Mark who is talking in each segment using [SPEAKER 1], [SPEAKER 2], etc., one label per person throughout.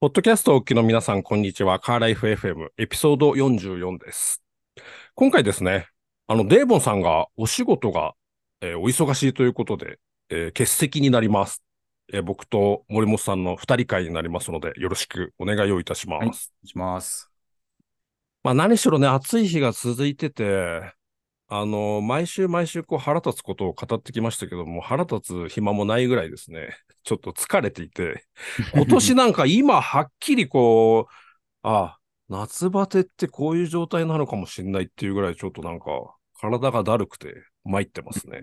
[SPEAKER 1] ポッドキャストをお聞きの皆さん、こんにちは。カーライフ FM エピソード44です。今回ですね、あの、デーボンさんがお仕事が、えーお忙しいということで、えー欠席になります。えー僕と森本さんの二人会になりますので、よろしくお願いをいたします。
[SPEAKER 2] はいし ます。
[SPEAKER 1] まあ何しろね、暑い日が続いてて、あの、毎週毎週こう腹立つことを語ってきましたけども、腹立つ暇もないぐらいですね、ちょっと疲れていて、今年なんか今はっきりこう、あ、夏バテってこういう状態なのかもしれないっていうぐらいちょっとなんか体がだるくて参ってますね。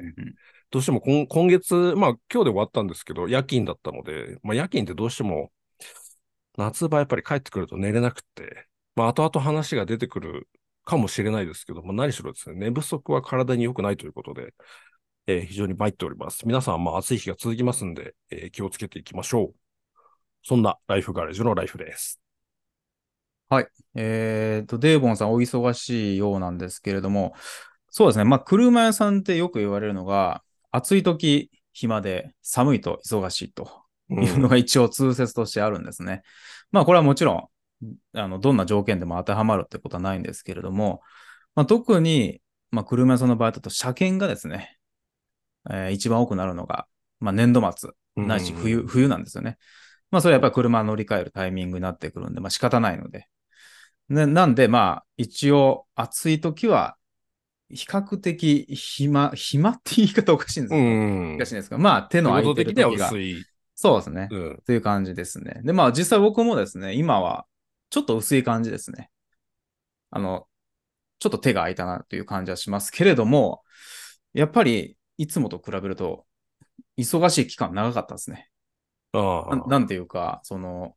[SPEAKER 1] どうしても今今月、まあ今日で終わったんですけど、夜勤だったので、まあ夜勤ってどうしても夏場やっぱり帰ってくると寝れなくって、まあ後々話が出てくるかもしれないですけど、まあ何しろですね、寝不足は体に良くないということで、えー非常に参っております。皆さん、まあ暑い日が続きますんで、えー気をつけていきましょう。そんなライフガレージのライフです。
[SPEAKER 2] えっと、デーボンさんお忙しいようなんですけれども、そうですね。まあ、車屋さんってよく言われるのが、暑い時暇で、寒いと忙しいと
[SPEAKER 1] うん
[SPEAKER 2] いう のが一応通説としてあるんですね。まあ、これはもちろん、あの、どんな条件でも当てはまるってことはないんですけれども、まあ、特に、まあ、車屋さんの場合だと車検がですね、えー一番多くなるのが、まあ、年度末。ないし冬、冬なんですよね。まあ、それはやっぱり車乗り換えるタイミングになってくるんで、まあ仕方ないので。ね、なんで、まあ、一応、暑い時は、比較的暇、暇って言い方おかしいんです
[SPEAKER 1] う
[SPEAKER 2] よ。
[SPEAKER 1] ん。
[SPEAKER 2] おかしいんですが、まあ、手の
[SPEAKER 1] 仕
[SPEAKER 2] 空
[SPEAKER 1] 事
[SPEAKER 2] いてる
[SPEAKER 1] 的には
[SPEAKER 2] 時が
[SPEAKER 1] 薄。い。
[SPEAKER 2] そうですね。
[SPEAKER 1] うん。
[SPEAKER 2] という感じですね。で、まあ、実際僕もですね、今は、ちょっと薄い感じですね。あの、ちょっと手が空いたなという感じはしますけれども、やっぱり、いつもと比べると、忙しい期間長かったですね。
[SPEAKER 1] ああ
[SPEAKER 2] ななんていうか、その、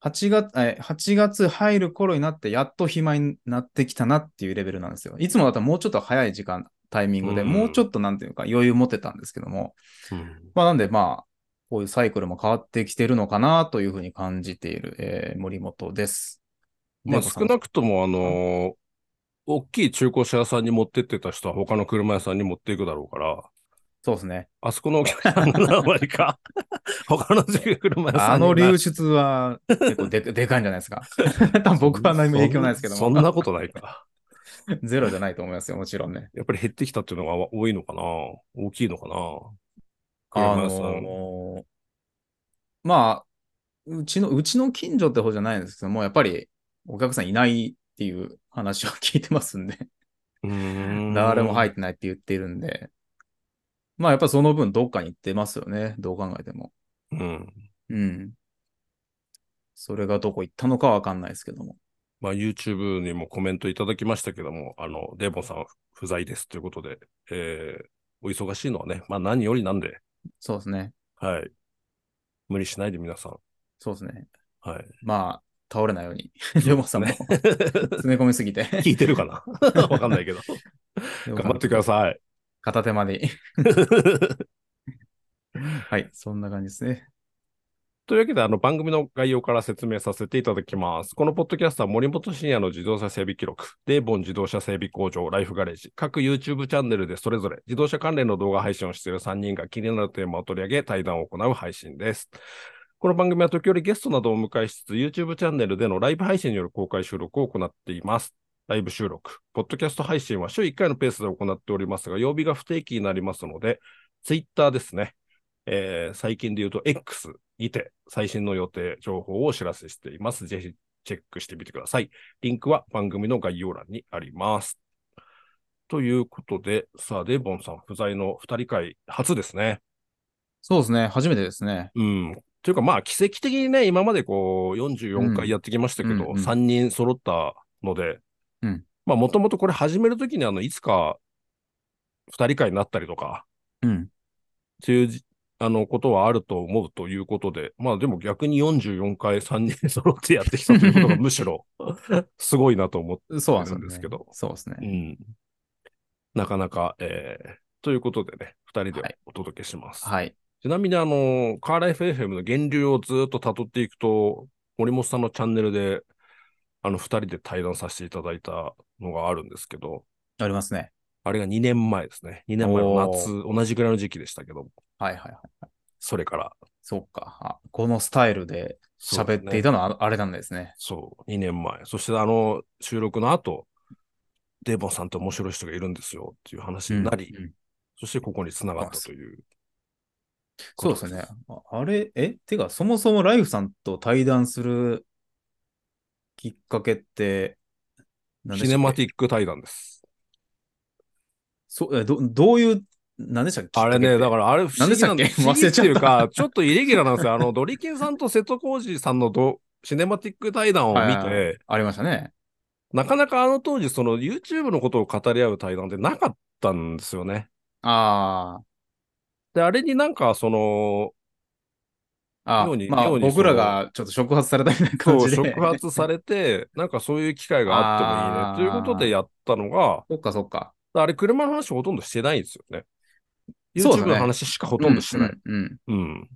[SPEAKER 2] 8月、え、8月入る頃になって、やっと暇になってきたなっていうレベルなんですよ。いつもだったらもうちょっと早い時間、タイミングで、
[SPEAKER 1] うん
[SPEAKER 2] もうちょっとなんていうか余裕持てたんですけども、
[SPEAKER 1] うん
[SPEAKER 2] まあなんでまあ、こういうサイクルも変わってきてるのかなというふうに感じている、えー森本です。
[SPEAKER 1] まあ
[SPEAKER 2] で
[SPEAKER 1] 少なくとも、あのー大きい中古車屋さんに持ってってた人は他の車屋さんに持っていくだろうから、
[SPEAKER 2] そうですね。
[SPEAKER 1] あそこのお客さんが何割 か、他の中古車屋 さ
[SPEAKER 2] あ
[SPEAKER 1] んにな
[SPEAKER 2] の流出は 結構ででかいんじゃないですか。 多分僕は何も影響ないですけども。
[SPEAKER 1] そんなことないか。
[SPEAKER 2] ゼロじゃないと思いますよ、もちろんね。
[SPEAKER 1] やっぱり減ってきたっていうのが多いのかな大きいのかな
[SPEAKER 2] あ
[SPEAKER 1] 車屋さん。
[SPEAKER 2] のーまあ、うちの、うちの近所って方じゃないんですけども、やっぱりお客さんいないっていう話を聞いてますんで、
[SPEAKER 1] うーん
[SPEAKER 2] 誰も入ってないって言ってるんで、まあやっぱその分どっかに行ってますよね、どう考えても。
[SPEAKER 1] うん。
[SPEAKER 2] うん。それがどこ行ったのかわかんないですけども。
[SPEAKER 1] まあ、YouTube にもコメントいただきましたけども、あの、デーボンさん不在ですということで、えーお忙しいのはね、まあ何よりなんで、
[SPEAKER 2] そうですね。
[SPEAKER 1] はい。無理しないで皆さん。
[SPEAKER 2] そうですね。
[SPEAKER 1] はい。
[SPEAKER 2] まあ、倒れないように、龍馬さんも詰め込みすぎて、
[SPEAKER 1] 聞いてるかなわかんないけど。
[SPEAKER 2] 頑
[SPEAKER 1] 頑張ってください。
[SPEAKER 2] 片手 まで。はい、そんな感じですね。
[SPEAKER 1] というわけで、あの、番組の概要から説明させていただきます。このポッドキャストは森本深也の自動車整備記録、デーボン自動車整備工場、ライフガレージ、各 YouTube チャンネルでそれぞれ自動車関連の動画配信をしている3人が気になるテーマを取り上げ、対談を行う配信です。この番組は時折ゲストなどをお迎えしつつ、YouTube チャンネルでのライブ配信による公開収録を行っています。ライブ収録、ポッドキャスト配信は週1回のペースで行っておりますが、曜日が不定期になりますので、Twitter ですね。えー最近で言うと X にて最新の予定、情報をお知らせしています。ぜひチェックしてみてください。リンクは番組の概要欄にあります。ということで、さあ、デーボンさん不在の2人会初ですね。
[SPEAKER 2] そうですね、初めてですね。
[SPEAKER 1] うん。というか、まあ、奇跡的にね、今までこう、44回やってきましたけど、
[SPEAKER 2] うんうんうん
[SPEAKER 1] 3人揃ったので、
[SPEAKER 2] うん
[SPEAKER 1] まあ、もともとこれ始めるときに、あの、いつか2人会になったりとか、
[SPEAKER 2] うん。
[SPEAKER 1] っていうじ、あの、ことはあると思うということで、まあでも逆に44回3人揃ってやってきたということがむし ろすごいなと思っ
[SPEAKER 2] そうなんです
[SPEAKER 1] な
[SPEAKER 2] よ
[SPEAKER 1] んですけど
[SPEAKER 2] そうですね。
[SPEAKER 1] て、うんなかなか、えーということでね、2人
[SPEAKER 2] は
[SPEAKER 1] で
[SPEAKER 2] い
[SPEAKER 1] お届けします。
[SPEAKER 2] はい。
[SPEAKER 1] ちなみにあの、カーライフ FM の源流をずっと辿っていくと、森本さんのチャンネルで、あの、2人で対談させていただいたのがあるんですけど、
[SPEAKER 2] ありますね。
[SPEAKER 1] あれが2年前ですね。2年前の夏、同じぐらいの時期でしたけど、
[SPEAKER 2] はいはいはい。
[SPEAKER 1] それから
[SPEAKER 2] そっか。あこのスタイルで喋っていたのはああれなんですね。
[SPEAKER 1] そう、2年前。そしてあの収録の後、デーボンさんって面白い人がいるんですよっていう話になり、
[SPEAKER 2] うんうん
[SPEAKER 1] そしてここに繋がったという。
[SPEAKER 2] そうですね。ああれ、えてか、そもそもライフさんと対談するきっかけって、何で
[SPEAKER 1] シ
[SPEAKER 2] したっけ
[SPEAKER 1] ネマティック対談です。
[SPEAKER 2] そうえどどういう、何でしたっけ
[SPEAKER 1] あれね、だ
[SPEAKER 2] ら。
[SPEAKER 1] からあれ不思議なん
[SPEAKER 2] 何でしたっけ
[SPEAKER 1] 不思議っていう
[SPEAKER 2] 忘れちゃ
[SPEAKER 1] か
[SPEAKER 2] っ、
[SPEAKER 1] ちょっとイレギュラーなんですよ。あの、ドリキンさんと瀬戸康史さんのどシネマティック対談を見て、
[SPEAKER 2] はいはいありましたね。
[SPEAKER 1] なかなかあの当時、その YouTube のことを語り合う対談ってなかったんですよね。
[SPEAKER 2] あ
[SPEAKER 1] で、あれになんか、その、
[SPEAKER 2] あ。ああ
[SPEAKER 1] 妙に
[SPEAKER 2] まあ、
[SPEAKER 1] 妙に
[SPEAKER 2] 僕らがちょっと触発されたみたいな感じで。
[SPEAKER 1] 触発されて、なんかそういう機会があってもいいね、ということでやったのが、
[SPEAKER 2] そっかそっか。
[SPEAKER 1] あれ車の話ほとんどしてないんですよね。
[SPEAKER 2] そう
[SPEAKER 1] YouTube
[SPEAKER 2] だ
[SPEAKER 1] の
[SPEAKER 2] ね
[SPEAKER 1] 話しかほとんどしてない。
[SPEAKER 2] うんうんうん
[SPEAKER 1] うん。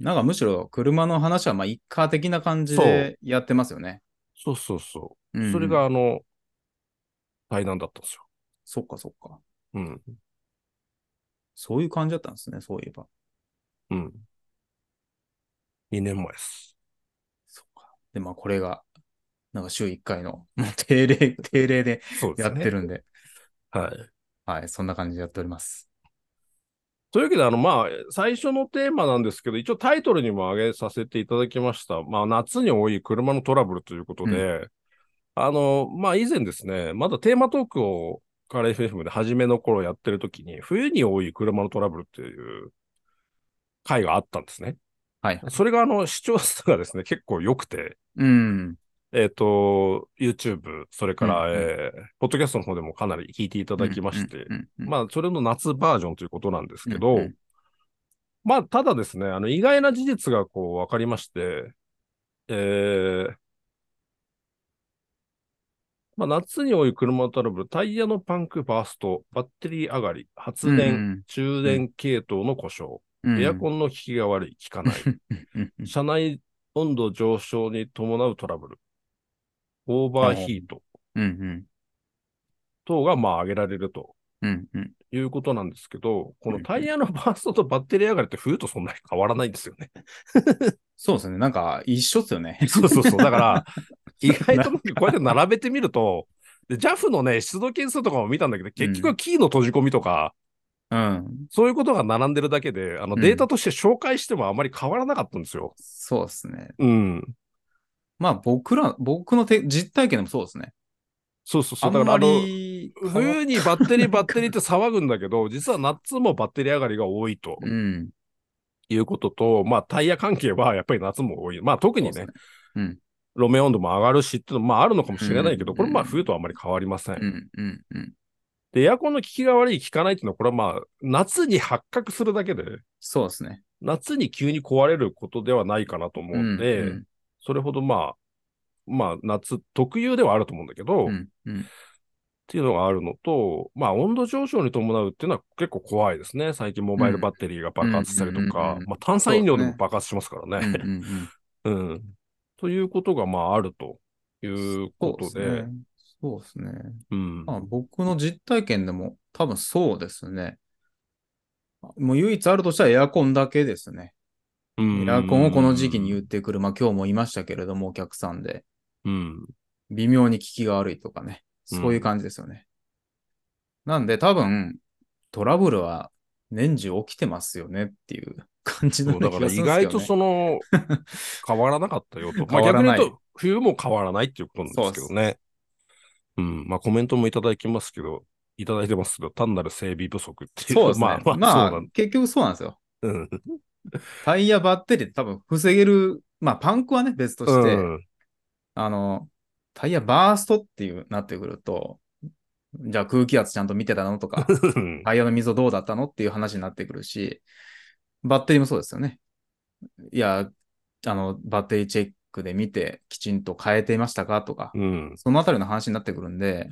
[SPEAKER 2] なんかむしろ車の話はまあ一家的な感じでやってますよね。
[SPEAKER 1] そうそうそ
[SPEAKER 2] うん
[SPEAKER 1] う。
[SPEAKER 2] うん
[SPEAKER 1] それが、。あの、対談だったんですよ。
[SPEAKER 2] そっかそっか。
[SPEAKER 1] うん。
[SPEAKER 2] そういう感じだったんですね、そういえば。
[SPEAKER 1] うん。2年前です。
[SPEAKER 2] そっか。で、まあこれが、なんか週1回の、もう定例、定例で
[SPEAKER 1] そうで
[SPEAKER 2] や
[SPEAKER 1] す
[SPEAKER 2] っ
[SPEAKER 1] ね。
[SPEAKER 2] てるんで、
[SPEAKER 1] はい。
[SPEAKER 2] はい、そんな感じでやっております。
[SPEAKER 1] というわけで、あの、まあ、最初のテーマなんですけど、一応タイトルにも挙げさせていただきました。まあ、夏に多い車のトラブルということで、あの、まあ、以前ですね、まだテーマトークをカレー FFM で初めの頃やってる時に、冬に多い車のトラブルっていう回があったんですね。
[SPEAKER 2] はい。
[SPEAKER 1] それが、あの、視聴数がですね、結構良くて、
[SPEAKER 2] うん。
[SPEAKER 1] えっ、と、YouTube、それから、
[SPEAKER 2] うんうん
[SPEAKER 1] えーポッドキャストの方でもかなり聞いていただきまして、
[SPEAKER 2] うんうんうん、
[SPEAKER 1] まあ、それの夏バージョンということなんですけど、
[SPEAKER 2] うんうん
[SPEAKER 1] まあ、ただですね、あの、意外な事実がこう、わかりまして、えー、まあ、夏に多い車のトラブル、タイヤのパンクバースト、バッテリー上がり、発電、充電系統の故障、
[SPEAKER 2] うんうん、
[SPEAKER 1] エアコンの効きが悪い、効かない、
[SPEAKER 2] うんうん
[SPEAKER 1] 車内温度上昇に伴うトラブル、オーバーヒート
[SPEAKER 2] うん
[SPEAKER 1] 等がまあ挙げられると
[SPEAKER 2] うんうん
[SPEAKER 1] いうことなんですけど、こ
[SPEAKER 2] うん
[SPEAKER 1] のタイヤのバーストとバッテリー上がりって冬とそんなに変わらないんですよね。
[SPEAKER 2] そうですね。なんか一緒です よね。
[SPEAKER 1] そうそうそう。だ から、意外とこうやって並べてみると、で JAF のね、出動件数とかも見たんだけど、結局はキーの閉じ込みとか、
[SPEAKER 2] うん。
[SPEAKER 1] そういうことが並んでるだけで、あの
[SPEAKER 2] うん
[SPEAKER 1] データとして紹介してもあまり変わらなかったんですよ。
[SPEAKER 2] そうですね。
[SPEAKER 1] うん。
[SPEAKER 2] まあ僕ら、僕のて実体験でもそうですね。
[SPEAKER 1] そうそうそ
[SPEAKER 2] あ
[SPEAKER 1] う。
[SPEAKER 2] ん
[SPEAKER 1] だから
[SPEAKER 2] ま
[SPEAKER 1] あの、
[SPEAKER 2] り変わっ、
[SPEAKER 1] 冬にバッテリー、バッテリーって騒ぐんだけど、実は夏もバッテリー上がりが多いと
[SPEAKER 2] うん。
[SPEAKER 1] いうことと、まあタイヤ関係はやっぱり夏も多い。まあ特に
[SPEAKER 2] そう
[SPEAKER 1] ね
[SPEAKER 2] で、うん。
[SPEAKER 1] 路面温度も上がるしっていうのも、まああるのかもしれないけど、
[SPEAKER 2] うん
[SPEAKER 1] これまあ冬とはあまり変わりません。
[SPEAKER 2] うん。うん。うん。
[SPEAKER 1] で、エアコンの効きが悪い、効かないっていうのは、これはまあ夏に発覚するだけで、
[SPEAKER 2] そうですね。
[SPEAKER 1] 夏に急に壊れることではないかなと思うんで、
[SPEAKER 2] うん
[SPEAKER 1] それほどまあ、まあ夏特有ではあると思うんだけど、
[SPEAKER 2] う
[SPEAKER 1] っ
[SPEAKER 2] ん。うん。
[SPEAKER 1] ていうのがあるのと、まあ温度上昇に伴うっていうのは結構怖いですね。最近モバイルバッテリーが爆発したりと
[SPEAKER 2] うんうん
[SPEAKER 1] か
[SPEAKER 2] うんうん、
[SPEAKER 1] まあ炭酸飲料でも爆発しますから
[SPEAKER 2] うん。うん
[SPEAKER 1] ね。
[SPEAKER 2] うんうん。
[SPEAKER 1] うん。ということがまああるという
[SPEAKER 2] そ
[SPEAKER 1] こ
[SPEAKER 2] うで
[SPEAKER 1] と
[SPEAKER 2] す
[SPEAKER 1] で、
[SPEAKER 2] ね。そうですね。
[SPEAKER 1] うん
[SPEAKER 2] まあ僕の実体験でも多分そうですね。もう唯一あるとしたらエアコンだけですね。エアコンをこの時期に言っ。てくる、まあ今日もいましたけれども、お客さんで、
[SPEAKER 1] うん。
[SPEAKER 2] 微妙に効きが悪いとかね、そういう感じですよね。なんで多分、トラブルは年中起きてますよねっていう感じ
[SPEAKER 1] そ
[SPEAKER 2] の
[SPEAKER 1] うだから意外とそ の、変わらなかったよと。まあ
[SPEAKER 2] 変わ
[SPEAKER 1] 逆
[SPEAKER 2] ら
[SPEAKER 1] に
[SPEAKER 2] ない
[SPEAKER 1] 言うと、冬も変わらないっていうことなんですけどね。うん。まあコメントもいただきますけど、いただいてますけど、単なる整備不足っていう。
[SPEAKER 2] そうですね。
[SPEAKER 1] まあまあ、
[SPEAKER 2] まあ
[SPEAKER 1] そうなん
[SPEAKER 2] 結局そうなんですよ。
[SPEAKER 1] うん。
[SPEAKER 2] タイヤバッテリーって多分防げる、まあパンクはね、別として、
[SPEAKER 1] うん
[SPEAKER 2] あの、タイヤバーストっていうなってくると、じゃあ空気圧ちゃんと見てたのとか、
[SPEAKER 1] うん
[SPEAKER 2] タイヤの溝どうだったのっていう話になってくるし、バッテリーもそうですよね。いや、あの、バッテリーチェックで見て、きちんと変えていましたかとか、
[SPEAKER 1] うん。
[SPEAKER 2] そのあたりの話になってくるんで、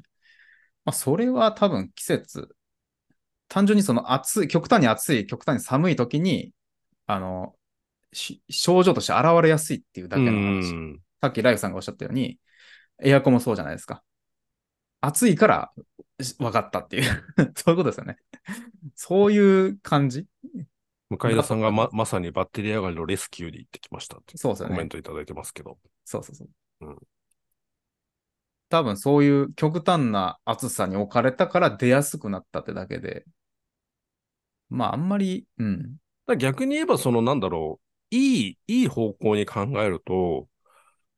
[SPEAKER 2] まあ、それは多分季節、単純にその暑い、極端に暑い、極端に寒い時に、あの、し症状として現れやすいっていうだけの話。
[SPEAKER 1] うん
[SPEAKER 2] さっきライフさんがおっしゃったように、エアコンもそうじゃないですか。暑いから し分かったっていう、そういうことですよね。そういう感じ
[SPEAKER 1] 向井田さんがままさにバッテリー上がりのレスキューに行ってきましたって
[SPEAKER 2] そうですよ
[SPEAKER 1] コメン
[SPEAKER 2] ね。
[SPEAKER 1] トいただいてますけど。
[SPEAKER 2] そうそうそう。
[SPEAKER 1] うん
[SPEAKER 2] 多分そういう極端な暑さに置かれたから出やすくなったってだけで、まああんまり、うん、
[SPEAKER 1] だから逆に言えば、そのなんだろう、いい、いい方向に考えると、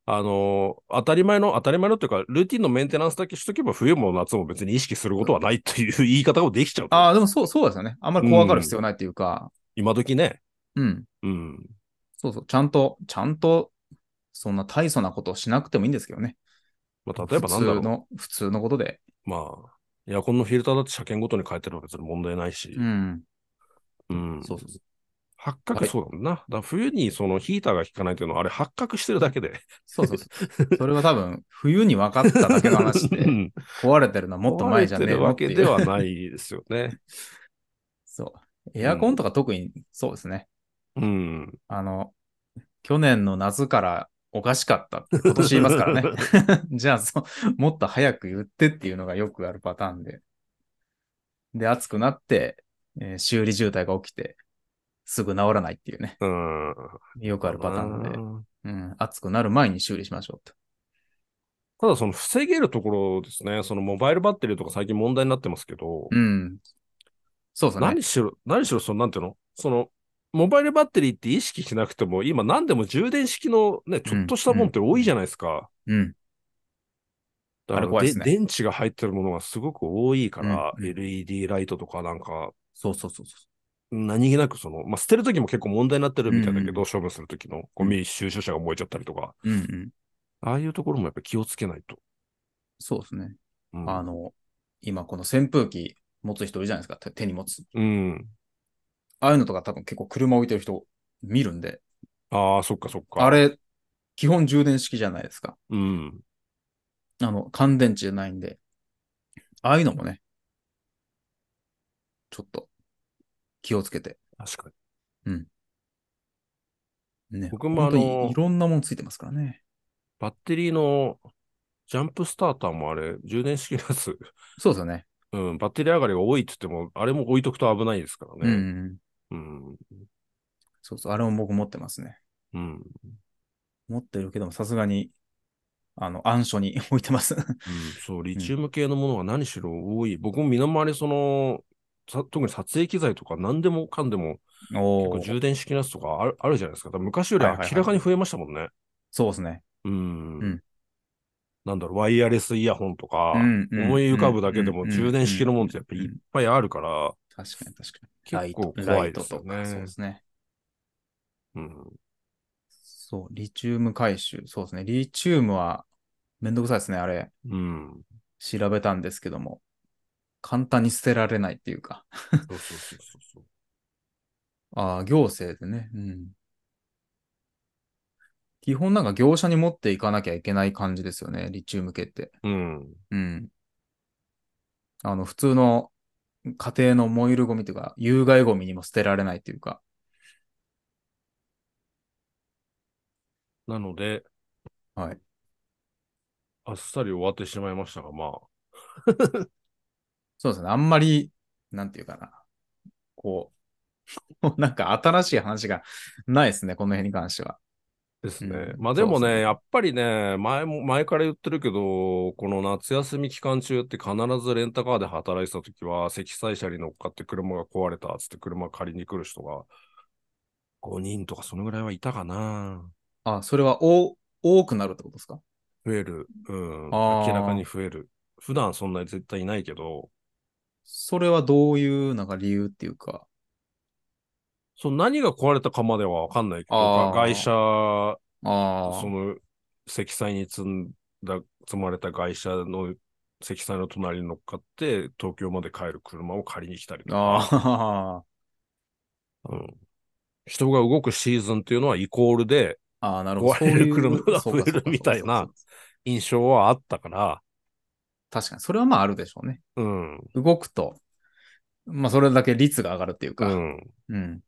[SPEAKER 1] あの、当たり前の、当たり前のっていうか、ルーティンのメンテナンスだけしとけば、冬も夏も別に意識することはないという言い方ができちゃう。
[SPEAKER 2] ああ、でもそう、そうですよね。あんまり怖がる必要ないっていうか、
[SPEAKER 1] 今時ね。
[SPEAKER 2] うん、
[SPEAKER 1] うん。
[SPEAKER 2] そうそう、ちゃんと、ちゃんと、そんな大層なことをしなくてもいいんですけどね。
[SPEAKER 1] まあ、例えばなんだろ
[SPEAKER 2] 普通
[SPEAKER 1] う。
[SPEAKER 2] の、普通のことで。
[SPEAKER 1] まあ、エアコンのフィルターだって車検ごとに変えてるのは別に問題ないし。
[SPEAKER 2] うん。
[SPEAKER 1] うん。
[SPEAKER 2] そうそうそう。
[SPEAKER 1] 発覚、そうだもんな。だから冬にそのヒーターが効かないというのは、あれ発覚してるだけで。
[SPEAKER 2] そうそうそう。それは多分、冬に分かっただけの 話
[SPEAKER 1] う
[SPEAKER 2] で、
[SPEAKER 1] ん
[SPEAKER 2] 壊れてるのは もっと前じゃね
[SPEAKER 1] 壊れて
[SPEAKER 2] え
[SPEAKER 1] る
[SPEAKER 2] の
[SPEAKER 1] わ
[SPEAKER 2] って
[SPEAKER 1] け
[SPEAKER 2] い
[SPEAKER 1] で
[SPEAKER 2] う。
[SPEAKER 1] はないですよね。
[SPEAKER 2] そう。エアコンとか特にそうですね。
[SPEAKER 1] うん。
[SPEAKER 2] あの、去年の夏からおかしかったって今年言いますか らね。 じゃあそ、もっと早く言ってっていうのがよくあるパターンで。で、暑くなって、えー修理渋滞が起きて、すぐ治らないっていうね。
[SPEAKER 1] うん。
[SPEAKER 2] よくあるパターンなんで。
[SPEAKER 1] うん
[SPEAKER 2] うん、暑くなる前に修理しましょうと。
[SPEAKER 1] ただその防げるところですね、そのモバイルバッテリーとか最近問題になってますけど、
[SPEAKER 2] うん。そうですね。
[SPEAKER 1] 何しろ、何しろそのなんていうのその、モバイルバッテリーって意識しなくても、今何でも充電式のね、ちょっとしたもんって多いじゃないですか。
[SPEAKER 2] うん。
[SPEAKER 1] だか
[SPEAKER 2] あれ
[SPEAKER 1] ら
[SPEAKER 2] 怖い
[SPEAKER 1] で、
[SPEAKER 2] ですね
[SPEAKER 1] 電池が入ってるものがすごく多いから、
[SPEAKER 2] うん
[SPEAKER 1] LED ライトとかなんか、
[SPEAKER 2] そうそうそうそ
[SPEAKER 1] 何気なくその、まあ、捨てるときも結構問題になってるみたいだけ
[SPEAKER 2] うん
[SPEAKER 1] ど、処分するときのゴミ収集車が燃えちゃったりとか、
[SPEAKER 2] う。うんうん。
[SPEAKER 1] ああいうところもやっぱり気をつけないと。
[SPEAKER 2] そうですね。
[SPEAKER 1] うん
[SPEAKER 2] あの、今この扇風機持つ人いるじゃないですか。手手に持つ。
[SPEAKER 1] うん。
[SPEAKER 2] ああいうのとか多分結構車置いてる人見るんで。
[SPEAKER 1] ああ、そっかそっか。
[SPEAKER 2] あれ、基本充電式じゃないですか。
[SPEAKER 1] うん。
[SPEAKER 2] あの、乾電池じゃないんで。ああいうのもね、ちょっと気をつけて。
[SPEAKER 1] 確かに。
[SPEAKER 2] ね。
[SPEAKER 1] 僕もあの
[SPEAKER 2] 本当にいろんなもんついてますからね。
[SPEAKER 1] バッテリーのジャンプスターターもあれ、充電式のやつ、
[SPEAKER 2] そうですよね。
[SPEAKER 1] うん、バッテリー上がりが多いって言っても、あれも置いとくと危ないですから
[SPEAKER 2] うんう
[SPEAKER 1] ね。
[SPEAKER 2] ん。
[SPEAKER 1] うん。
[SPEAKER 2] そうそう。あれも僕持ってますね。
[SPEAKER 1] うん。うん
[SPEAKER 2] 持ってるけども、さすがに、あの、暗所に 置い てます。
[SPEAKER 1] そう、リチウム系のものが何しろ多い。僕も身の回り、その、さ特に撮影機材とか何でもかんでも、結
[SPEAKER 2] お
[SPEAKER 1] 構
[SPEAKER 2] ー
[SPEAKER 1] 充電式のやつとかあるあるじゃないですか。だから昔より
[SPEAKER 2] はいはいはい
[SPEAKER 1] 明らかに増えましたもんね。
[SPEAKER 2] そうですね。
[SPEAKER 1] うん、
[SPEAKER 2] うん
[SPEAKER 1] なんだろう、ワイヤレスイヤホンとか、
[SPEAKER 2] うんうん
[SPEAKER 1] 思い浮かぶだけで
[SPEAKER 2] う
[SPEAKER 1] も
[SPEAKER 2] ん
[SPEAKER 1] 充電式のものってやっぱいっぱいあるから、
[SPEAKER 2] 確かに確かに。ラ
[SPEAKER 1] 結
[SPEAKER 2] イ
[SPEAKER 1] 構
[SPEAKER 2] ト
[SPEAKER 1] 怖い
[SPEAKER 2] ライト
[SPEAKER 1] ですよ
[SPEAKER 2] と
[SPEAKER 1] ね
[SPEAKER 2] かそうですね。
[SPEAKER 1] うん
[SPEAKER 2] そう、リチウム回収。そうですね。リチウムはめんどくさいですね、あれ。
[SPEAKER 1] うん。
[SPEAKER 2] 調べたんですけども。簡単に捨てられないっていうか。
[SPEAKER 1] そうそうそうそうそう。
[SPEAKER 2] ああ、行政でね。うん。基本なんか業者に持っていかなきゃいけない感じですよね、リチウム系って。
[SPEAKER 1] うん。
[SPEAKER 2] うん。あの、普通の家庭の燃えるゴミというか、有害ゴミにも捨てられないというか。
[SPEAKER 1] なので、
[SPEAKER 2] はい。
[SPEAKER 1] あっさり終わってしまいましたが、ま
[SPEAKER 2] そうですね。あんまり、なんていうかな。こう、 なんか新しい話がないですね、この辺に関しては。
[SPEAKER 1] あ、ですね。
[SPEAKER 2] うん
[SPEAKER 1] まあでもね
[SPEAKER 2] そうですね
[SPEAKER 1] やっぱりね、前も、前から言ってるけど、この夏休み期間中って必ずレンタカーで働いてた時は、積載車に乗っかって車が壊れたっつって車借りに来る人が、5人とかそのぐらいはいたかな。
[SPEAKER 2] あ、それはお多くなるってことですか
[SPEAKER 1] 増える。うん。
[SPEAKER 2] あー
[SPEAKER 1] 明らかに増える。普段そんなに絶対いないけど、
[SPEAKER 2] それはどういう、なんか理由っていうか。
[SPEAKER 1] そう何が壊れたかまではわかんないけど、
[SPEAKER 2] あー
[SPEAKER 1] 外車
[SPEAKER 2] あ
[SPEAKER 1] その積載に積んだ、積まれた外車の積載の隣に乗っかって、東京まで帰る車を借りに来たりと
[SPEAKER 2] あ。
[SPEAKER 1] か、
[SPEAKER 2] あ
[SPEAKER 1] うん人が動くシーズンっていうのはイコールで
[SPEAKER 2] あ。ああ、なるほど。
[SPEAKER 1] 壊れる車が
[SPEAKER 2] そういう
[SPEAKER 1] 増えるみたい。
[SPEAKER 2] そうかそうかそうかそう
[SPEAKER 1] な
[SPEAKER 2] か
[SPEAKER 1] 印象はあったから、
[SPEAKER 2] 確かに、それはまああるでしょうね。
[SPEAKER 1] うん、
[SPEAKER 2] 動くと、まあそれだけ率が上がるっていう
[SPEAKER 1] う
[SPEAKER 2] か。
[SPEAKER 1] ん。
[SPEAKER 2] うん。
[SPEAKER 1] だ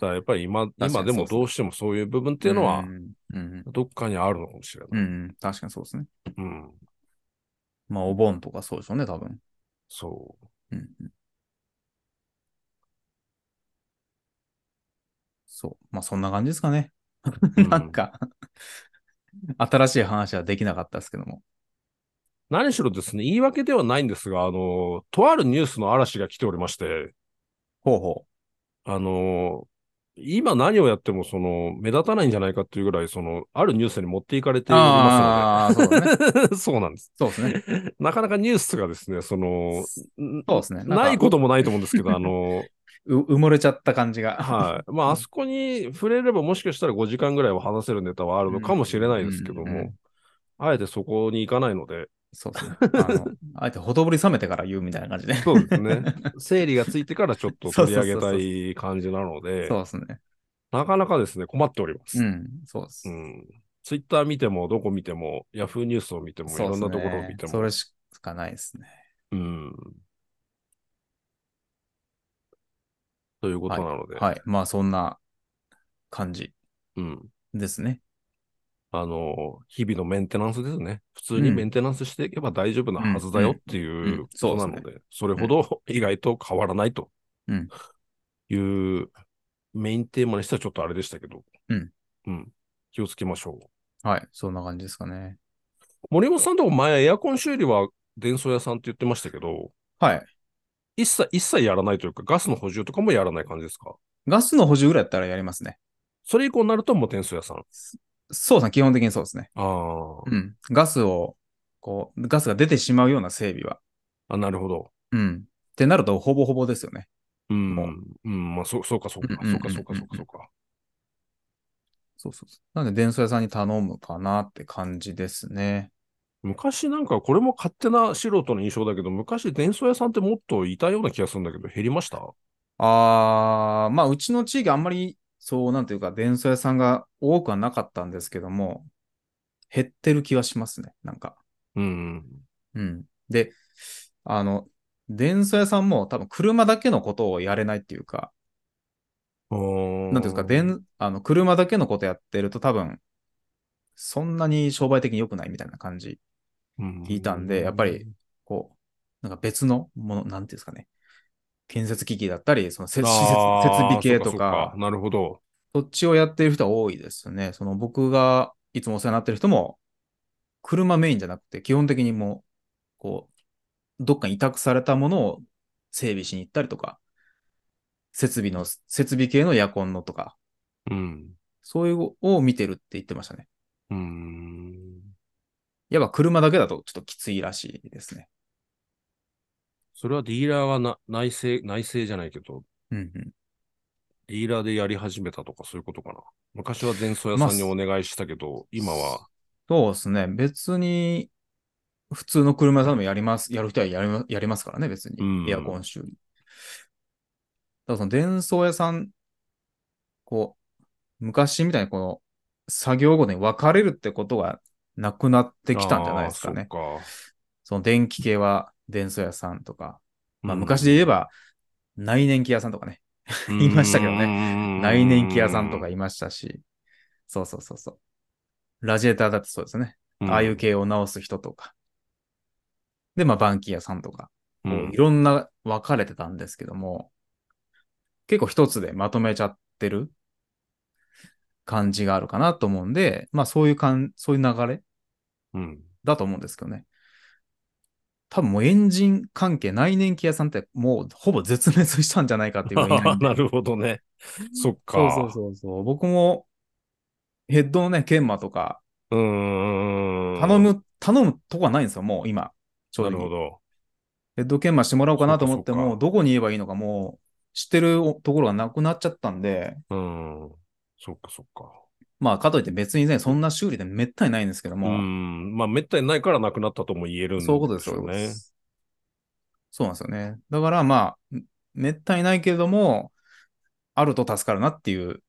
[SPEAKER 1] からやっぱり今、
[SPEAKER 2] かに
[SPEAKER 1] 今でもどうしてもそういう部分っていうのは
[SPEAKER 2] う、んうん。
[SPEAKER 1] どっかにあるのかもしれ
[SPEAKER 2] う
[SPEAKER 1] ない。
[SPEAKER 2] ん。確かにそうですね。
[SPEAKER 1] うん、
[SPEAKER 2] まあお盆とかそうでしょうね、多分。
[SPEAKER 1] そう。
[SPEAKER 2] うん。そう。まあ、そんな感じですかね。
[SPEAKER 1] うん
[SPEAKER 2] なんか、 新しい話はできなかったですけども。
[SPEAKER 1] 何しろですね、言い訳ではないんですが、あの、とあるニュースの嵐が来ておりまして、
[SPEAKER 2] ほうほ
[SPEAKER 1] あの、今何をやっても、その、目立たないんじゃないかっていうぐらい、その、あるニュースに持っていかれて
[SPEAKER 2] う。
[SPEAKER 1] いま
[SPEAKER 2] ああ、そうだね。
[SPEAKER 1] すので、 そうなんです。
[SPEAKER 2] そうで すね。
[SPEAKER 1] なかなかニュースがですね、その、ん
[SPEAKER 2] そうですね。んか
[SPEAKER 1] ないこともないと思うんですけ ど、あの、
[SPEAKER 2] う埋もれちゃった感じが。
[SPEAKER 1] はい。まあ、あそこに触れれば、もしかしたら5時間ぐらいは話せるネタはあるのかもしれないですけど
[SPEAKER 2] うんうんうんう
[SPEAKER 1] も、あえてそこに行かないので、
[SPEAKER 2] そうですね。あの、あえてほとぼり冷めてから言うみたいな感じで。
[SPEAKER 1] そうです ね。整理がついてからちょっと取り上げたい感じなので
[SPEAKER 2] そ、うですね。
[SPEAKER 1] なかなかですね、困っております
[SPEAKER 2] う。ん、そうです。
[SPEAKER 1] うん。ツイッター見ても、どこ見ても、ヤフーニュースを見ても、い
[SPEAKER 2] そう
[SPEAKER 1] ろ
[SPEAKER 2] で
[SPEAKER 1] ん
[SPEAKER 2] すね
[SPEAKER 1] なところを見て
[SPEAKER 2] そ
[SPEAKER 1] も。
[SPEAKER 2] れしかないですね。
[SPEAKER 1] うん。ということなので、
[SPEAKER 2] はい。まあ、そんな感じ
[SPEAKER 1] うん。
[SPEAKER 2] ですね。
[SPEAKER 1] あの、日々のメンテナンスですね。普通に
[SPEAKER 2] うん
[SPEAKER 1] メンテナンスしていけば大丈夫なはずだよって
[SPEAKER 2] んうん
[SPEAKER 1] いううんことなので、それほど意外と変わらないと
[SPEAKER 2] うん
[SPEAKER 1] いうメインテーマにしてはちょっとあれでしたけど、
[SPEAKER 2] うん
[SPEAKER 1] うん気をつけましょう。
[SPEAKER 2] はい。そんな感じですかね。
[SPEAKER 1] 森本さんとこ前エアコン修理は伝送屋さんって言ってましたけど、
[SPEAKER 2] はい。
[SPEAKER 1] 一切、一切やらないというか、ガスの補充とかもやらない感じですか
[SPEAKER 2] ガスの補充ぐらいだったらやりますね。
[SPEAKER 1] それ以降になるともう伝送屋さん。あ
[SPEAKER 2] そうですね。基本的にそうですね。
[SPEAKER 1] あ、
[SPEAKER 2] うん。ガスを、こう、ガスが出てしまうような整備は。
[SPEAKER 1] あ、なるほど。
[SPEAKER 2] うん。ってなると、ほぼほぼですよね。
[SPEAKER 1] うん
[SPEAKER 2] もう。
[SPEAKER 1] うん、まあ、そう、そうか、そうか、
[SPEAKER 2] うんうんう
[SPEAKER 1] そう
[SPEAKER 2] ん
[SPEAKER 1] か、そうか、そうか、そうか。
[SPEAKER 2] そうそうそう。なんで、伝送屋さんに頼むかなって感じですね。
[SPEAKER 1] 昔なんか、これも勝手な素人の印象だけど、昔、伝送屋さんってもっといたような気がするんだけど、減りました
[SPEAKER 2] あー、まあ、うちの地域あんまり、そう、なんていうか、伝送屋さんが多くはなかったんですけども、減ってる気はしますね。なんか。
[SPEAKER 1] うん。
[SPEAKER 2] うん。で、あの、伝送屋さんも多分車だけのことをやれないっていうか、
[SPEAKER 1] な
[SPEAKER 2] なんていうんですか、電、あの、車だけのことやってると多分、そんなに商売的に良くないみたいな感じ。聞いたんでやっぱり、こう、なんか別のもの、なんていうんですかね。建設機器だったり、その設施設
[SPEAKER 1] あー
[SPEAKER 2] 設備
[SPEAKER 1] そ
[SPEAKER 2] 系
[SPEAKER 1] う
[SPEAKER 2] と
[SPEAKER 1] そう
[SPEAKER 2] か、
[SPEAKER 1] なるほど。
[SPEAKER 2] そっちをやってる人は多いですね。その僕がいつもお世話になってる人も、車メインじゃなくて、基本的にもう、こう、どっかに委託されたものを整備しに行ったりとか、設備の、設備系のエアコンのとか、
[SPEAKER 1] うん。
[SPEAKER 2] そういうのを見てるって言ってましたね。
[SPEAKER 1] うん。
[SPEAKER 2] やっぱ車だけだとちょっときついらしいですね。
[SPEAKER 1] それはディーラーがな内政、内政じゃないけど、
[SPEAKER 2] うんうん。
[SPEAKER 1] ディーラーでやり始めたとかそういうことかな。昔は伝送屋さんにお願いしたけど、今は、
[SPEAKER 2] そうですね。別に、普通の車屋さんでもやります、やる人はやりまやりますからね、別
[SPEAKER 1] うん
[SPEAKER 2] に。エアコン修理。だからその伝送屋さん、こう、昔みたいにこの、作業後に分かれるってことがなくなってきたんじゃないですかね。
[SPEAKER 1] あー。そうか
[SPEAKER 2] その電気系は伝送屋さんとか、まあ
[SPEAKER 1] うん
[SPEAKER 2] 昔で言えば、内燃機屋さんとかね、言いましたけどね
[SPEAKER 1] ね
[SPEAKER 2] 内燃機屋さんとかいましたし、そうそうそうそう。ラジエーターだってそうですよね。ああいう、系を直す人とか。で、まあ、バンキー屋さんとか、
[SPEAKER 1] う
[SPEAKER 2] こ
[SPEAKER 1] ん
[SPEAKER 2] う
[SPEAKER 1] うん
[SPEAKER 2] いろんな分かれてたんですけども、結構一つでまとめちゃってる感じがあるかなと思うんで、まあ、そういう感、そういう流れ
[SPEAKER 1] うん
[SPEAKER 2] だと思うんですけどね。多分もうエンジン関係、内燃機屋さんってもうほぼ絶滅したんじゃないかっていうぐらいいないん で
[SPEAKER 1] なるほどね。そっか。
[SPEAKER 2] そうそうそうそう。僕もヘッドのね、研磨とか、
[SPEAKER 1] うーん。
[SPEAKER 2] 頼む、頼むとこはないんですよ、もう今。正
[SPEAKER 1] な
[SPEAKER 2] 直
[SPEAKER 1] るほど。
[SPEAKER 2] ヘッド研磨してもらおうかなと思って
[SPEAKER 1] そうかそう
[SPEAKER 2] も、
[SPEAKER 1] か
[SPEAKER 2] どこに言えばいいのかもう知ってるところがなくなっちゃったんで、
[SPEAKER 1] うん。そっかそっか。
[SPEAKER 2] まあ、かといって別にね、そんな修理でめったにないんですけど
[SPEAKER 1] う
[SPEAKER 2] も、
[SPEAKER 1] ん。まあ、めったにないからなくなったとも言えるん
[SPEAKER 2] そういうことです
[SPEAKER 1] よ
[SPEAKER 2] よ
[SPEAKER 1] ね
[SPEAKER 2] ね。。そうなんですよね。だからまあ、めったにないけれども、あると助かるなっていう。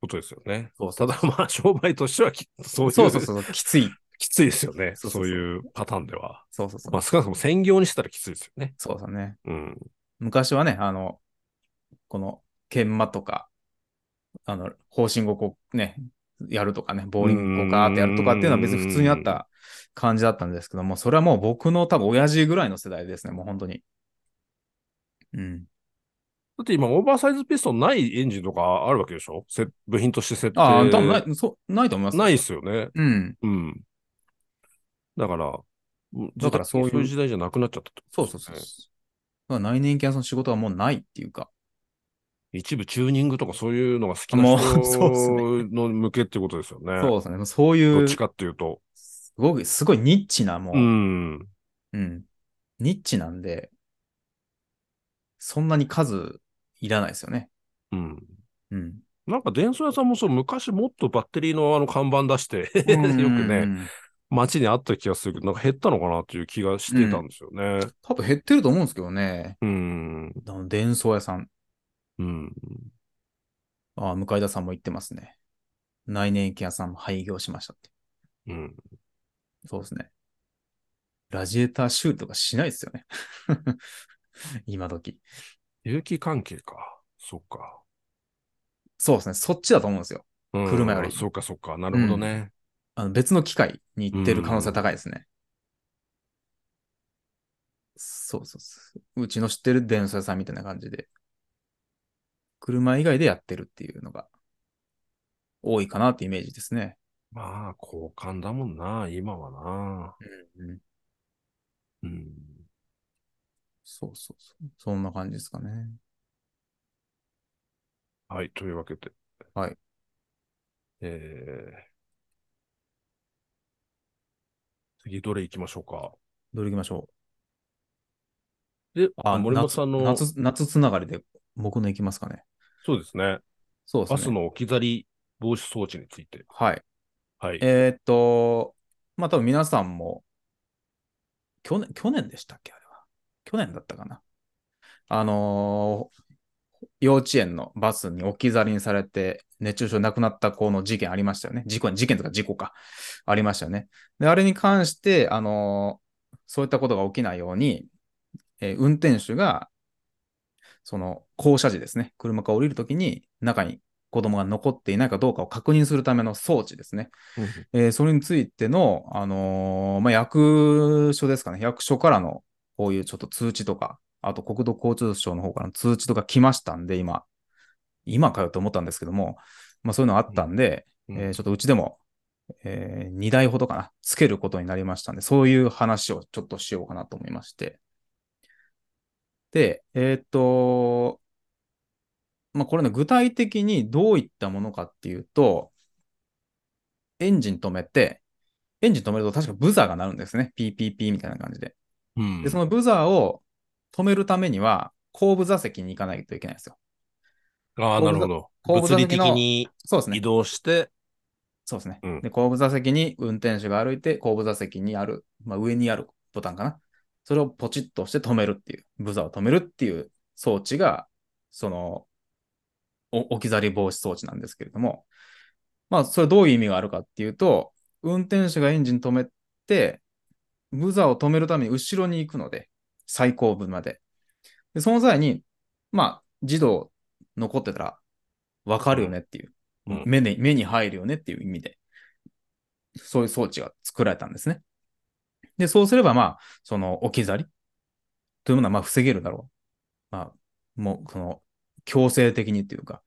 [SPEAKER 1] ことですよね。
[SPEAKER 2] そ う
[SPEAKER 1] ただまあ、商売としてはきそういう、
[SPEAKER 2] そうそうそう、きつい。
[SPEAKER 1] きついですよね。
[SPEAKER 2] そ
[SPEAKER 1] そうう
[SPEAKER 2] そうそう
[SPEAKER 1] いうパターンでは。
[SPEAKER 2] そうそうそう
[SPEAKER 1] まあ、。少なくとも専業にしたらきついですよね。
[SPEAKER 2] そうだね。
[SPEAKER 1] うん。
[SPEAKER 2] 昔はね、あの、この、研磨とか、あの、方針をこうね、やるとかね、ボーリングをこうガーってやるとかっていうのは別に普通にあった感じだったんですけども、それはもう僕の多分親父ぐらいの世代ですね、もう本当に。うん。
[SPEAKER 1] って今、オーバーサイズピストンないエンジンとかあるわけでしょせ部品として設定。
[SPEAKER 2] ああ、多分ない、そう、ないと思います。
[SPEAKER 1] ないっすよね。
[SPEAKER 2] うん。
[SPEAKER 1] うん。だから、
[SPEAKER 2] だからそういう
[SPEAKER 1] そういう時代じゃなくなっちゃったって
[SPEAKER 2] そ
[SPEAKER 1] こ
[SPEAKER 2] う
[SPEAKER 1] と
[SPEAKER 2] そう
[SPEAKER 1] です
[SPEAKER 2] そ
[SPEAKER 1] ね
[SPEAKER 2] う。だから内燃系のその仕事はもうないっていうか。
[SPEAKER 1] 一部チューニングとかそういうのが好きな
[SPEAKER 2] もうそうっす
[SPEAKER 1] 人の向けってことですよね。
[SPEAKER 2] そうですね。そうい
[SPEAKER 1] ど
[SPEAKER 2] う、
[SPEAKER 1] っ
[SPEAKER 2] す
[SPEAKER 1] ちかっていうと。
[SPEAKER 2] ごい、すごいニッチな、も
[SPEAKER 1] う
[SPEAKER 2] う、
[SPEAKER 1] ん。
[SPEAKER 2] うん。ニッチなんで、そんなに数いらないですよね。
[SPEAKER 1] うん。
[SPEAKER 2] うん。
[SPEAKER 1] なんか伝送屋さんもそう、昔もっとバッテリーのあの看板出して、
[SPEAKER 2] よ
[SPEAKER 1] よくね、。街にあった気がするけど、なんか減ったのかなっていう気がしてたんですよね。
[SPEAKER 2] 多分減ってると思うんですけどね。
[SPEAKER 1] うん。
[SPEAKER 2] あの伝送屋さん。
[SPEAKER 1] うん。
[SPEAKER 2] ああ、向田さんも言ってますね。内燃機屋さんも廃業しましたって。
[SPEAKER 1] うん。
[SPEAKER 2] そうですね。ラジエーター修理とかしないですよね。 今時。
[SPEAKER 1] 有機関係か。そっか。
[SPEAKER 2] そうですね。そっちだと思うんですよ。
[SPEAKER 1] うん
[SPEAKER 2] 車より
[SPEAKER 1] そっかそっか。なるほどね。
[SPEAKER 2] あの別の機械に行ってる可能性高いですね。そうそうそう。うちの知ってる電車屋さんみたいな感じで、車以外でやってるっていうのが多いかなってイメージですね。
[SPEAKER 1] まあ、交換だもんな、今はな。
[SPEAKER 2] うん、
[SPEAKER 1] うん。
[SPEAKER 2] そうそうそう。そんな感じですかね。
[SPEAKER 1] はい、というわけで。
[SPEAKER 2] はい。
[SPEAKER 1] えー、次、どれ行きましょうか。
[SPEAKER 2] どれ行きましょ
[SPEAKER 1] で、
[SPEAKER 2] うあ、
[SPEAKER 1] 森本さんの、
[SPEAKER 2] 夏夏夏つながりで僕の行きますかね。
[SPEAKER 1] そうですね。
[SPEAKER 2] そうで
[SPEAKER 1] バ
[SPEAKER 2] す
[SPEAKER 1] ス
[SPEAKER 2] ね。
[SPEAKER 1] の置き去り防止装置について。
[SPEAKER 2] はい。
[SPEAKER 1] はい。
[SPEAKER 2] えーっと、まあ多分皆さんも、去年、去年でしたっけあれは。去年だったかな。あのー幼置園のバスに置き去りにされて、熱中症で亡くなった子の事件ありましたよね。事故、事件とか事故か。ありましたよね。で、あれに関して、あのーそういったことが起きないように、えー運転手が、その、降車時ですね。車から降りるときに、中に子供が残っていないかどうかを確認するための装置ですね。えーそれについての、あのーまあ、役所ですかね、役所からのこういうちょっと通知とか、あと国土交通省の方からの通知とか来ましたんで、今、今かよと思ったんですけども、まあ、そういうのあったんで、
[SPEAKER 1] うん
[SPEAKER 2] えーちょっとうちでも、え2台ほどかな、つけることになりましたんで、そういう話をちょっとしようかなと思いまして。で、えーっと、まあ、これね、具体的にどういったものかっていうと、エンジン止めて、エンジン止めると確かブザーが鳴るんですね。PPP みたいな感じで。
[SPEAKER 1] うん
[SPEAKER 2] で、そのブザーを止めるためには、後部座席に行かないといけないんですよ。
[SPEAKER 1] ああ、なるほど。
[SPEAKER 2] 後部座
[SPEAKER 1] 物理的
[SPEAKER 2] 席の
[SPEAKER 1] に
[SPEAKER 2] そうです
[SPEAKER 1] 移
[SPEAKER 2] ね。
[SPEAKER 1] 動して、
[SPEAKER 2] そうですね。
[SPEAKER 1] うん
[SPEAKER 2] で、後部座席に運転手が歩いて、後部座席にある、まあ、上にあるボタンかな。それをポチッと押して止めるっていう、ブザーを止めるっていう装置が、その、お置き去り防止装置なんですけれども、まあ、それどういう意味があるかっていうと、運転手がエンジン止めて、ブザーを止めるために後ろに行くので、最後部まで。で、その際に、まあ、児童残ってたら、わかるよねっていう、
[SPEAKER 1] うん
[SPEAKER 2] 目に、目に入るよねっていう意味で、そういう装置が作られたんですね。で、そうすれば、まあ、その置き去りというものは、まあ、防げるだろう。まあ、もう、その、強制的にっていうか、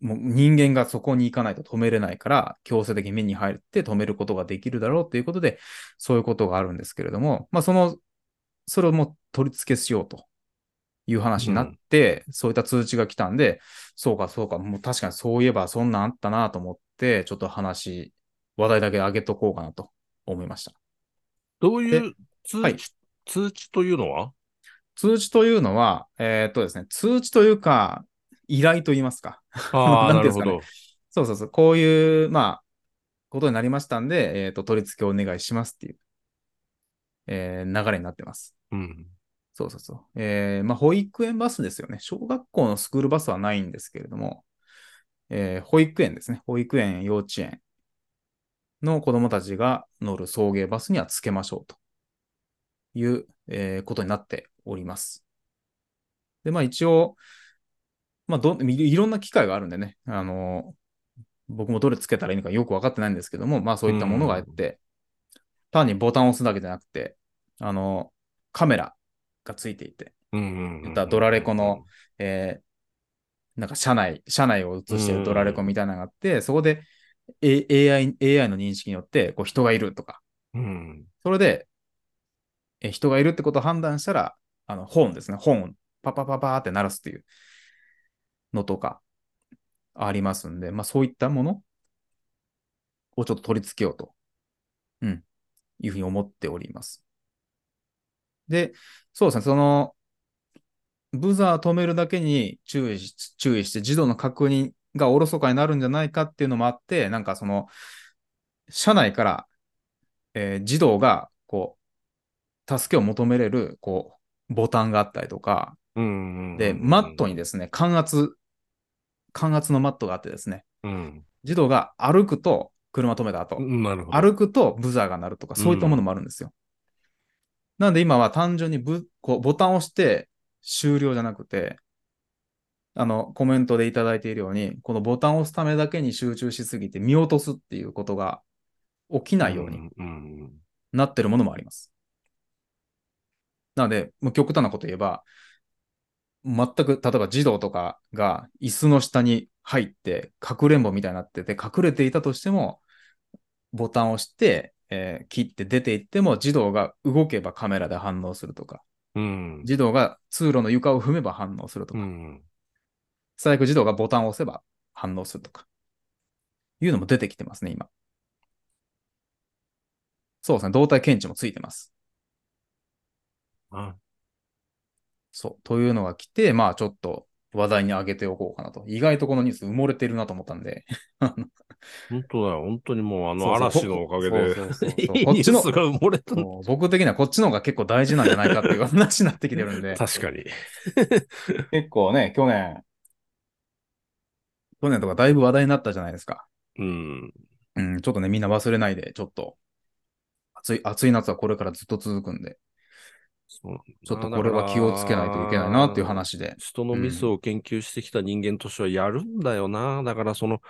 [SPEAKER 2] もう人間がそこに行かないと止めれないから、強制的に目に入って止めることができるだろうということで、そういうことがあるんですけれども、まあ、その、それをもう取り付けしようという話になって、そういった通知が来たんで、そうか、そうか、もう確かにそういえばそんなんあったなと思って、ちょっと話、話題だけ上げとこうかなと思いました。
[SPEAKER 1] どういう通知、
[SPEAKER 2] はい
[SPEAKER 1] 通知というの は
[SPEAKER 2] 通知というのは、えーっとですね、通知というか、依頼と言いますか。
[SPEAKER 1] ああ、
[SPEAKER 2] な
[SPEAKER 1] なん
[SPEAKER 2] て
[SPEAKER 1] る
[SPEAKER 2] いうんです
[SPEAKER 1] ほ
[SPEAKER 2] かね
[SPEAKER 1] ど。
[SPEAKER 2] そうそうそう、こういう、まあ、ことになりましたんで、えーっと、取り付けをお願いしますっていう、えー流れになってます。
[SPEAKER 1] うん。
[SPEAKER 2] そうそうそう。えーまあ、保育園バスですよね。小学校のスクールバスはないんですけれども、えー保育園ですね。保育園、幼稚園の子供たちが乗る送迎バスにはつけましょうという、えーことになっております。で、まあ一応、まあどん、いいろんな機会があるんでね、あの僕もどれつけたらいいのかよくわかってないんですけども、まあそういったものがあって、単にボタンを押すだけじゃなくて、あのカメラがついていて、
[SPEAKER 1] 言
[SPEAKER 2] 言ったらドラレコの。えーなんか車内、車内を映してるドラレコみたいなのがあって、そこで、A、AI, AI の認識によって、こう人がいるとか、
[SPEAKER 1] うん。
[SPEAKER 2] それで、え人がいるってことを判断したら、あの、本ですね。本をパパパパーって鳴らすっていうのとかありますんで、まあそういったものをちょっと取り付けようと、うん、いうふうに思っております。で、そうですね、その、ブザー止めるだけに注意し、注意して、児童の確認がおろそかになるんじゃないかっていうのもあって、なんかその、車内から、えー児童が、こう、助けを求めれる、こう、ボタンがあったりとか、
[SPEAKER 1] うん。
[SPEAKER 2] で、マットにですね、感圧、感圧のマットがあってですね、
[SPEAKER 1] うん。
[SPEAKER 2] 児童が歩くと、車止めた後、
[SPEAKER 1] うん。なるほど。
[SPEAKER 2] 歩くとブザーが鳴るとか、そういったものもあるんですよ。なんで今は単純にブこうボタンを押して終了じゃなくて、あの、コメントでいただいているように、このボタンを押すためだけに集中しすぎて見落とすっていうことが起きないように
[SPEAKER 1] んうん。
[SPEAKER 2] なってるものもあります。なので、もう極端なこと言えば、全く、例えば児童とかが椅子の下に入って、かくれんぼみたいになってて、隠れていたとしても、ボタンを押して、えー切って出ていっても、児童が動けばカメラで反応するとか、
[SPEAKER 1] うん。
[SPEAKER 2] 児童が通路の床を踏めば反応すると
[SPEAKER 1] う
[SPEAKER 2] か、
[SPEAKER 1] ん。
[SPEAKER 2] 最悪児童がボタンを押せば反応するとか、いうのも出てきてますね、今。そうですね、動体検知もついてます。
[SPEAKER 1] あ
[SPEAKER 2] そう。というのが来て、まあちょっと話題に上げておこうかなと。意外とこのニュース埋もれてるなと思ったんで。
[SPEAKER 1] 本当だよ。本当にもうあ
[SPEAKER 2] あ
[SPEAKER 1] の嵐のおかげで。 いい
[SPEAKER 2] こ
[SPEAKER 1] ニュ
[SPEAKER 2] っち
[SPEAKER 1] ー
[SPEAKER 2] の
[SPEAKER 1] ス、が埋もれたんだ。
[SPEAKER 2] そう僕的にはこっちの方が結構大事なんじゃないかっていう話になってきてるんで
[SPEAKER 1] 確かに。
[SPEAKER 2] 結構ね、去年、去年とかだいぶ話題になったじゃないですか。
[SPEAKER 1] うん。
[SPEAKER 2] うん、ちょっとね、みんな忘れないで、ちょっと。暑い、暑い夏はこれからずっと続くんで、
[SPEAKER 1] そう
[SPEAKER 2] ちょっとこれは気をつけないといけないなっていう話で。
[SPEAKER 1] 人のミスを研究してきた人間としてはやるんだよな。だからその、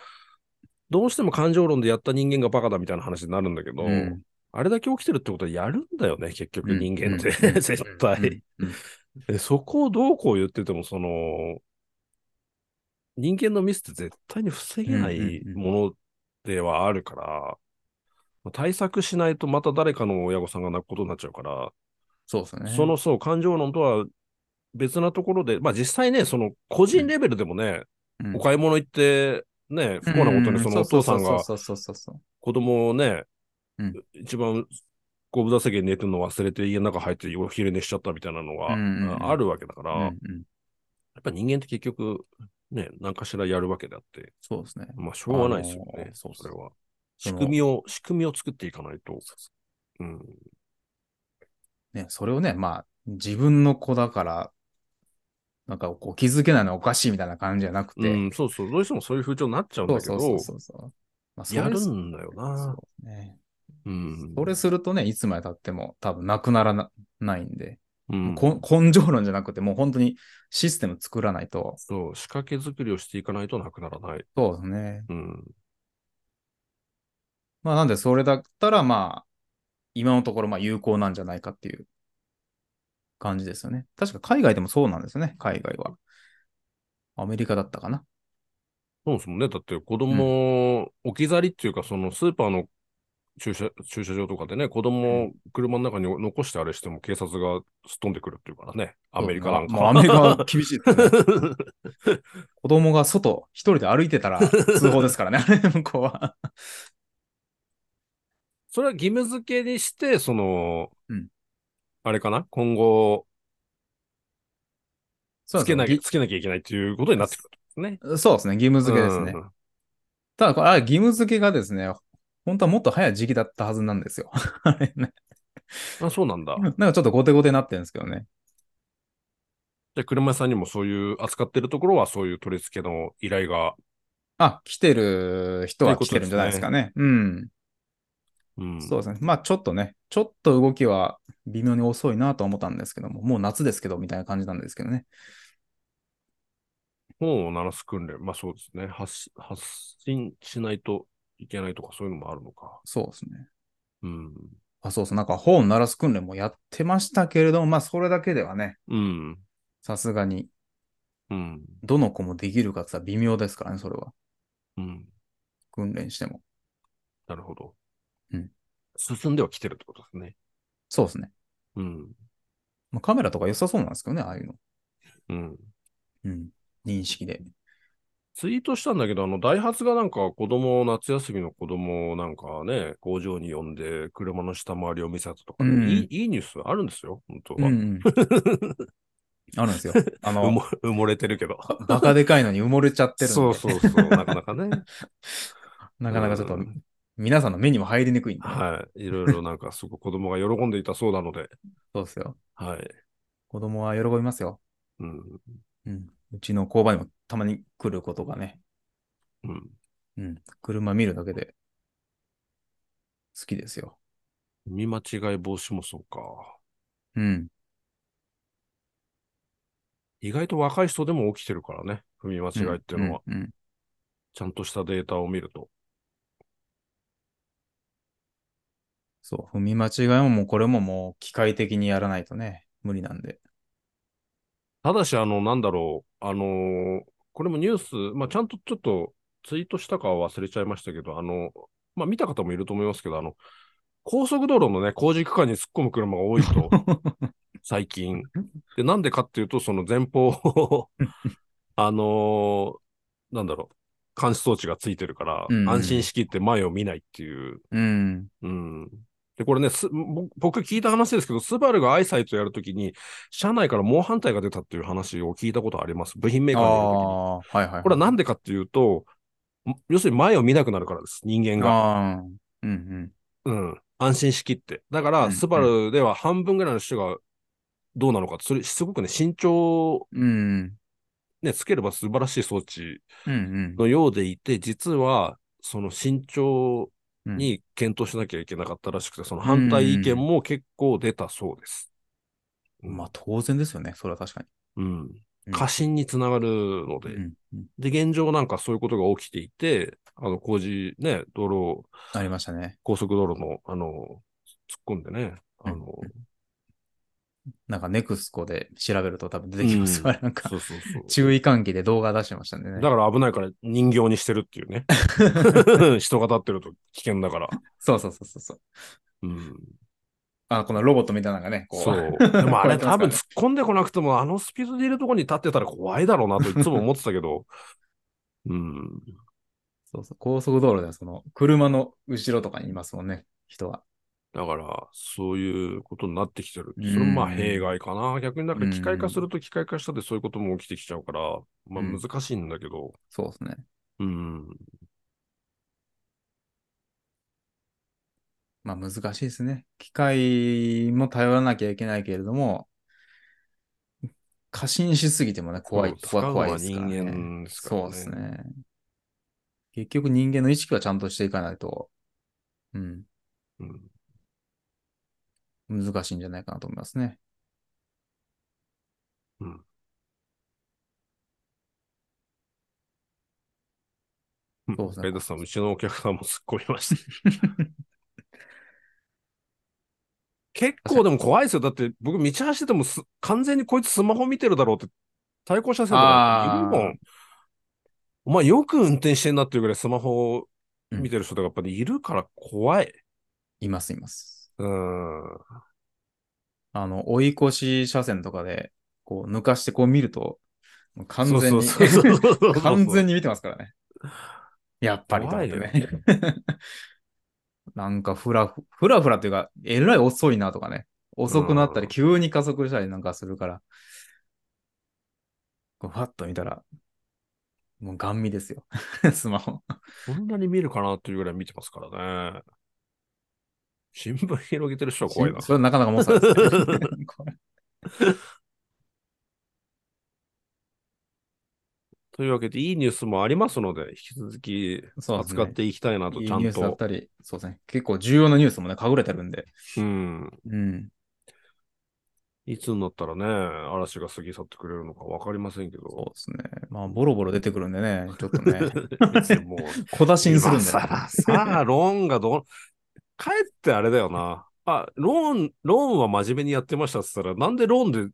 [SPEAKER 1] どうしても感情論でやった人間がバカだみたいな話になるんだけど、
[SPEAKER 2] うん
[SPEAKER 1] あれだけ起きてるってことはやるんだよね、結局人間って、
[SPEAKER 2] うん
[SPEAKER 1] 絶対、
[SPEAKER 2] うんうん
[SPEAKER 1] でそこをどうこう言ってても、その、人間のミスって絶対に防げな
[SPEAKER 2] うん
[SPEAKER 1] い
[SPEAKER 2] うんうん
[SPEAKER 1] ものではあるから、対策しないとまた誰かの親御さんが泣くことになっちゃうから、
[SPEAKER 2] そうですね。
[SPEAKER 1] そのそう、感情論とは別なところで、まあ実際ね、その個人レベルでもね、
[SPEAKER 2] うん、
[SPEAKER 1] お買い物行って、ね、不幸なことにそのお父さん
[SPEAKER 2] う
[SPEAKER 1] が
[SPEAKER 2] そうそうそうそうそう。
[SPEAKER 1] 子供をね、
[SPEAKER 2] うん
[SPEAKER 1] 一番後部座席に寝てるの忘れて家の中入ってお昼寝しちゃったみたいなのが、
[SPEAKER 2] うんうんうん
[SPEAKER 1] あるわけだから、
[SPEAKER 2] うんう
[SPEAKER 1] や
[SPEAKER 2] ん、
[SPEAKER 1] っぱ人間って結局、ね、何かしらやるわけであって、
[SPEAKER 2] そうですね。
[SPEAKER 1] まあしょうがないですよね、
[SPEAKER 2] あのー
[SPEAKER 1] そ
[SPEAKER 2] そうそう
[SPEAKER 1] れは。
[SPEAKER 2] そ
[SPEAKER 1] 仕
[SPEAKER 2] の
[SPEAKER 1] 組みを、仕組みを作っていかないと。うん。
[SPEAKER 2] ね、それをね、まあ、自分の子だから、なんかこう気づけないのはおかしいみたいな感じじゃなくて、
[SPEAKER 1] うん、そうそう。どうしてもそういう風潮になっちゃうん
[SPEAKER 2] そ
[SPEAKER 1] だ
[SPEAKER 2] う
[SPEAKER 1] け
[SPEAKER 2] そ
[SPEAKER 1] ど
[SPEAKER 2] う、そうそうそう。まあ、それ
[SPEAKER 1] やるんだよな
[SPEAKER 2] そ。うね。
[SPEAKER 1] うん。
[SPEAKER 2] それするとね、いつまで経っても多分なくならなないんで、
[SPEAKER 1] うん、
[SPEAKER 2] こ根性論じゃなくて、もう本当にシステム作らないと、
[SPEAKER 1] そう、仕掛け作りをしていかないとなくならない。
[SPEAKER 2] そうですね。
[SPEAKER 1] うん。
[SPEAKER 2] まあ、なんでそれだったら、まあ、今のところ、まあ、有効なんじゃないかっていう感じですよね。確か海外でもそうなんですよね、海外は。アメリカだったかな。
[SPEAKER 1] そうですもんね。だって子供、置き去りっていうか、そのスーパーの駐車駐車場とかでね、子供を車の中に残してあれしても警察がすっ飛んでくるっていうからね。アメリカなんか。
[SPEAKER 2] まあアメリカは厳しいですね。子供が外、一人で歩いてたら通報ですからね、 あれ向こうは。
[SPEAKER 1] それは義務付けにして、その、
[SPEAKER 2] うん
[SPEAKER 1] あれかな今後、
[SPEAKER 2] そう
[SPEAKER 1] つけな
[SPEAKER 2] で
[SPEAKER 1] きゃ、つけなきゃいけないっていうことになってくるんですね。
[SPEAKER 2] すね。そうですね、義務付けですね。
[SPEAKER 1] うん
[SPEAKER 2] ただ、これ、あれ義務付けがですね、本当はもっと早い時期だったはずなんですよ。 あれね
[SPEAKER 1] あ、そうなんだ。
[SPEAKER 2] なんかちょっと後手後手になってるんですけどね。
[SPEAKER 1] じゃあ車屋さんにもそういう、扱ってるところはそういう取り付けの依頼が、
[SPEAKER 2] あ、来てる人は来てるんじゃないですかね。うん。
[SPEAKER 1] うん
[SPEAKER 2] そうですね。まあちょっとね、ちょっと動きは微妙に遅いなとは思ったんですけども、もう夏ですけど、みたいな感じなんですけどね。
[SPEAKER 1] 本を鳴らす訓練、まあそうですね。発し発信しないといけないとか、そういうのもあるのか。
[SPEAKER 2] そうですね。
[SPEAKER 1] うん。
[SPEAKER 2] あ、そうそう。なんか、本を鳴らす訓練もやってましたけれども、まあ、それだけではね、
[SPEAKER 1] うん。
[SPEAKER 2] さすがに。
[SPEAKER 1] うん。
[SPEAKER 2] どの子もできるかって言ったら微妙ですからね、それは。
[SPEAKER 1] うん。
[SPEAKER 2] 訓練しても。
[SPEAKER 1] なるほど。
[SPEAKER 2] うん。
[SPEAKER 1] 進んでは来てるってことですね。
[SPEAKER 2] そうですね。
[SPEAKER 1] うん。
[SPEAKER 2] まあ、カメラとか良さそうなんですけどね、ああいうの。
[SPEAKER 1] うん。
[SPEAKER 2] うん。認識で。
[SPEAKER 1] ツイートしたんだけど、あの、ダイハツがなんか子供、夏休みの子供をなんかね、工場に呼んで、車の下回りを見せたとかね、
[SPEAKER 2] うん
[SPEAKER 1] いい、いいニュースあるんですよ、本当
[SPEAKER 2] うん
[SPEAKER 1] は。
[SPEAKER 2] うん、あるんですよ。あ
[SPEAKER 1] 埋
[SPEAKER 2] の
[SPEAKER 1] も、埋もれてるけ ど。
[SPEAKER 2] バカでかいのに埋もれちゃってるんで
[SPEAKER 1] そうそうそう、なかなかね。
[SPEAKER 2] なかなかちょっと
[SPEAKER 1] うん、
[SPEAKER 2] 皆さんの目にも入りにくいんで。
[SPEAKER 1] はい。いろいろなんか、すごく子供が喜んでいたそうなので、
[SPEAKER 2] そうですよ。
[SPEAKER 1] はい。
[SPEAKER 2] 子供は喜びますよ。
[SPEAKER 1] うん。
[SPEAKER 2] うん。うちの工場にもたまに来ることがね。
[SPEAKER 1] うん。
[SPEAKER 2] うん。車見るだけで。好きですよ。
[SPEAKER 1] 見間違い防止もそうか。
[SPEAKER 2] うん。
[SPEAKER 1] 意外と若い人でも起きてるからね、踏み間違いっていうのは。
[SPEAKER 2] うん。うん
[SPEAKER 1] ちゃんとしたデータを見ると。
[SPEAKER 2] そう。踏み間違いももうこれももう機械的にやらないとね。無理な んで。
[SPEAKER 1] ただし、あの、なんだろう、あのーこれもニュース、まあ、ちゃんとちょっとツイートしたかは忘れちゃいましたけど、あの、まあ、見た方もいると思いますけど、あの、高速道路のね、工事区間に突っ込む車が多いと、最近。で、なんでかっていうと、その前方を あのーなんだろう、監視装置がついてるから、
[SPEAKER 2] うんうん
[SPEAKER 1] 安心しきって前を見ないっていう。
[SPEAKER 2] うん。
[SPEAKER 1] うん。で、これね、すぼ僕聞いた話ですけど、スバルがアイサイトやるときに、社内から猛反対が出たっていう話を聞いたことあります。部品メー
[SPEAKER 2] あ
[SPEAKER 1] カーにやるときに。
[SPEAKER 2] あ、はいはいはい。
[SPEAKER 1] これはなんでかっていうと、ん要するに前を見なくなるからです、人間が。
[SPEAKER 2] ああ、うんうん。
[SPEAKER 1] うん。安心しきって。だか
[SPEAKER 2] う
[SPEAKER 1] ら、
[SPEAKER 2] ん
[SPEAKER 1] スバルでは半分ぐらいの人がどうなのか、それ、すごくね、慎重、
[SPEAKER 2] うん
[SPEAKER 1] ね、つければ素晴らしい装置
[SPEAKER 2] うん。うん
[SPEAKER 1] のようでいて、実は、その慎重
[SPEAKER 2] うん。
[SPEAKER 1] に検討しなきゃいけなかったらしくて、その反対意見も結構出たそうです。
[SPEAKER 2] うん、まあ当然ですよね。それは確かに。
[SPEAKER 1] うん。
[SPEAKER 2] うん
[SPEAKER 1] 過信につながるので、
[SPEAKER 2] うんうん
[SPEAKER 1] で、現状なんかそういうことが起きていて、あの、工事ね、道路、
[SPEAKER 2] ありましたね。
[SPEAKER 1] 高速道路の、あの、突っ込んでね、あの、
[SPEAKER 2] うんなんかネクスコで調べると多分出てきますよ。
[SPEAKER 1] う
[SPEAKER 2] なんか
[SPEAKER 1] そうそうそう。
[SPEAKER 2] 注意喚起で動画出してましたんでね。
[SPEAKER 1] だから危ないから人形にしてるっていう ね。人が立ってると危険だから。
[SPEAKER 2] そうそうそうそうそ
[SPEAKER 1] う
[SPEAKER 2] う。
[SPEAKER 1] ん、
[SPEAKER 2] あのこのロボットみたいなのがね、こう。
[SPEAKER 1] そう。でもあれ
[SPEAKER 2] こうや
[SPEAKER 1] 多分突
[SPEAKER 2] ってま
[SPEAKER 1] っ
[SPEAKER 2] す
[SPEAKER 1] 込んでこなくても、あのスピードでいるとこに立ってたら怖いだろうなといつも思ってたけ ど、うん。
[SPEAKER 2] そうそう。高速道路ではその車の後ろとかにいますもんね、人は。
[SPEAKER 1] だから、そういうことになってきてる。それもまあ
[SPEAKER 2] うん
[SPEAKER 1] 弊害かな。逆になんか
[SPEAKER 2] うん
[SPEAKER 1] 機械化すると機械化したでそういうことも起きてきちゃうから、まあ
[SPEAKER 2] うん
[SPEAKER 1] 難しいんだけど、
[SPEAKER 2] そうですね。
[SPEAKER 1] うん。
[SPEAKER 2] まあ難しいですね。機械も頼らなきゃいけないけれども、過信しすぎてもね、怖い、
[SPEAKER 1] そう
[SPEAKER 2] 怖い、怖いです
[SPEAKER 1] 使う
[SPEAKER 2] から
[SPEAKER 1] のは
[SPEAKER 2] ね。
[SPEAKER 1] 人間ですからね
[SPEAKER 2] そうですね。結局人間の意識はちゃんとしていかないと、うん、
[SPEAKER 1] うん、
[SPEAKER 2] 難しいんじゃないかなと思いますね。
[SPEAKER 1] うん。
[SPEAKER 2] そうですね
[SPEAKER 1] ペダさん、うちのお客さんも突っ込みました。 結構でも怖いですよ。だって僕道走っててもす完全にこいつスマホ見てるだろうって対向車線とかいるも
[SPEAKER 2] あー
[SPEAKER 1] ん。お前よく運転してんなっていうぐらいスマホを見てる人とかやっぱりいるから怖い。
[SPEAKER 2] います、います。
[SPEAKER 1] うん。
[SPEAKER 2] あの、追い越し車線とかで、こう、抜かしてこう見ると、もう完全に、
[SPEAKER 1] そうそうそうそうそうそう
[SPEAKER 2] 完全に見てますからね。やっぱりと思っ
[SPEAKER 1] 怖
[SPEAKER 2] て
[SPEAKER 1] い
[SPEAKER 2] ね。なんかふらふ、ふらふらというか、えらい遅いなとかね。遅くなった
[SPEAKER 1] う
[SPEAKER 2] り、
[SPEAKER 1] ん
[SPEAKER 2] 急に加速したりなんかするから。こうふわっと見たら、もうガン見ですよ。 スマホ。
[SPEAKER 1] そんなに見るかなっていうぐらい見てますからね。新聞広げてる人は怖いな。
[SPEAKER 2] それはなかなかモンスターですねこれ
[SPEAKER 1] というわけで、いいニュースもありますので、引き続き
[SPEAKER 2] そうですね
[SPEAKER 1] 扱っていきたいなと、
[SPEAKER 2] いい
[SPEAKER 1] ち
[SPEAKER 2] ニ
[SPEAKER 1] ゃん
[SPEAKER 2] ュースだっ
[SPEAKER 1] と。
[SPEAKER 2] たり、そうですね。結構重要なニュースもね、隠れてるんで。
[SPEAKER 1] うん。
[SPEAKER 2] うん。
[SPEAKER 1] いつになったらね、嵐が過ぎ去ってくれるのかわかりませんけ
[SPEAKER 2] そう
[SPEAKER 1] ど。
[SPEAKER 2] ですね。まあ、ボロボロ出てくるんでね、ちょっ とね、
[SPEAKER 1] 別にもう、
[SPEAKER 2] 小出しにするん
[SPEAKER 1] 今
[SPEAKER 2] で。
[SPEAKER 1] さらさあ、ローンがどう、かえってあれだよな。あ、ローン、ローンは真面目にやってましたって言ったら、なんでローンで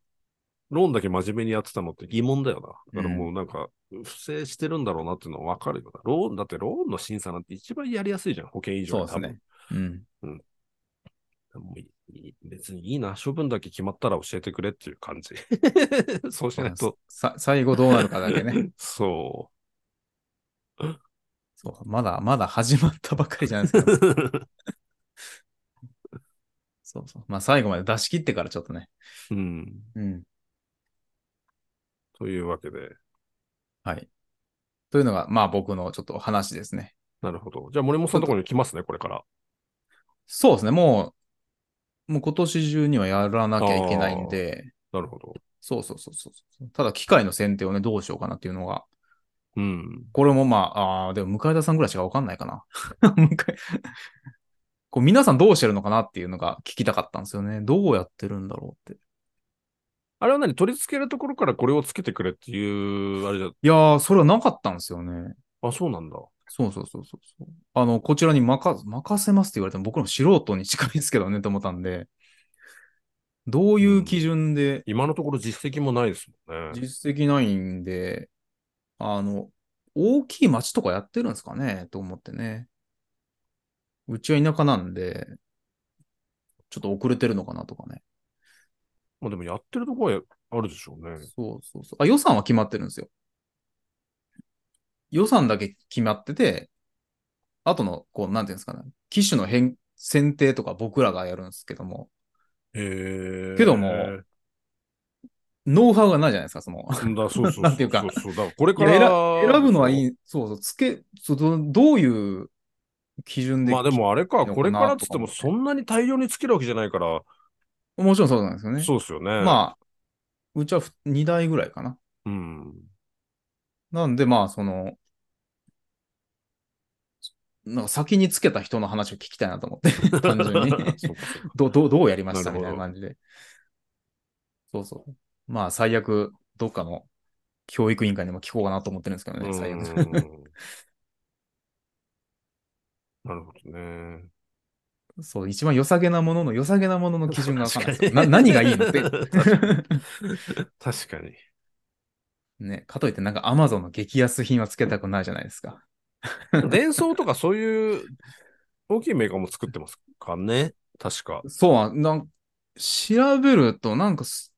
[SPEAKER 1] ローンだけ真面目にやってたのって疑問だよな。だから
[SPEAKER 2] うん
[SPEAKER 1] もうなんか、不正してるんだろうなっていうのはわかるよな。ローン、だってローンの審査なんて一番やりやすいじゃん、保険以上
[SPEAKER 2] そう
[SPEAKER 1] に
[SPEAKER 2] ですね。うん。
[SPEAKER 1] 多分もういい別にいいな、処分だけ決まったら教えてくれっていう感 じ。そうしないと。
[SPEAKER 2] さ最後どうなるかだけね。
[SPEAKER 1] そ
[SPEAKER 2] そうまだ、まだ始まったばっかりじゃないです
[SPEAKER 1] う。
[SPEAKER 2] か。そうそう。まあ最後まで出し切ってからちょっとね。
[SPEAKER 1] うん。
[SPEAKER 2] うん。
[SPEAKER 1] というわけで、
[SPEAKER 2] はい。というのが、まあ僕のちょっと話ですね。
[SPEAKER 1] なるほど。じゃあ森本さんのところに来ますね、これから。
[SPEAKER 2] そうですね。もう、もう今年中にはやらなきゃいけないんで、
[SPEAKER 1] なるほど。
[SPEAKER 2] そうそうそうそうそう。ただ機械の選定をね、どうしようかなっていうのが、
[SPEAKER 1] うん。
[SPEAKER 2] これもまあ、あーでも向田さんぐらいしかわかんないかな。 向井こう皆さんどうしてるのかなっていうのが聞きたかったんですよね。どうやってるんだろうって。
[SPEAKER 1] あれは何取り付けるところからこれをつけてくれっていう、あれじ
[SPEAKER 2] いやー、それはなかったんですよね。
[SPEAKER 1] ゃ、あ、そうなんだ。
[SPEAKER 2] そうそうそうそうそう。あの、こちらに任任せますって言われても僕らも素人に近いですけどねと思ったんで、どういう基準で、
[SPEAKER 1] 今のところ実績もないですもんね。
[SPEAKER 2] 実績ないんで、あの、大きい町とかやってるんですかねと思ってね。うちは田舎なんで、ちょっと遅れてるのかなとかね。
[SPEAKER 1] まあでもやってるところはあるでしょうね。
[SPEAKER 2] そうそうそう。あ、予算は決まってるんですよ。予算だけ決まってて、あとの、こう、なんていうんですかね、機種の変、選定とか僕らがやるんですけども、
[SPEAKER 1] へえ。
[SPEAKER 2] けどもノウハウがないじゃないですか、その。
[SPEAKER 1] うんだ、そうそうそう。
[SPEAKER 2] なんていうか
[SPEAKER 1] そそうだらこれ
[SPEAKER 2] い
[SPEAKER 1] か
[SPEAKER 2] や
[SPEAKER 1] ら。
[SPEAKER 2] 選選ぶのはいい、そうそう、つけ、そどどういう基準で。
[SPEAKER 1] まあでもあれか、これからっつっても
[SPEAKER 2] そ
[SPEAKER 1] そんなに大量につけるわけじゃないから、
[SPEAKER 2] もちろんそうなんですよね。
[SPEAKER 1] そうですよね。あ。
[SPEAKER 2] まあ、うちは2台ぐらいかな。
[SPEAKER 1] うん。
[SPEAKER 2] なんで、まあ、その、なんか先につけた人の話を聞きたいなと思って、 単純に
[SPEAKER 1] そうかそうか
[SPEAKER 2] どうどうどうやりました
[SPEAKER 1] なる
[SPEAKER 2] み
[SPEAKER 1] ほ
[SPEAKER 2] た
[SPEAKER 1] ど
[SPEAKER 2] いな感じで。そうそう。まあ、最悪、どっかの教育委員会にも聞こうかなと思ってるんですけど
[SPEAKER 1] う
[SPEAKER 2] ね、
[SPEAKER 1] ん
[SPEAKER 2] 最悪。
[SPEAKER 1] なるほどね。
[SPEAKER 2] そう、一番良さげなものの良さげなものの基準がわかんないですよ。
[SPEAKER 1] 確か
[SPEAKER 2] な
[SPEAKER 1] に
[SPEAKER 2] 何がいいのって。
[SPEAKER 1] 確かに。
[SPEAKER 2] ね、かといってなんか Amazon の激安品はつけたくないじゃないですか。
[SPEAKER 1] 伝送とかそういう大きいメーカーも作ってますかね確か。
[SPEAKER 2] そうは、なん調べるとなんかす、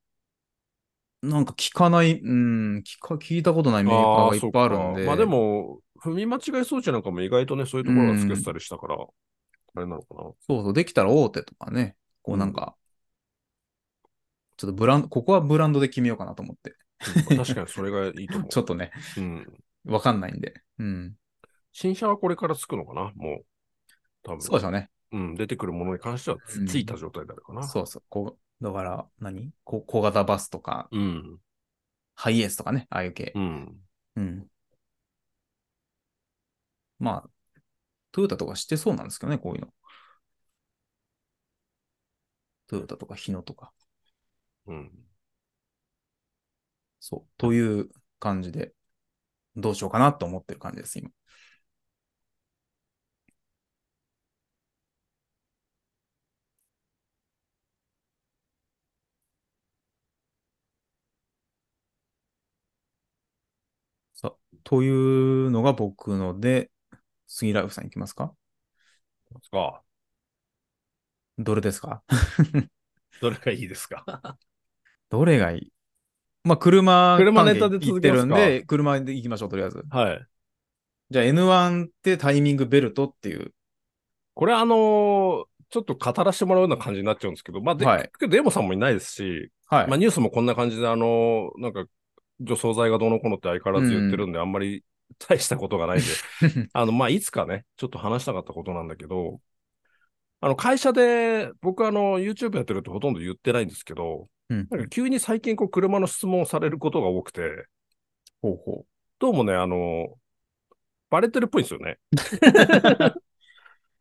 [SPEAKER 2] なんか聞かない、うん、聞か、聞いたことないメーカーがいっぱいあるん
[SPEAKER 1] そう
[SPEAKER 2] で。
[SPEAKER 1] かまあでも、踏み間違い装置なんかも意外とね、そういうところがつけてたりしたから、あれなのかな。
[SPEAKER 2] そうそう、できたら大手とかね、こうなんか、ちょっとブランド、ここはブランドで決めようかなと思って。
[SPEAKER 1] うん 確かにそれがいいと思う。
[SPEAKER 2] ちょっとね、
[SPEAKER 1] うん、
[SPEAKER 2] わかんないんで。うん。
[SPEAKER 1] 新車はこれからつくのかなもう。多分
[SPEAKER 2] そうでしょうね。
[SPEAKER 1] うん、出てくるものに関してはつ,、
[SPEAKER 2] うん
[SPEAKER 1] いた状態であるかな。
[SPEAKER 2] そうそう。こう、だから何、こ小型バスとか、
[SPEAKER 1] う。ん。
[SPEAKER 2] ハイエースとかね、ああいう系
[SPEAKER 1] う。ん。
[SPEAKER 2] うん。まあ、トヨタとかしてそうなんですけどね、こういうの。トヨタとか日野とか。
[SPEAKER 1] うん。
[SPEAKER 2] そう。という感じで、どうしようかなと思ってる感じです、今。さあ、というのが僕ので、杉ライフさんいきますか
[SPEAKER 1] ですか。
[SPEAKER 2] どれですか
[SPEAKER 1] どれがいいです か。
[SPEAKER 2] どれがいいまあ、車、
[SPEAKER 1] 車ネタで
[SPEAKER 2] 言っ
[SPEAKER 1] 続
[SPEAKER 2] て
[SPEAKER 1] けま
[SPEAKER 2] る
[SPEAKER 1] す
[SPEAKER 2] ん
[SPEAKER 1] か
[SPEAKER 2] で、車で行きましょう、とりあえず。
[SPEAKER 1] はい。
[SPEAKER 2] じゃあ N1 ってタイミングベルトっていう。
[SPEAKER 1] これあのーちょっと語らせてもらうような感じになっちゃうんですけど、まあで、
[SPEAKER 2] はい
[SPEAKER 1] 結局デーモさんもいないですし、
[SPEAKER 2] はい。
[SPEAKER 1] まあニュースもこんな感じで、あのーなんか、除草剤がどうのこうのって相変わらず言ってるんで、あんまり 大したことがないん で、あの、まあ、いつかね、ちょっと話したかったことなんだけど、あの、会社で、僕あの、YouTube やってるってほとんど言ってないんですけど、
[SPEAKER 2] うん
[SPEAKER 1] なんか急に最近こう、車の質問をされることが多くて、
[SPEAKER 2] ほうほ
[SPEAKER 1] どうもね、あの、バレてるっぽいんですよ ね。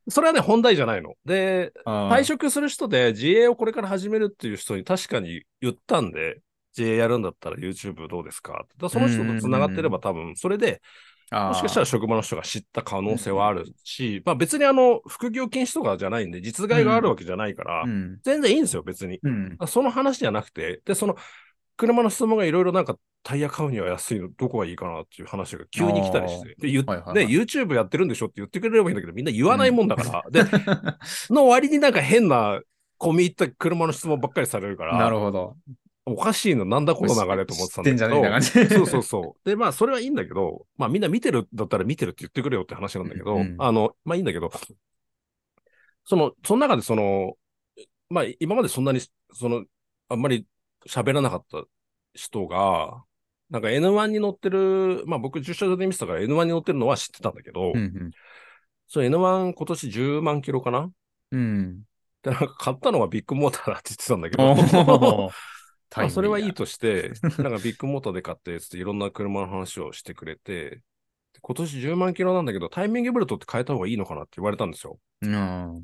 [SPEAKER 1] それはね、本題じゃないの。で、
[SPEAKER 2] う。あー
[SPEAKER 1] 退職する人で自営をこれから始めるっていう人に確かに言ったんで、自営やるんだったら YouTube どうですかってだからその人と繋がってれば多分、それで、
[SPEAKER 2] あー
[SPEAKER 1] もしかしたら職場の人が知った可能性はあるし、まあ別にあの、副業禁止とかじゃないんで、実害があるわけじゃないから
[SPEAKER 2] う、ん。
[SPEAKER 1] 全然いいんですよ、別に。
[SPEAKER 2] うん。
[SPEAKER 1] その話じゃなくて、で、その、車の質問がいろいろなんかタイヤ買うには安いの、どこがいいかなっていう話が急に来たりして、で、言っ
[SPEAKER 2] はいはいはい
[SPEAKER 1] ね、YouTube やってるんでしょって言ってくれればいいんだけど、みんな言わないもんだから、で、 の割になんか変な、込み入った車の質問ばっかりされるから、
[SPEAKER 2] なるほど。
[SPEAKER 1] おかしいの、なんだこの流れと思ってたんだ
[SPEAKER 2] 知ってんじ
[SPEAKER 1] け
[SPEAKER 2] ゃねえ
[SPEAKER 1] ど
[SPEAKER 2] んだ、感じ。
[SPEAKER 1] そうそうそう。で、まあ、それはいいんだけど、まあ、みんな見てるんだったら見てるって言ってくれよって話なんだけど、
[SPEAKER 2] うんうん
[SPEAKER 1] あの、まあいいんだけど、その、その中でその、まあ、今までそんなに、その、あんまり喋らなかった人が、なんか N1 に乗ってる、まあ僕、駐車場で見てたから N1 に乗ってるのは知ってたんだけど、
[SPEAKER 2] うん
[SPEAKER 1] その N1 今年10万キロかな
[SPEAKER 2] う ん。うん。
[SPEAKER 1] で、なんか買ったのはビッグモーターだって言ってたんだけ
[SPEAKER 2] お
[SPEAKER 1] ど、
[SPEAKER 2] ー
[SPEAKER 1] まあ、それはいい
[SPEAKER 2] タ
[SPEAKER 1] と して、なんかビッグモーターで買って、つっていろんな車の話をしてくれて、で今年10万キロなんだけど、タイミングベルトって変えた方がいいのかなって言われたんですよ。
[SPEAKER 2] イミングだうん。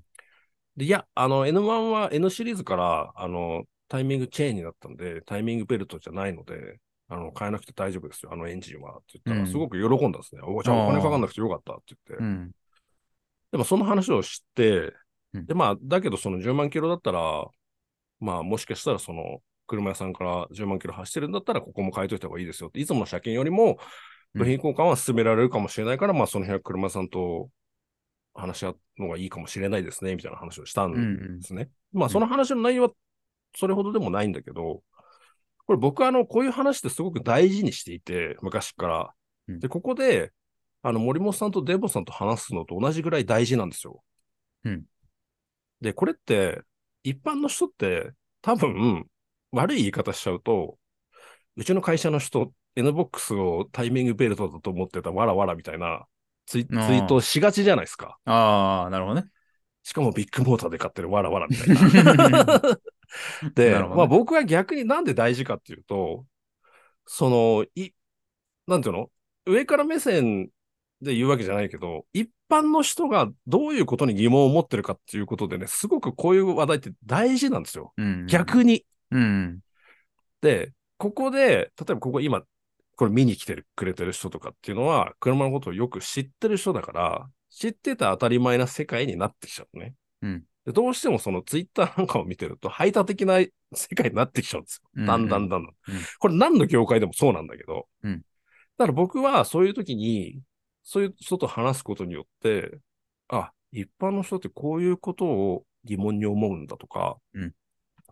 [SPEAKER 1] で、いや、あの、N1 は N シリーズから、あの、タイミングチェーンになったんで、タイミングベルトじゃないので、あの、変えなくて大丈夫ですよ、あのエンジンは。って言ったら、
[SPEAKER 2] うん
[SPEAKER 1] すごく喜んだんですね。おじゃあお金かかんなくてよかったって言って。
[SPEAKER 2] うん。
[SPEAKER 1] でもその話を知って、
[SPEAKER 2] うん
[SPEAKER 1] で、まあ、だけどその10万キロだったら、まあ、もしかしたらその、車屋さんから10万キロ走ってるんだったら、ここも変えといた方がいいですよって、いつもの車検よりも、
[SPEAKER 2] うん
[SPEAKER 1] 部品交換は進められるかもしれないから、まあ、その辺は車屋さんと話し合うのがいいかもしれないですね、みたいな話をしたん
[SPEAKER 2] うんう
[SPEAKER 1] で
[SPEAKER 2] ん。
[SPEAKER 1] すね。まあ、その話の内容はそれほどでもないんだけど、これ僕はあの、こういう話ってすごく大事にしていて、昔から。
[SPEAKER 2] うん
[SPEAKER 1] で、ここで、あの、森本さんとデボさんと話すのと同じぐらい大事なんですよ。
[SPEAKER 2] うん
[SPEAKER 1] で、これって、一般の人って、多分、悪い言い方しちゃうと、うちの会社の人、NBOX をタイミングベルトだと思ってたわらわらみたいなツイツイートをしがちじゃないですか。
[SPEAKER 2] ああ、なるほど ね。
[SPEAKER 1] しかもビッグモーターで買ってるわらわらみたいな。で、
[SPEAKER 2] なるほどね
[SPEAKER 1] まあ僕は逆になんで大事かっていうと、その、い、なんていうの上から目線で言うわけじゃないけど、一般の人がどういうことに疑問を持ってるかっていうことでね、すごくこういう話題って大事なんですよ。
[SPEAKER 2] うん。
[SPEAKER 1] 逆に。
[SPEAKER 2] うん。
[SPEAKER 1] で、ここで、例えばここ今、これ見に来てくれてる人とかっていうのは、車のことをよく知ってる人だから、知ってた当たり前な世界になってきちゃうね。
[SPEAKER 2] うん
[SPEAKER 1] でどうしてもそのツイッターなんかを見てると、排他的な世界になってきちゃうんです
[SPEAKER 2] うん
[SPEAKER 1] よ。だんだんだんだん。
[SPEAKER 2] うん
[SPEAKER 1] これ何の業界でもそうなんだけど。
[SPEAKER 2] うん
[SPEAKER 1] だから僕はそういう時に、そういう人と話すことによって、あ、一般の人ってこういうことを疑問に思うんだとか、
[SPEAKER 2] うん
[SPEAKER 1] っ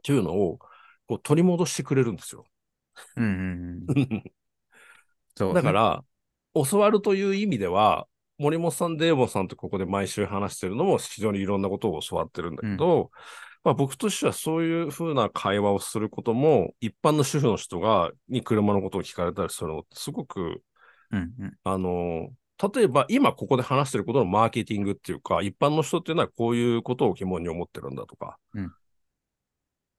[SPEAKER 1] ていうのをこう取り戻してくれるんですよ。
[SPEAKER 2] うんうんうん。 そう
[SPEAKER 1] だか、ら、教わるという意味では、森本さん、デーボンさんとここで毎週話してるのも非常にいろんなことを教わってるんだけど、まあ僕としてはそういうふうな会話をすることも、一般の主婦の人が、に車のことを聞かれたりするのってすごく、
[SPEAKER 2] うんうん。
[SPEAKER 1] あの、例えば今ここで話してることのマーケティングっていうか、一般の人っていうのはこういうことを疑問に思ってるんだとか、
[SPEAKER 2] うん
[SPEAKER 1] っ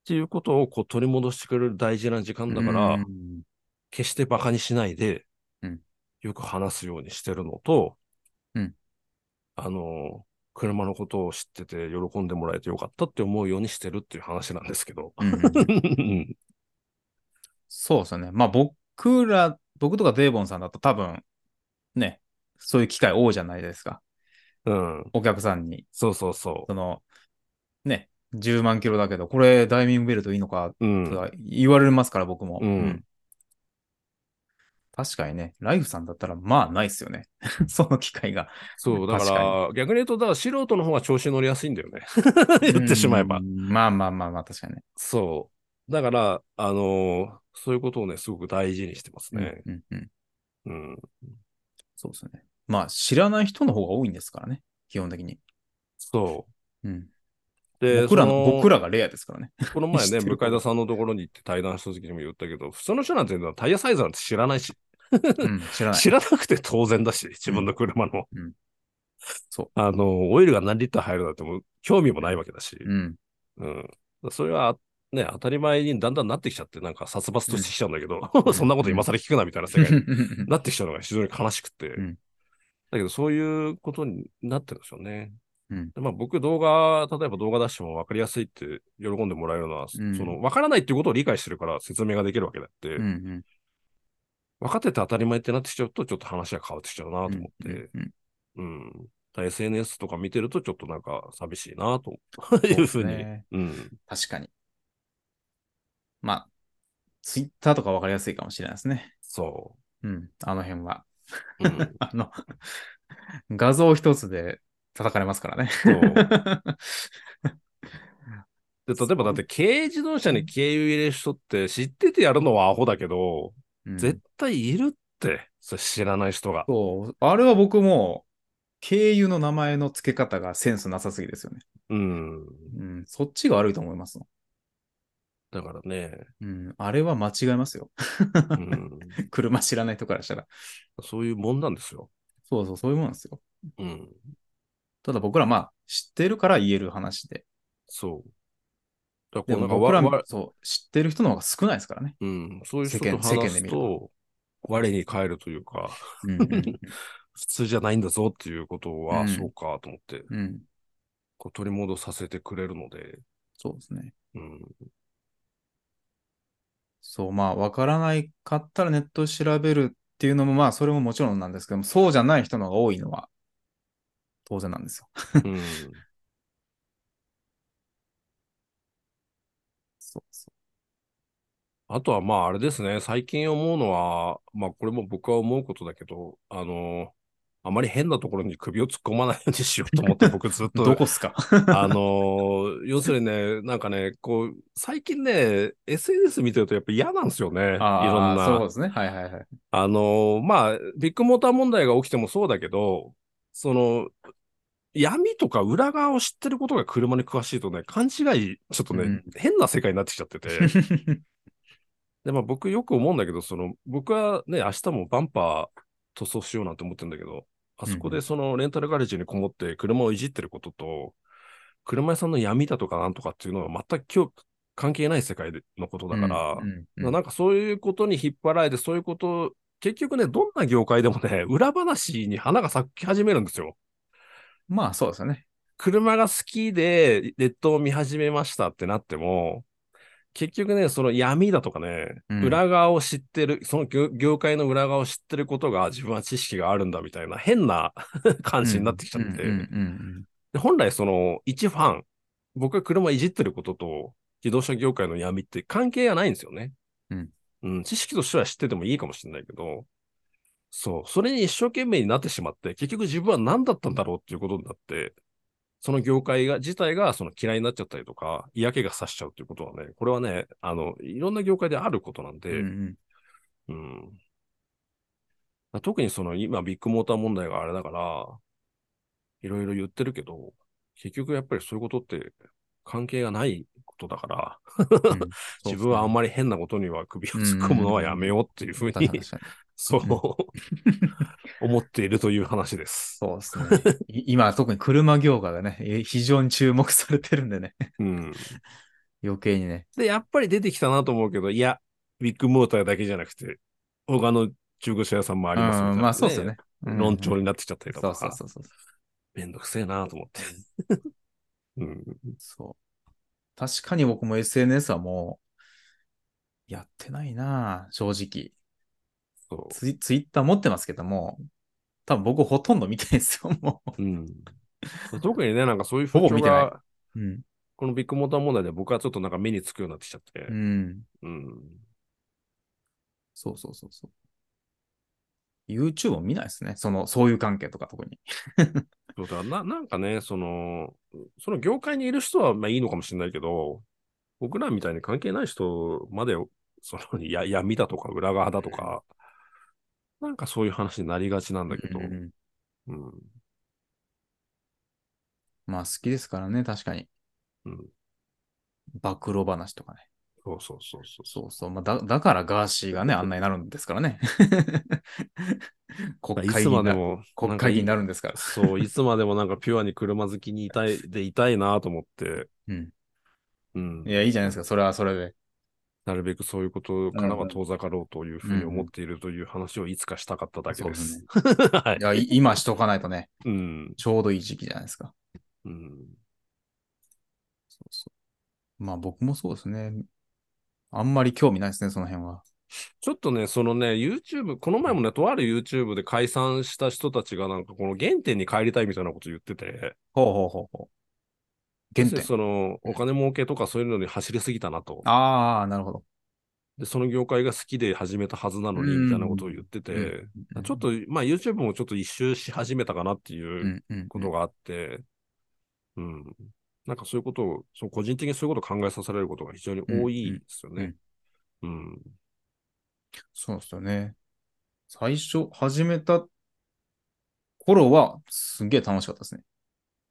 [SPEAKER 1] ていうことをこう取り戻してくれる大事な時間だから、
[SPEAKER 2] うん
[SPEAKER 1] 決してバカにしないで、
[SPEAKER 2] うん
[SPEAKER 1] よく話すようにしてるのと、
[SPEAKER 2] うん
[SPEAKER 1] あの、車のことを知ってて喜んでもらえてよかったって思うようにしてるっていう話なんですけ ど。
[SPEAKER 2] うんうんうん
[SPEAKER 1] うん
[SPEAKER 2] そうですよね。まあ僕ら、僕とかデーボンさんだと多分、ね、そういう機会多いじゃないですか。
[SPEAKER 1] うん。
[SPEAKER 2] お客さんに、
[SPEAKER 1] そうそうそ
[SPEAKER 2] その、ね、10万キロだけど、これダイミングベルトいいのか
[SPEAKER 1] う。うん。
[SPEAKER 2] とか言われますから、僕も、
[SPEAKER 1] うん
[SPEAKER 2] 確かにね、ライフさんだったら、まあないですよね。 その機会が。
[SPEAKER 1] そう、だか、
[SPEAKER 2] 確から
[SPEAKER 1] 逆に言うと、だから素人の方が調子に乗りやすいんだ よね。 言ってしまえば
[SPEAKER 2] う。んまあまあまあまあ、確かにね。
[SPEAKER 1] そう。だから、あのーそういうことをね、すごく大事にしてますね。
[SPEAKER 2] うんうんうん、
[SPEAKER 1] うん。
[SPEAKER 2] そうですね。まあ、知らない人の方が多いんですからね、基本的に。
[SPEAKER 1] そ
[SPEAKER 2] うん、
[SPEAKER 1] う。で、
[SPEAKER 2] 僕ら
[SPEAKER 1] そ
[SPEAKER 2] の
[SPEAKER 1] の
[SPEAKER 2] 僕らがレアですからね。
[SPEAKER 1] この前
[SPEAKER 2] 知っ
[SPEAKER 1] ね、
[SPEAKER 2] て
[SPEAKER 1] 向
[SPEAKER 2] る
[SPEAKER 1] 田さんのところに行って対談した時にも言ったけど、普通の人なんていうのはタイヤサイズなんて知らないし、
[SPEAKER 2] うん、知らない。
[SPEAKER 1] 知らなくて当然だし、自分の車の。
[SPEAKER 2] うんそう
[SPEAKER 1] あの、オイルが何リッター入るなんてもう興味もないわけだし、
[SPEAKER 2] うん。
[SPEAKER 1] うん。それは、ね、当たり前にだんだんなってきちゃって、なんか殺伐としてきちゃうんだけど、
[SPEAKER 2] う ん
[SPEAKER 1] そんなこと今更聞くなみたいな世界になってきちゃうのが非常に悲しくて。
[SPEAKER 2] ん
[SPEAKER 1] だけど、そういうことになってるんですよね。
[SPEAKER 2] うん
[SPEAKER 1] でまあ、僕、動画、例えば動画出しても分かりやすいって喜んでもらえるのは、
[SPEAKER 2] うん
[SPEAKER 1] その分からないっていうことを理解してるから説明ができるわけだって、
[SPEAKER 2] うんうん
[SPEAKER 1] 分かってて当たり前ってなってきちゃうと、ちょっと話が変わってきちゃうなと思って、うん
[SPEAKER 2] うんう
[SPEAKER 1] だ
[SPEAKER 2] ん
[SPEAKER 1] から SNS とか見てると、ちょっとなんか寂しいな というふうに。
[SPEAKER 2] そうですね
[SPEAKER 1] うん、
[SPEAKER 2] 確かに。まあ、ツイッターとかわかりやすいかもしれないですね。
[SPEAKER 1] そ
[SPEAKER 2] うん、あの辺は。
[SPEAKER 1] う。う ん、
[SPEAKER 2] あの、画像一つで叩かれますからね。
[SPEAKER 1] そうで例えばだって軽自動車に軽油入れる人って知っててやるのはアホだけど、
[SPEAKER 2] うん
[SPEAKER 1] 絶対いるって、それ知らない人が。
[SPEAKER 2] そう。あれは僕も、経由の名前の付け方がセンスなさすぎですよね。
[SPEAKER 1] うん。
[SPEAKER 2] うん、そっちが悪いと思います。
[SPEAKER 1] だからね、
[SPEAKER 2] うん、あれは間違えますよ。
[SPEAKER 1] うん、
[SPEAKER 2] 車知らない人からしたら。
[SPEAKER 1] そういうもんなんですよ。
[SPEAKER 2] そうそう、そういうもんですよ。
[SPEAKER 1] うん。
[SPEAKER 2] ただ僕らまあ、知ってるから言える話で。
[SPEAKER 1] そう。だか
[SPEAKER 2] で
[SPEAKER 1] らこ
[SPEAKER 2] も
[SPEAKER 1] うなんか
[SPEAKER 2] 僕
[SPEAKER 1] わ
[SPEAKER 2] ら
[SPEAKER 1] わ
[SPEAKER 2] そう、知ってる人の方が少ないですからね。
[SPEAKER 1] うん、そういう人と
[SPEAKER 2] 世間世間で
[SPEAKER 1] 話す
[SPEAKER 2] 見る
[SPEAKER 1] と、我に返るというか、
[SPEAKER 2] うん うん
[SPEAKER 1] 普通じゃないんだぞっていうことは、
[SPEAKER 2] うん
[SPEAKER 1] そうかと思って、
[SPEAKER 2] うん、うん。
[SPEAKER 1] こう取り戻させてくれるので、
[SPEAKER 2] そうですね。
[SPEAKER 1] うん、
[SPEAKER 2] そう、まあ、わからないかったらネットで調べるっていうのも、まあ、それももちろんなんですけども、そうじゃない人の方が多いのは、当然なんですよ。
[SPEAKER 1] うん、
[SPEAKER 2] そうそ
[SPEAKER 1] あとはまああれですね、最近思うのは、まあこれも僕は思うことだけど、あの、あまり変なところに首を突っ込まないようにしようと思 って、僕ずっ
[SPEAKER 2] う。ど
[SPEAKER 1] と
[SPEAKER 2] こ っすか
[SPEAKER 1] あのー要するにね、なんかね、こう、最近ね、SNS 見てるとやっぱ嫌なんですよね。いろん
[SPEAKER 2] ああ、
[SPEAKER 1] な。
[SPEAKER 2] そうですね。はいはいはい。
[SPEAKER 1] あのーまあ、ビッグモーター問題が起きてもそうだけど、その、闇とか裏側を知ってることが車に詳しいとね、勘違い、ちょっとね、
[SPEAKER 2] うん
[SPEAKER 1] 変な世界になってきちゃってて。で、まあ僕よく思うんだけど、その、僕はね、明日もバンパー塗装しようなんて思ってるんだけど、あそこ
[SPEAKER 2] うんう
[SPEAKER 1] で
[SPEAKER 2] ん
[SPEAKER 1] そのレンタルガレージにこもって車をいじってることと、車屋さんの闇だとかなんとかっていうのは全く今日関係ない世界でのこと だから、
[SPEAKER 2] うんうんうん
[SPEAKER 1] まあなんかそういうことに引っ張られて、そういうこと、結局ね、どんな業界でもね、裏話に花が咲き始めるんですよ。
[SPEAKER 2] まあ、そうですよね。
[SPEAKER 1] 車が好きで、列島を見始めましたってなっても、結局ね、その闇だとかね、
[SPEAKER 2] うん
[SPEAKER 1] 裏側を知ってる、その業業界の裏側を知ってることが自分は知識があるんだみたいな変な 感じになってきちゃって、
[SPEAKER 2] うんうんうん
[SPEAKER 1] で本来その一ファン、僕が車いじってることと自動車業界の闇って関係がないんですよね。
[SPEAKER 2] うん。
[SPEAKER 1] うん、知識としては知っててもいいかもしれないけど、そう、それに一生懸命になってしまって、結局自分は何だったんだろうっていうことになって、その業界が、自体がその嫌いになっちゃったりとか、嫌気がさしちゃうっていうことはね、これはね、あの、いろんな業界であることなん
[SPEAKER 2] うん
[SPEAKER 1] で、
[SPEAKER 2] うんう
[SPEAKER 1] う
[SPEAKER 2] ん
[SPEAKER 1] ん。特にその今ビッグモーター問題があれだから、いろいろ言ってるけど、結局やっぱりそういうことって関係がないことだから、
[SPEAKER 2] うん
[SPEAKER 1] 自分はあん
[SPEAKER 2] ま
[SPEAKER 1] まり変なことには首を突っ込むのはやめようっていうふうに、そう思っているという話です。
[SPEAKER 2] そうですね。い今、特に車業界がね、え非常に注目されてるんでね、
[SPEAKER 1] うん、
[SPEAKER 2] 余計にね。
[SPEAKER 1] で、やっぱり出てきたなと思うけど、いや、ビッグモーターだけじゃなくて、他の中古車屋さんもありますみたいな、
[SPEAKER 2] うんまあ、そうですよ。ね。
[SPEAKER 1] 論調
[SPEAKER 2] に
[SPEAKER 1] になってきちゃったりと
[SPEAKER 2] そ
[SPEAKER 1] か、
[SPEAKER 2] うそうそうそう。
[SPEAKER 1] めんどくせえなと思って。 うん
[SPEAKER 2] そう。確かに僕も SNS はもう、やってないなぁ正直。
[SPEAKER 1] そ
[SPEAKER 2] ツイツイッター持ってますけども、多分僕ほとんど見てないですよ、も
[SPEAKER 1] う。うん。特にね、なんかそういう風
[SPEAKER 2] ほぼ
[SPEAKER 1] 潮
[SPEAKER 2] 見てない
[SPEAKER 1] が、
[SPEAKER 2] う。うん。
[SPEAKER 1] このビッグモーター問題で僕はちょっとなんか目につくようになってきちゃって
[SPEAKER 2] う。ん。
[SPEAKER 1] うん。
[SPEAKER 2] そうそうそうそう。YouTube を見ないですね。その、そういう関係とか特に。
[SPEAKER 1] そうだな、なんかね、その、その業界にいる人はまあいいのかもしれないけど、僕らみたいに関係ない人まで、その や闇だとか裏側だとか、なんかそういう話になりがちなんだけど、
[SPEAKER 2] うんうん
[SPEAKER 1] うん。
[SPEAKER 2] まあ好きですからね、確かに。
[SPEAKER 1] うん。
[SPEAKER 2] 暴露話とかね。
[SPEAKER 1] そうそうそうそう。
[SPEAKER 2] そうそう。まあだ、だからガーシーがね、あんなになるんですから ね。国
[SPEAKER 1] い
[SPEAKER 2] 会
[SPEAKER 1] つ
[SPEAKER 2] 議
[SPEAKER 1] ま
[SPEAKER 2] 員
[SPEAKER 1] で
[SPEAKER 2] な
[SPEAKER 1] も、
[SPEAKER 2] 国会議員に
[SPEAKER 1] な
[SPEAKER 2] な
[SPEAKER 1] か
[SPEAKER 2] んるんですから
[SPEAKER 1] い。そう、いつまでもなんかピュアに車好きにいたい、でいたいなと思って、
[SPEAKER 2] うん。
[SPEAKER 1] うん
[SPEAKER 2] い。や、いいじゃないですか。それはそれで。
[SPEAKER 1] なるべくそういうことから
[SPEAKER 2] うんう
[SPEAKER 1] は
[SPEAKER 2] ん
[SPEAKER 1] 遠ざかろうというふうに思っているという話をいつかしたかっただけです。 はい
[SPEAKER 2] や、い今しとかないとね、
[SPEAKER 1] うん。
[SPEAKER 2] ちょうどいい時期じゃないですか。
[SPEAKER 1] うん。
[SPEAKER 2] そうそうまあ僕もそうですね。あんまり興味ないですね、その辺は。
[SPEAKER 1] ちょっとね、そのね、YouTube、この前もね、とある YouTube で解散した人たちがなんかこの原点に帰りたいみたいなこと言ってて、
[SPEAKER 2] ほうほうほうほう。原
[SPEAKER 1] 要するに
[SPEAKER 2] 点。
[SPEAKER 1] そのお金儲けとかそういうのに走りすぎたなと。
[SPEAKER 2] ああ、なるほど。
[SPEAKER 1] で、その業界が好きで始めたはずなのに、
[SPEAKER 2] うん
[SPEAKER 1] みたいなことを言ってて、
[SPEAKER 2] うん
[SPEAKER 1] ちょっ、と、まあ YouTube もちょっと一周し始めたかなっていう
[SPEAKER 2] うんうん
[SPEAKER 1] ことがあって、うん。なんかそういうことを、その個人的にそういうことを考えさせられることが非常に多いですよね。うん。
[SPEAKER 2] そうですよね。最初、始めた頃は、すんげえ楽しかったですね。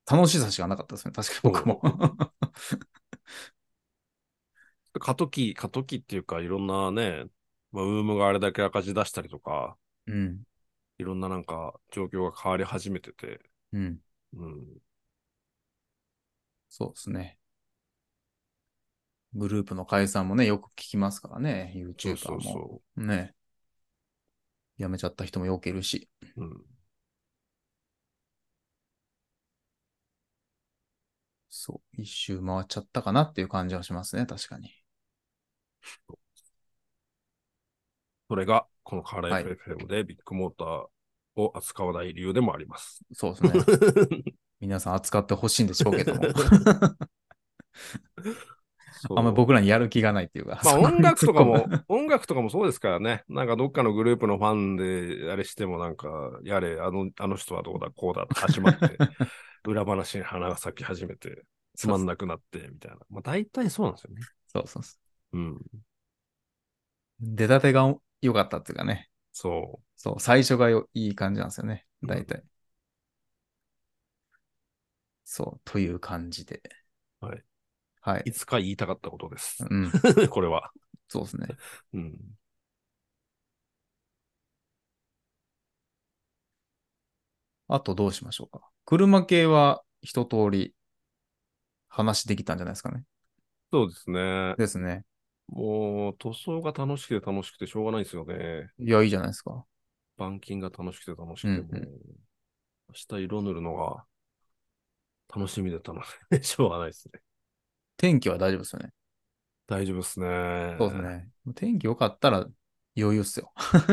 [SPEAKER 2] 楽しさしかなかったですね。確かに僕も。
[SPEAKER 1] 過渡期、過渡期っていうか、いろんなね、まあ、ウームがあれだけ赤字出したりとか、
[SPEAKER 2] うん。
[SPEAKER 1] いろんななんか状況が変わり始めてて、
[SPEAKER 2] うん。
[SPEAKER 1] うん。
[SPEAKER 2] そうですね。グループの解散もね、よく聞きますからね、
[SPEAKER 1] そう
[SPEAKER 2] YouTuber
[SPEAKER 1] そ
[SPEAKER 2] も。
[SPEAKER 1] うそ
[SPEAKER 2] ね。辞めちゃった人もよくいるし。
[SPEAKER 1] う。うん。
[SPEAKER 2] そう。一周回っちゃったかなっていう感じはしますね、確かに。
[SPEAKER 1] それが、このカーラ
[SPEAKER 2] は
[SPEAKER 1] イ
[SPEAKER 2] い
[SPEAKER 1] FM でビッグモーターを扱わない理由でもあります。
[SPEAKER 2] そう ですね。皆さん扱ってほしいんでしょうけども。
[SPEAKER 1] そう
[SPEAKER 2] あんまり僕らにやる気がないっていうか。
[SPEAKER 1] まあ
[SPEAKER 2] そこに
[SPEAKER 1] 音楽とか
[SPEAKER 2] 突っ
[SPEAKER 1] も
[SPEAKER 2] 込む。、
[SPEAKER 1] 音楽とかもそうですからね。なんかどっかのグループのファンで、あれしてもなんか、やれ、あの、あの人はどうだ、こうだって始ま って、裏話に花が咲き始めて、つまんなくなって、みたいな。まあ大体そうなんですよね。
[SPEAKER 2] そうそうそう。
[SPEAKER 1] うん。
[SPEAKER 2] 出たてが良かったっていうかね。
[SPEAKER 1] そ
[SPEAKER 2] そう。最初がよいい感じなんですよね。
[SPEAKER 1] うん
[SPEAKER 2] 大体。そう。という感じで。
[SPEAKER 1] はい。
[SPEAKER 2] は
[SPEAKER 1] う。い
[SPEAKER 2] い。
[SPEAKER 1] つか言いたかったことです。
[SPEAKER 2] うん。
[SPEAKER 1] これは。
[SPEAKER 2] そうですね。
[SPEAKER 1] うん。
[SPEAKER 2] あとどうしましょうか。車系は一通り話できたんじゃないですかね。
[SPEAKER 1] そうですね。
[SPEAKER 2] ですね。
[SPEAKER 1] もう、塗装が楽しくて楽しくてしょうがないですよね。
[SPEAKER 2] いや、いいじゃないですか。
[SPEAKER 1] 板金が楽しくて楽しくて、もう
[SPEAKER 2] うんう
[SPEAKER 1] 明日色塗るのが楽しみで楽しみでしょうがない ですね。
[SPEAKER 2] 天気は大丈夫ですよね。
[SPEAKER 1] 大丈夫ですね。
[SPEAKER 2] そうですね。天気良かったら余裕っすよ。
[SPEAKER 1] だか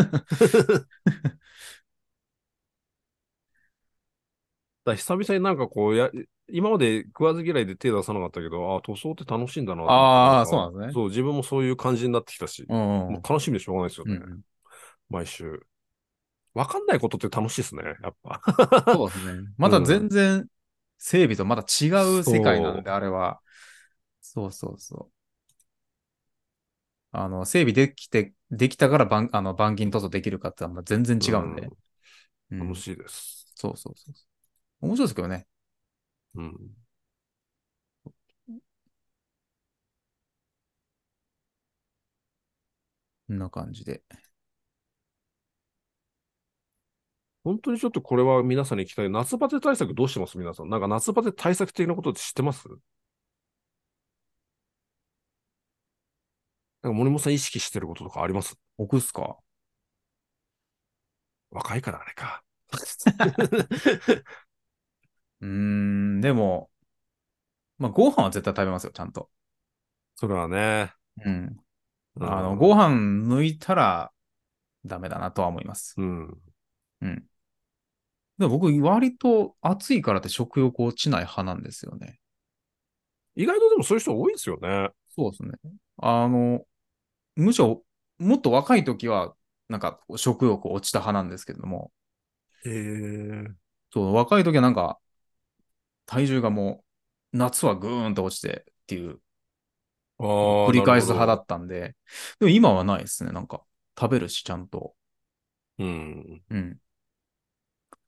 [SPEAKER 1] ら久々になんかこうや、今まで食わず嫌いで手出さなかったけど、ああ、塗装って楽しいんだなって
[SPEAKER 2] あーそうなんですね
[SPEAKER 1] そう、自分もそういう感じになってきたし、
[SPEAKER 2] うんうん
[SPEAKER 1] もう楽しみでしょうがないですよ
[SPEAKER 2] うん
[SPEAKER 1] ね。
[SPEAKER 2] うん。
[SPEAKER 1] 毎週。わかんないことって楽しいですね、やっぱ。
[SPEAKER 2] そうですね。また全然整備とまた違う世界なんで、あれは。そうそうそう。あの、整備できて、できたから板あの板金塗装できるかってあんま全然違うんで。うん
[SPEAKER 1] 楽しいです。
[SPEAKER 2] そうそうそう。面白いですけどね。
[SPEAKER 1] うん。
[SPEAKER 2] こんな感じで。
[SPEAKER 1] 本当にちょっとこれは皆さんに聞きたい。夏バテ対策どうしてます皆さん。なんか夏バテ対策的なことって知ってますなんか森本さん意識してることとかあります
[SPEAKER 2] 置くっすか
[SPEAKER 1] 若いからあれ か。
[SPEAKER 2] うーん、でも、まあ、ご飯は絶対食べますよ、ちゃんと。
[SPEAKER 1] それはね。
[SPEAKER 2] うん。
[SPEAKER 1] うん
[SPEAKER 2] あの、ご飯抜いたらダメだなとは思います。
[SPEAKER 1] うん。
[SPEAKER 2] うん。でも僕、割と暑いからって食欲落ちない派なんですよね。
[SPEAKER 1] 意外とでもそういう人多いですよね。
[SPEAKER 2] そうですね。あの、むしろ、もっと若い時は、なんか食欲落ちた派なんですけれども、
[SPEAKER 1] へえ。
[SPEAKER 2] そう、若い時はなんか、体重がもう、夏はぐーんと落ちてっていう、
[SPEAKER 1] ああ。
[SPEAKER 2] 繰り返す派だ
[SPEAKER 1] なる
[SPEAKER 2] ったんで、でも今はないですね。なんか、食べるし、ちゃんと。
[SPEAKER 1] ほど。うん。
[SPEAKER 2] うん。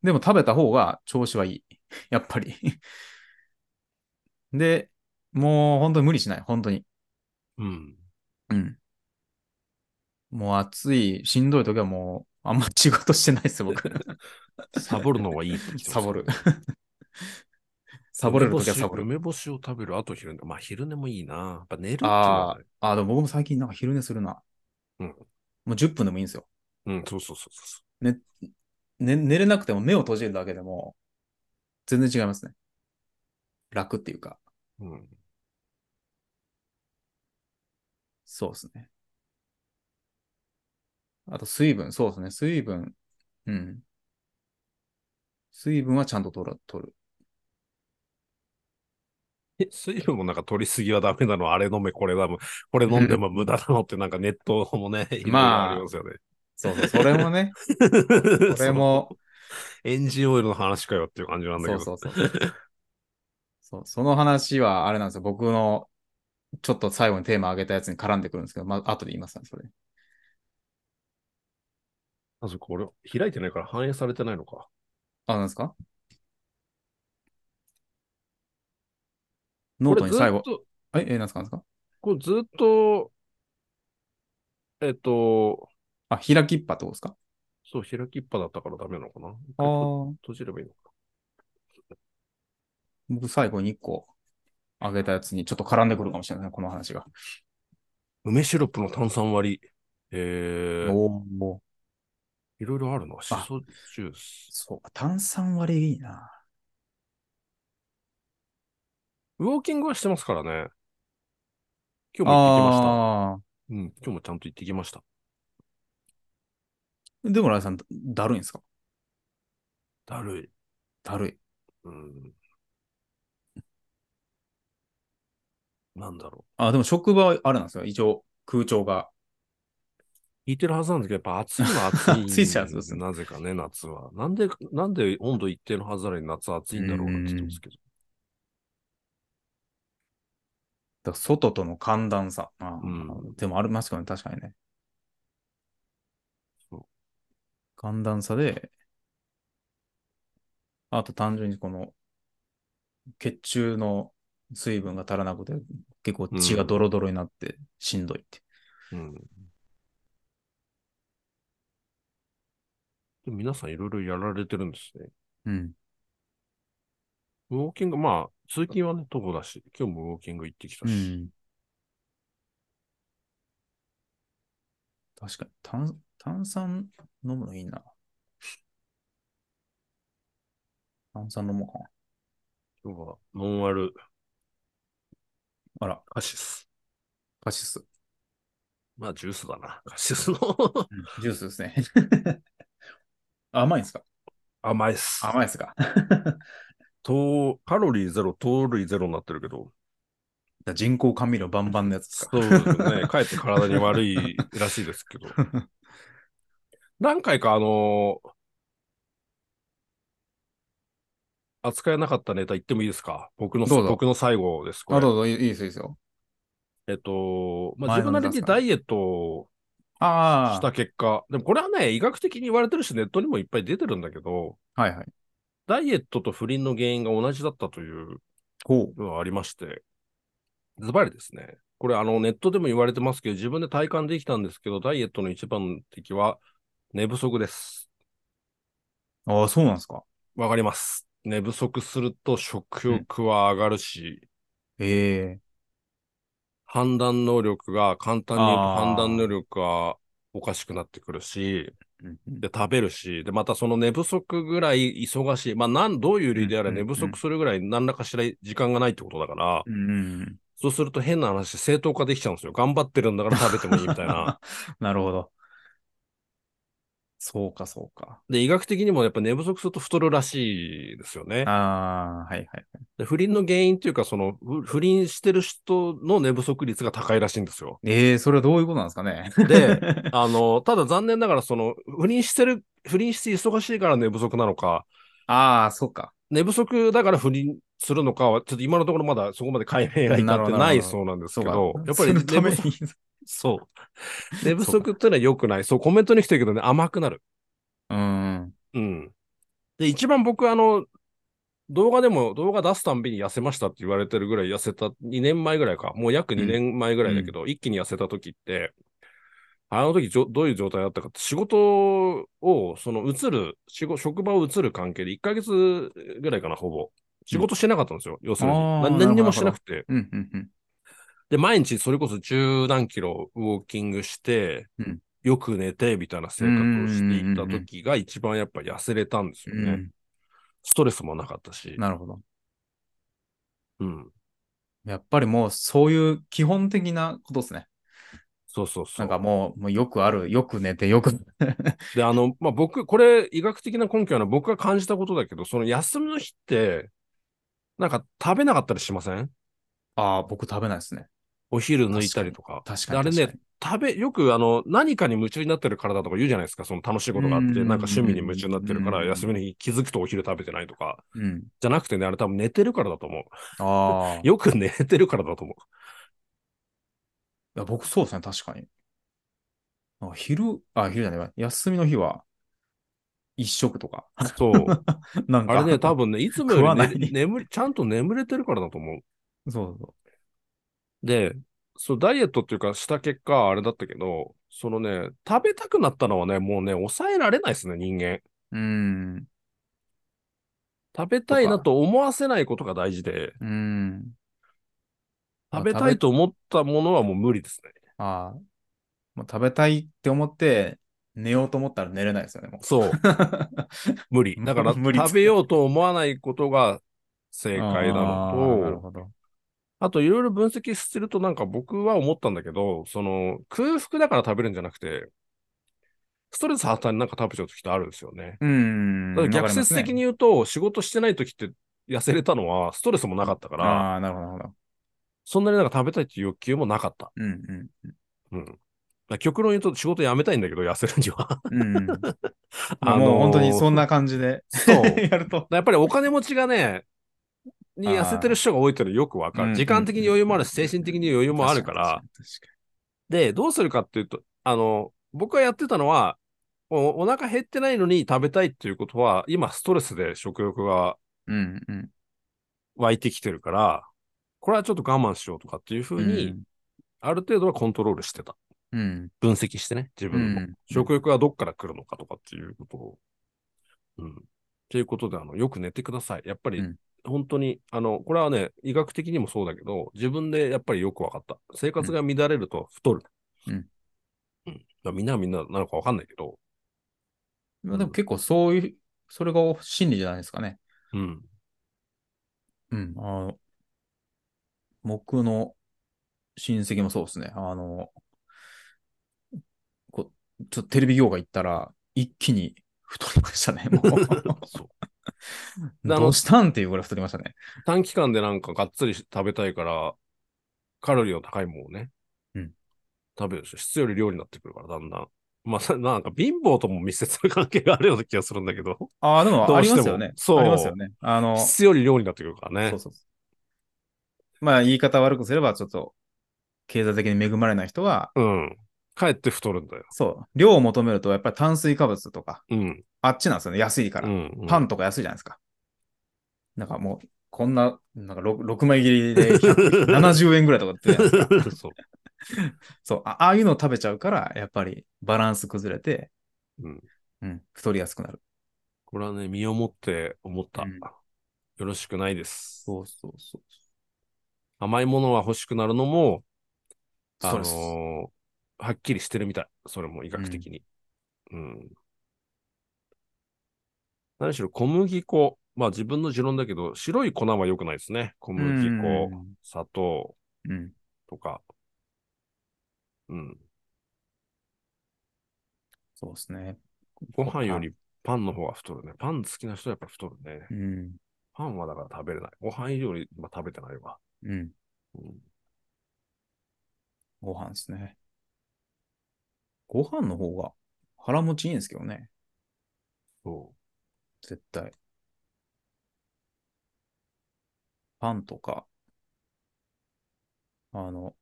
[SPEAKER 2] でも食べた方が調子はいい。 やっぱり。で、もう本当に無理しない。本当に。
[SPEAKER 1] うん。
[SPEAKER 2] うん。もう暑い、しんどい時はもう、あんま仕事してないで す、僕。
[SPEAKER 1] サボるのはいいって聞いてます
[SPEAKER 2] サ ボる。サボれる時はサボる。
[SPEAKER 1] 梅干し梅干しを食べる、あと昼寝。まあ昼寝もいいな。やっぱ寝るっていうの
[SPEAKER 2] あ
[SPEAKER 1] はね
[SPEAKER 2] ーあー、でも僕も最近なんか昼寝するな。
[SPEAKER 1] うん
[SPEAKER 2] もう10分でもいいんですよ。
[SPEAKER 1] うん、そうそうそうそう。
[SPEAKER 2] ね、寝れなくても目を閉じるだけでも、全然違いますね。楽っていうか。
[SPEAKER 1] うん、
[SPEAKER 2] そうですね。あと水分、そうですね。水分、うん。水分はちゃんと取る。取る
[SPEAKER 1] え水分もなんか取りすぎはダメなの、あれ飲め、これだも、これ飲んでも無駄なのって、なんかネットもね、いろいろ
[SPEAKER 2] まあ
[SPEAKER 1] ありますよね。
[SPEAKER 2] そう そう、それもね、それも、
[SPEAKER 1] その。 エンジンオイルの話かよっていう感じなんだけど。
[SPEAKER 2] そうそうそう。そう、その話はあれなんですよ。僕のちょっと最後にテーマ上げたやつに絡んでくるんですけど、まあ、後で言いますね、それ。
[SPEAKER 1] あそこ、俺、開いてないから反映されてないのか。
[SPEAKER 2] あ、なんですかノ
[SPEAKER 1] こ
[SPEAKER 2] ー
[SPEAKER 1] れ
[SPEAKER 2] トに
[SPEAKER 1] ずっ
[SPEAKER 2] 最後。
[SPEAKER 1] と
[SPEAKER 2] え、え、なんですかなんですか
[SPEAKER 1] これずっと、えっと、
[SPEAKER 2] あ、開きっぱってことですか
[SPEAKER 1] そう、開きっぱだったからダメなのかな。一回
[SPEAKER 2] あ
[SPEAKER 1] と
[SPEAKER 2] ー
[SPEAKER 1] 閉じればいいのか。
[SPEAKER 2] 僕最後に1個上げたやつにちょっと絡んでくるかもしれないね、この話が。
[SPEAKER 1] 梅シロップの炭酸割り。えー、
[SPEAKER 2] おお。
[SPEAKER 1] いろいろあるな。シソジュース。
[SPEAKER 2] そう、炭酸割りいいな。
[SPEAKER 1] ウォーキングはしてますからね。今日も行ってきました。
[SPEAKER 2] ああ
[SPEAKER 1] うん、今日もちゃんと行ってきました。
[SPEAKER 2] ー。でも、ライさん、だるいんですか
[SPEAKER 1] だるい。
[SPEAKER 2] だるい。
[SPEAKER 1] うん。なんだろ
[SPEAKER 2] あ、でも職場はあれなんですよ。一応、空調が。
[SPEAKER 1] う。聞いてるはずなんですけど、やっぱ暑いのは暑いん。
[SPEAKER 2] 暑いじゃんそうですね
[SPEAKER 1] なぜかね、夏は。なんで、なんで温度一定のはずなのに夏暑いんだろうなって言ってますけど。
[SPEAKER 2] だから外との寒暖差。あー
[SPEAKER 1] うん
[SPEAKER 2] でもありますよね、確かにね
[SPEAKER 1] そう。
[SPEAKER 2] 寒暖差で、あと単純にこの、血中の水分が足らなくて、結構血がドロドロになってしんどいって。
[SPEAKER 1] うん。でも皆さんいろいろやられてるんですね。
[SPEAKER 2] うん。
[SPEAKER 1] ウォーキング、まあ、通勤はね、徒歩だし、今日もウォーキング行ってきた
[SPEAKER 2] う
[SPEAKER 1] し。
[SPEAKER 2] ん。確かに、炭炭酸飲むのいいな。炭酸飲もうか
[SPEAKER 1] 今日はノンアル
[SPEAKER 2] な。あら、
[SPEAKER 1] カシス。
[SPEAKER 2] カシス。
[SPEAKER 1] まあ、ジュースだな。カシスの
[SPEAKER 2] ジュースですね。甘いんですか
[SPEAKER 1] 甘いっす。
[SPEAKER 2] 甘いです か
[SPEAKER 1] 糖、カロリーゼロ、糖類ゼロになってるけど、
[SPEAKER 2] 人工甘味料バンバンのやつですか
[SPEAKER 1] そうですね。 かえって体に悪いらしいです けど。何回か、あのー扱えなかったネタ言ってもいいですか僕の、
[SPEAKER 2] どうぞ
[SPEAKER 1] 僕の最後です。こ
[SPEAKER 2] あ、
[SPEAKER 1] れ
[SPEAKER 2] どうぞ、いいいいですよ、いいですよ。
[SPEAKER 1] えっと、まあ、
[SPEAKER 2] 前
[SPEAKER 1] 自
[SPEAKER 2] の
[SPEAKER 1] 分なりにダイエットをし
[SPEAKER 2] あ
[SPEAKER 1] た結果、でもこれはね、医学的に言われてるし、ネットにもいっぱい出てるんだけど、
[SPEAKER 2] あ、はいはい。
[SPEAKER 1] ダイエットと不倫の原因が同じだったという
[SPEAKER 2] ほう。
[SPEAKER 1] のがありまして、ズバリですね、これあのネットでも言われてますけど、自分で体感できたんですけど、ダイエットの一番の敵は寝不足です。
[SPEAKER 2] ああ、そうなんですか。
[SPEAKER 1] わかります。寝不足すると食欲は上がるし、
[SPEAKER 2] ええ
[SPEAKER 1] 判断能力が、簡単に言うと
[SPEAKER 2] あー
[SPEAKER 1] 判断能力がおかしくなってくるし、
[SPEAKER 2] うん
[SPEAKER 1] で、食べるし、で、またその寝不足ぐらい忙しい。まあ、なん、どういう理由であれ
[SPEAKER 2] うんうんう
[SPEAKER 1] 寝
[SPEAKER 2] ん
[SPEAKER 1] 不足するぐらい何らかしら時間がないってことだから、
[SPEAKER 2] うんうん。
[SPEAKER 1] そうすると変な話、正当化できちゃうんですよ。頑張ってるんだから食べてもいいみたいな。
[SPEAKER 2] なるほど。そうか、そうか。
[SPEAKER 1] で、医学的にもやっぱ寝不足すると太るらしいですよね。
[SPEAKER 2] ああ、はいはい。
[SPEAKER 1] で不倫の原因っていうか、その、ふ不倫してる人の寝不足率が高いらしいんです よ。
[SPEAKER 2] ええそれはどういうことなんですかね。
[SPEAKER 1] で、あの、ただ残念ながら、その、不倫してる、不倫して忙しいから寝不足なのか、
[SPEAKER 2] ああ、そうか。
[SPEAKER 1] 寝不足だから不倫するのかは、ちょっと今のところまだそこまで解明が至
[SPEAKER 2] なる
[SPEAKER 1] っ
[SPEAKER 2] ほ
[SPEAKER 1] て
[SPEAKER 2] ど
[SPEAKER 1] ないそうなんです
[SPEAKER 2] そう
[SPEAKER 1] け
[SPEAKER 2] か
[SPEAKER 1] ど、やっぱり
[SPEAKER 2] そのた
[SPEAKER 1] 寝
[SPEAKER 2] め
[SPEAKER 1] 不
[SPEAKER 2] に
[SPEAKER 1] 足、。 そう。寝不足っていうのは良くない。そう、コメントに来てるけどね、甘くなる。
[SPEAKER 2] うん。
[SPEAKER 1] うん。で、一番僕、あの、動画でも、動画出すたんびに痩せましたって言われてるぐらい痩せた、2年前ぐらいか、もう約2年前ぐらいだけど、一気に痩せた時って、あの時じょどういう状態だったかって、仕事を、その、移る、仕事、職場を移る関係で、1ヶ月ぐらいかな、ほぼ。仕事してなかったんですよ、要するに。
[SPEAKER 2] あ
[SPEAKER 1] な
[SPEAKER 2] ーなるほど
[SPEAKER 1] 何にもしなくて。
[SPEAKER 2] うん、うん、うん。
[SPEAKER 1] で、毎日それこそ十何キロウォーキングして、
[SPEAKER 2] うん
[SPEAKER 1] よく寝て、みたいな生活をしていった時が一番やっぱ痩せれたんですよね。ストレスもなかったし。
[SPEAKER 2] なるほど。
[SPEAKER 1] うん。
[SPEAKER 2] やっぱりもうそういう基本的なことですね。
[SPEAKER 1] そうそうそ
[SPEAKER 2] な
[SPEAKER 1] う。
[SPEAKER 2] んかもう、もうよくある、よく寝てよ く。
[SPEAKER 1] で、あの、まあ、僕、これ、医学的な根拠は僕が感じたことだけど、その休みの日って、なんか食べなかったりしません
[SPEAKER 2] ああ、僕食べないですね。
[SPEAKER 1] お昼抜いたりとか。
[SPEAKER 2] 確かに。
[SPEAKER 1] あれね食べ、よくあの、何かに夢中になってる体とか言うじゃないですか。その楽しいことがあって、
[SPEAKER 2] うんうんうん
[SPEAKER 1] なんか趣味に夢中になってるか
[SPEAKER 2] うん
[SPEAKER 1] ら、
[SPEAKER 2] うん
[SPEAKER 1] 休みの日気づくとお昼食べてないとか。
[SPEAKER 2] 確かに。うん。
[SPEAKER 1] じゃなくてね、あれ多分寝てるからだと思う。
[SPEAKER 2] ああ。い
[SPEAKER 1] よく寝てるからだと思う。
[SPEAKER 2] や僕そうですね、確かに。なんか昼、あ、昼じゃないわ。休みの日は、一食とか。
[SPEAKER 1] そう。
[SPEAKER 2] なんか。
[SPEAKER 1] あれね、多分ね、いつもより
[SPEAKER 2] 食わな
[SPEAKER 1] ね
[SPEAKER 2] い
[SPEAKER 1] 眠り、ちゃんと眠れてるからだと思う。
[SPEAKER 2] そうそ
[SPEAKER 1] で、そう、ダイエットっていうかした結果、あれだったけど、そのね、食べたくなったのはね、もうね、抑えられないですね、人間。
[SPEAKER 2] う。うん。
[SPEAKER 1] 食べたいなと思わせないことが大事で、
[SPEAKER 2] うん。まあ
[SPEAKER 1] 食べたいと思ったものはもう無理ですね。
[SPEAKER 2] ああ。もう食べたいって思って、寝ようと思ったら寝れないですよね、もう。
[SPEAKER 1] そう、無理。だから、
[SPEAKER 2] 無理っつって
[SPEAKER 1] 食べようと思わないことが正解な
[SPEAKER 2] ああなる
[SPEAKER 1] のと、
[SPEAKER 2] ほど。
[SPEAKER 1] あといろいろ分析してるとなんか僕は思ったんだけど、その空腹だから食べるんじゃなくて、ストレス発散になんか食べちゃう時ってあるんですよね。
[SPEAKER 2] うん。
[SPEAKER 1] だから逆説的に
[SPEAKER 2] わかりますね
[SPEAKER 1] 言うと、仕事してない時って痩せれたのはストレスもなかったから、
[SPEAKER 2] ああ、なるほど、なるほど。
[SPEAKER 1] そんなになんか食べたいっていう欲求もなかった。
[SPEAKER 2] うんうん。
[SPEAKER 1] うん。だから極論言うと仕事辞めたいんだけど、痩せるに は。
[SPEAKER 2] うんうん、
[SPEAKER 1] あのー
[SPEAKER 2] もう本当にそんな感じで
[SPEAKER 1] そう。だか
[SPEAKER 2] やると。
[SPEAKER 1] らやっぱりお金持ちがね、に
[SPEAKER 2] あー
[SPEAKER 1] 痩せてる人が多いっていうのはよくわか
[SPEAKER 2] うんうん
[SPEAKER 1] る。
[SPEAKER 2] うん
[SPEAKER 1] 時間的に余裕もあるし、精神的に余裕もあるから。で、どうするかっていうと、あの、僕がやってたのは、おお腹減ってないのに食べたいっていうことは、今ストレスで食欲が
[SPEAKER 2] 確かに。確かにうんうん。
[SPEAKER 1] 湧いてきてるから、これはちょっと我慢しようとかっていうふうに、ある程度はコントロールしてた。
[SPEAKER 2] うん、うん。
[SPEAKER 1] 分析してね、自分の。
[SPEAKER 2] うん
[SPEAKER 1] 食欲がどっから来るのかとかっていうことを。うん。ということで、あの、よく寝てください。やっぱり、
[SPEAKER 2] うん
[SPEAKER 1] 本当に、あの、これはね、医学的にもそうだけど、自分でやっぱりよく分かった。生活が乱れると太る。
[SPEAKER 2] うん。
[SPEAKER 1] うん。まあみんなはみんななのか分かんないけど、
[SPEAKER 2] まあでも結構そういう、それが心理じゃないですかね。
[SPEAKER 1] うん。
[SPEAKER 2] うん。あの、僕の親戚もそうですね。あの、こちょっとテレビ業界行ったら、一気に太りましたね。も う
[SPEAKER 1] そう。の
[SPEAKER 2] どうしたんっていうぐらい太りましたね。
[SPEAKER 1] 短期間でなんかがっつり食べたいから、カロリーの高いものをね、
[SPEAKER 2] うん
[SPEAKER 1] 食べるでしょ。質より量になってくるから、だんだん。まあ、さなんか貧乏とも密接な関係があるような気がするんだけど、
[SPEAKER 2] ああ、でも
[SPEAKER 1] ど
[SPEAKER 2] あ
[SPEAKER 1] う
[SPEAKER 2] り
[SPEAKER 1] しても
[SPEAKER 2] ますよね。
[SPEAKER 1] そう
[SPEAKER 2] ありますよね。あの、
[SPEAKER 1] 質より量になってくるから
[SPEAKER 2] そ
[SPEAKER 1] ね
[SPEAKER 2] う。そうそう。まあ、言い方悪くすれば、ちょっと、経済的に恵まれない人は、
[SPEAKER 1] うん。かえって太るんだよ。
[SPEAKER 2] そう、量を求めると、やっぱり炭水化物とか、
[SPEAKER 1] うん。
[SPEAKER 2] あっちなんですよね、安いか
[SPEAKER 1] う
[SPEAKER 2] ら。
[SPEAKER 1] ん、うん
[SPEAKER 2] パンとか安いじゃないですか。なんかもう、こんな、なんか 6, 6枚切りで100 70円ぐらいとかって言うじゃないですか。
[SPEAKER 1] そう。
[SPEAKER 2] そうあ、ああいうのを食べちゃうから、やっぱりバランス崩れて、
[SPEAKER 1] うん
[SPEAKER 2] うん、太りやすくなる。
[SPEAKER 1] これはね、身をもって思った。
[SPEAKER 2] うん
[SPEAKER 1] よろしくないです。
[SPEAKER 2] そうそうそう。
[SPEAKER 1] 甘いものは欲しくなるのも、あ
[SPEAKER 2] そ
[SPEAKER 1] の
[SPEAKER 2] うです。
[SPEAKER 1] ーはっきりしてるみたい。それも医学的に。うん。何しろ小麦粉。まあ自分の持論だけど、白い粉は良くないですね。小麦粉、砂糖
[SPEAKER 2] うん。うん。
[SPEAKER 1] とか。うん。
[SPEAKER 2] そうですね。
[SPEAKER 1] ご飯よりパンの方が太るね。パン好きな人はやっぱ太るね。
[SPEAKER 2] うん。
[SPEAKER 1] パンはだから食べれない。ご飯よりまあ食べてないわ。
[SPEAKER 2] うん。
[SPEAKER 1] うん
[SPEAKER 2] ご飯ですね。ご飯の方が腹持ちいいんですけどね。
[SPEAKER 1] そ
[SPEAKER 2] 絶対。パンとか、あの、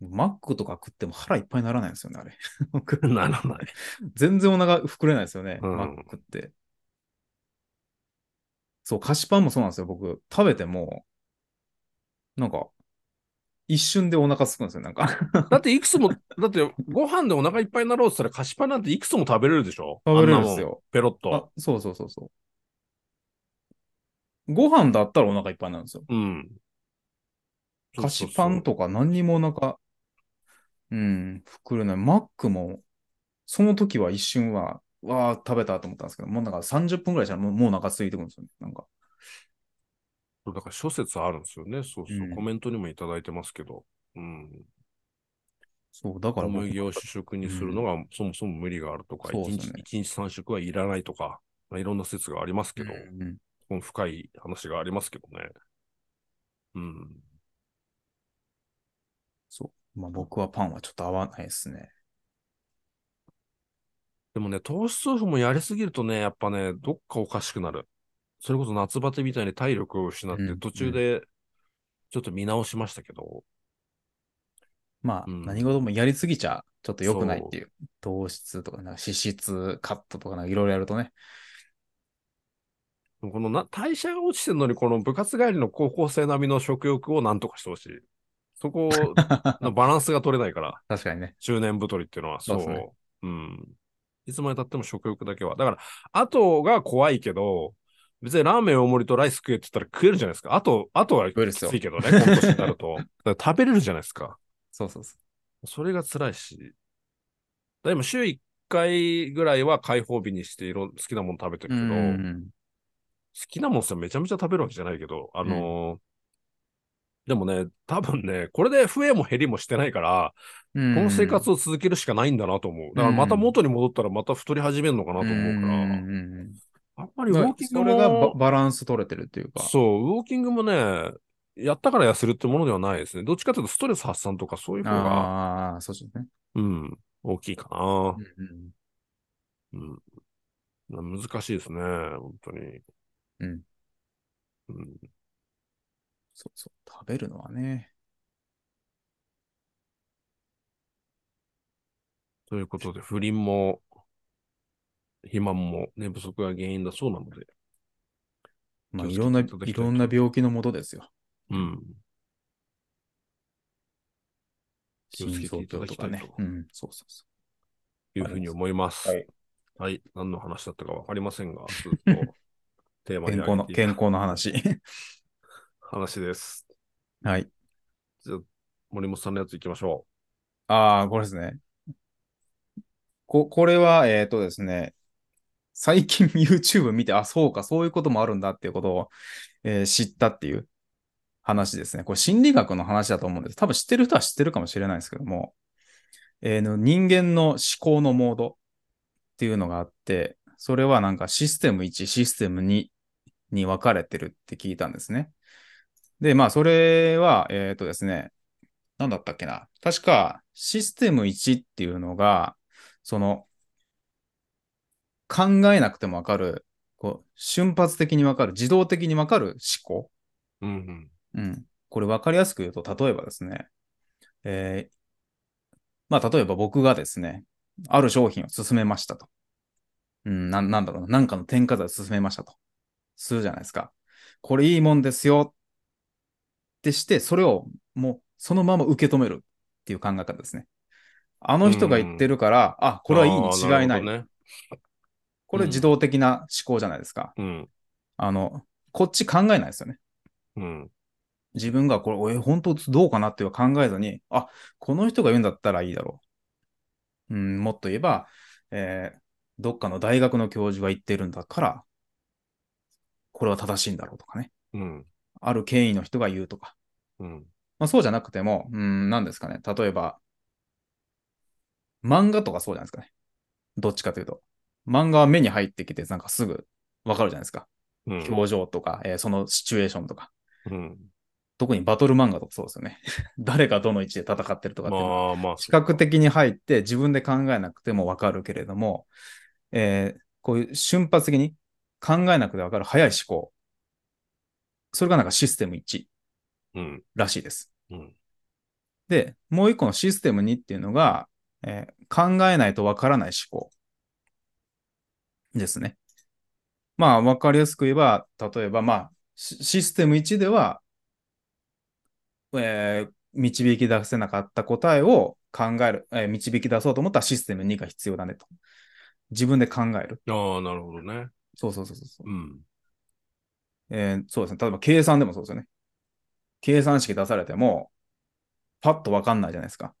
[SPEAKER 2] マックとか食っても腹いっぱいにならないんですよね、あれ。僕
[SPEAKER 1] う。 ならない。
[SPEAKER 2] 全然お腹膨れないですよね、
[SPEAKER 1] うん
[SPEAKER 2] マックって。そう、菓子パンもそうなんですよ、僕。食べても、なんか、一瞬でお腹すくんですよ、なんか。
[SPEAKER 1] だっていくつも、だってご飯でお腹いっぱいになろうって言ったら菓子パンなんていくつも食べれるでしょ
[SPEAKER 2] 食べれるんです
[SPEAKER 1] あんなもん
[SPEAKER 2] よ。
[SPEAKER 1] ペロッと。
[SPEAKER 2] あ、そうそうそうそう。ご飯だったらお腹いっぱいなんですよ。
[SPEAKER 1] うん。
[SPEAKER 2] 菓子パンとか何にもお腹、うん、膨れない。マックも、その時は一瞬は、わあ、食べたと思ったんですけど、もうなんか30分ぐらいしたらもうもうお腹空いてくるんですよね。なんか。
[SPEAKER 1] そうそうそうだから諸説あるんですよね。そうそう、
[SPEAKER 2] うん
[SPEAKER 1] コメントにもいただいてますけど。うん。
[SPEAKER 2] そう、だか
[SPEAKER 1] 小
[SPEAKER 2] ら僕
[SPEAKER 1] 麦を主食にするのがそもそも無理があるとか、
[SPEAKER 2] そう
[SPEAKER 1] 一、
[SPEAKER 2] ですね
[SPEAKER 1] 日一日三食はいらないとか、まあ、いろんな説がありますけど、
[SPEAKER 2] うん
[SPEAKER 1] この深い話がありますけどね。うん。
[SPEAKER 2] まあ、僕はパンはちょっと合わないですね。
[SPEAKER 1] でもね、糖質オフもやりすぎるとね、やっぱね、どっかおかしくなる。それこそ夏バテみたいに体力を失っ
[SPEAKER 2] う
[SPEAKER 1] て、
[SPEAKER 2] ん
[SPEAKER 1] 途中でちょっと見直しましたけど、
[SPEAKER 2] まあ、
[SPEAKER 1] うん
[SPEAKER 2] 何事もやりすぎちゃちょっと良くないっていう。糖質とか、なんか脂質カットとか、なんかいろいろやるとね。
[SPEAKER 1] このな代謝が落ちてるのに、この部活帰りの高校生並みの食欲をなんとかしてほしい。そ このバランスが取れないから、
[SPEAKER 2] 確かにね。
[SPEAKER 1] 中年太りっていうのは、そう。
[SPEAKER 2] そうですね
[SPEAKER 1] うん。いつまでたっても食欲だけは。だから、後が怖いけど、別にラーメン大盛りとライス食えって言ったら食えるじゃないですか。あと、あとはき
[SPEAKER 2] 食えるっすよ
[SPEAKER 1] ついけどね、今年になると。 だから食べれるじゃないですか。
[SPEAKER 2] そうそうそ
[SPEAKER 1] それが辛いし。でも週1回ぐらいは開放日にしていろ好きなもの食べて
[SPEAKER 2] う。
[SPEAKER 1] るけど、
[SPEAKER 2] うんうん
[SPEAKER 1] 好
[SPEAKER 2] うん
[SPEAKER 1] きなものさ、めちゃめちゃ食べるわけじゃないけど、あのーでもね、多分ね、これで増えも減りもしてないから、
[SPEAKER 2] うん
[SPEAKER 1] この生活を続けるしかないんだなと思う。だからまた元に戻ったらまた太り始めるのかなと思うから、
[SPEAKER 2] んんうんうん
[SPEAKER 1] あんまりウォ
[SPEAKER 2] だか
[SPEAKER 1] ー
[SPEAKER 2] ら
[SPEAKER 1] キング
[SPEAKER 2] それがバ
[SPEAKER 1] も、
[SPEAKER 2] バランス取れてるっていうか。
[SPEAKER 1] そう、ウォーキングもね、やったから痩せるってものではないですね。どっちかというとストレス発散とかそういう方が、
[SPEAKER 2] ああ、そうですね。
[SPEAKER 1] うん、大きいかな。
[SPEAKER 2] うん
[SPEAKER 1] うん。難しいですね、本当に。
[SPEAKER 2] うん
[SPEAKER 1] うん。
[SPEAKER 2] そうそう。食べるのはね。
[SPEAKER 1] ということで、不倫も、肥満も寝不足が原因だそうなので。
[SPEAKER 2] まあ、
[SPEAKER 1] 気をつけて
[SPEAKER 2] いろんな、
[SPEAKER 1] いただきたい
[SPEAKER 2] いろんな病気のもとですよ。
[SPEAKER 1] うん。気をつ
[SPEAKER 2] 心
[SPEAKER 1] けて
[SPEAKER 2] 臓
[SPEAKER 1] いただ
[SPEAKER 2] 病
[SPEAKER 1] き
[SPEAKER 2] と
[SPEAKER 1] た
[SPEAKER 2] か
[SPEAKER 1] い
[SPEAKER 2] ね。
[SPEAKER 1] と
[SPEAKER 2] うん、そうそうそ
[SPEAKER 1] いうふうに思います。
[SPEAKER 2] はい。
[SPEAKER 1] はい。何の話だったかわかりませ んが、ずっとテー
[SPEAKER 2] う。
[SPEAKER 1] マに
[SPEAKER 2] 健
[SPEAKER 1] 上
[SPEAKER 2] 康
[SPEAKER 1] げ
[SPEAKER 2] の、
[SPEAKER 1] てい
[SPEAKER 2] 健
[SPEAKER 1] た
[SPEAKER 2] 康の話。
[SPEAKER 1] 話です。
[SPEAKER 2] はい。
[SPEAKER 1] じゃあ、森本さんのやつ行きましょ
[SPEAKER 2] ああ、これですね。こ、これは、えっとですね、最近 YouTube 見て、あ、そうか、そういうこともあるんだっていうことを、えー知ったっていう話ですね。これ心理学の話だと思うんです。多分知ってる人は知ってるかもしれないですけども、えーの人間の思考のモードっていうのがあって、それはなんかシステム1、システム2に分かれてるって聞いたんですね。で、まあ、それは、えっとですね、なんだったっけな。確か、システム1っていうのが、その、考えなくてもわかる、こう、瞬発的にわかる、自動的にわかる思考。
[SPEAKER 1] う。うんうん。
[SPEAKER 2] うん。これ分かりやすく言うと、例えばですね、えーまあ、例えば僕がですね、ある商品を勧めましたと。うん、ななんだろうな、なんかの添加剤を勧めましたと。するじゃないですか。これいいもんですよってして、それをもうそのまま受け止めるっていう考え方ですね。あの人が言ってるから、あ、これはいいに違いな
[SPEAKER 1] あ
[SPEAKER 2] い。
[SPEAKER 1] ーる
[SPEAKER 2] これ自動的な思考じゃないですか。
[SPEAKER 1] ほどね。
[SPEAKER 2] あの、こっち考えないですよね。
[SPEAKER 1] うん。うん。
[SPEAKER 2] 自分がこれ、おえ本当どうかなっていうのは考えずに、あ、この人が言うんだったらいいだろう。うん、もっと言えば、えーどっかの大学の教授が言ってるんだから、これは正しいんだろうとかね。
[SPEAKER 1] うん。
[SPEAKER 2] ある権威の人が言うとか。
[SPEAKER 1] うん。
[SPEAKER 2] まあ、そうじゃなくても、うん、なんですかね。例えば、漫画とかそうじゃないですかね。どっちかというと。漫画は目に入ってきて、なんかすぐわかるじゃないですか。
[SPEAKER 1] うん。
[SPEAKER 2] 表情とか、えーそのシチュエーションとか。
[SPEAKER 1] うん。
[SPEAKER 2] 特にバトル漫画とかそうですよね。 誰がどの位置で戦ってるとかっていうのは、
[SPEAKER 1] まあまあ。
[SPEAKER 2] 視覚的に入って自分で考えなくてもわかるけれども、えーこういう瞬発的に考えなくてわかる早い思考。それがなんかシステム1
[SPEAKER 1] うん。
[SPEAKER 2] らしいです。
[SPEAKER 1] うん。
[SPEAKER 2] で、もう一個のシステム2っていうのが、えー考えないとわからない思考ですね。まあ、わかりやすく言えば、例えば、まあ、シシステム1では、えー導き出せなかった答えを考える、えー導き出そうと思ったらシステム2が必要だねと。自分で考える。
[SPEAKER 1] ああ、なるほどね。
[SPEAKER 2] そうそうそうそうそう。
[SPEAKER 1] うん。
[SPEAKER 2] えーそうですね。例えば計算でもそうですよね。計算式出されても、パッとわかんないじゃないですか。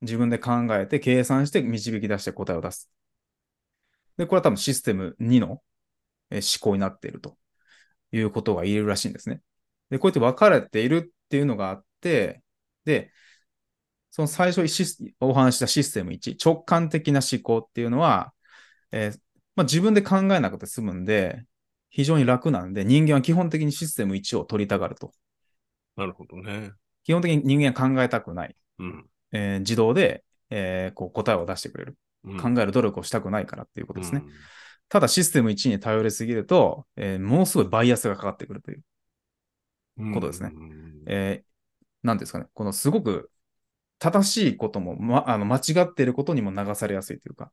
[SPEAKER 2] 自分で考えて、計算して、導き出して答えを出す。で、これは多分システム2のえー思考になっているということが言えるらしいんですね。で、こうやって分かれているっていうのがあって、で、その最初シスお話ししたシステム1、直感的な思考っていうのは、えーまあ、自分で考えなくて済むんで、非常に楽なんで、人間は基本的にシステム1を取りたがると。
[SPEAKER 1] なるほどね。
[SPEAKER 2] 基本的に人間は考えたくない。
[SPEAKER 1] うん。
[SPEAKER 2] えー自動で、えーこう答えを出してくれる。
[SPEAKER 1] うん
[SPEAKER 2] 考える努力をしたくないからっていうことですね。
[SPEAKER 1] うん
[SPEAKER 2] ただシステム1に頼りすぎると、えーものすごいバイアスがかかってくるという。ことですね
[SPEAKER 1] うん
[SPEAKER 2] えーなんていうんですかね、このすごく正しいことも、ま、あの間違っていることにも流されやすいというか、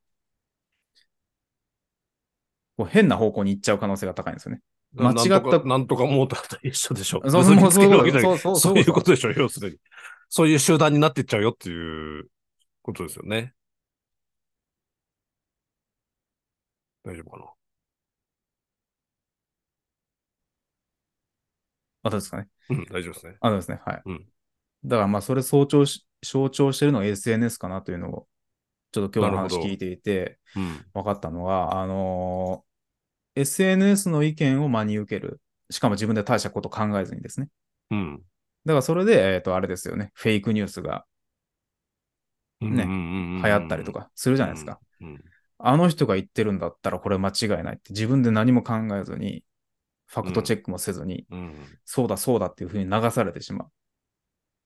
[SPEAKER 2] こう変な方向に行っちゃう可能性が高いんですよね。間違った
[SPEAKER 1] なんとかなんとかモーターと一緒でしょ。
[SPEAKER 2] そう
[SPEAKER 1] 結
[SPEAKER 2] そう
[SPEAKER 1] びつけるわけじゃない
[SPEAKER 2] そうそ
[SPEAKER 1] そ
[SPEAKER 2] う。
[SPEAKER 1] ういうこととでしょ、要するに。そういう集団になってっちゃうよっていうことですよね。大丈夫かな
[SPEAKER 2] あとですかね。
[SPEAKER 1] うん、大丈夫ですね。
[SPEAKER 2] あとですね。はい。
[SPEAKER 1] うん
[SPEAKER 2] だからまあ、それ象徴し、象徴してるのが SNS かなというのを、ちょっと今日の
[SPEAKER 1] なる
[SPEAKER 2] 話
[SPEAKER 1] ほど
[SPEAKER 2] 聞いていて、
[SPEAKER 1] うん。
[SPEAKER 2] 分かったのが、あのー SNS の意見を真に受ける。しかも自分で大したこと考えずにですね。
[SPEAKER 1] うん。
[SPEAKER 2] だからそれで、えっ、と、あれですよね。フェイクニュースが
[SPEAKER 1] 流
[SPEAKER 2] ね流行ったりとかするじゃないですか。。
[SPEAKER 1] うんうん
[SPEAKER 2] あの人が言ってるんだったらこれ間違いないって自分で何も考えずに、ファクトチェックもせずに、
[SPEAKER 1] うん
[SPEAKER 2] そうだそうだっていう風に流されてしま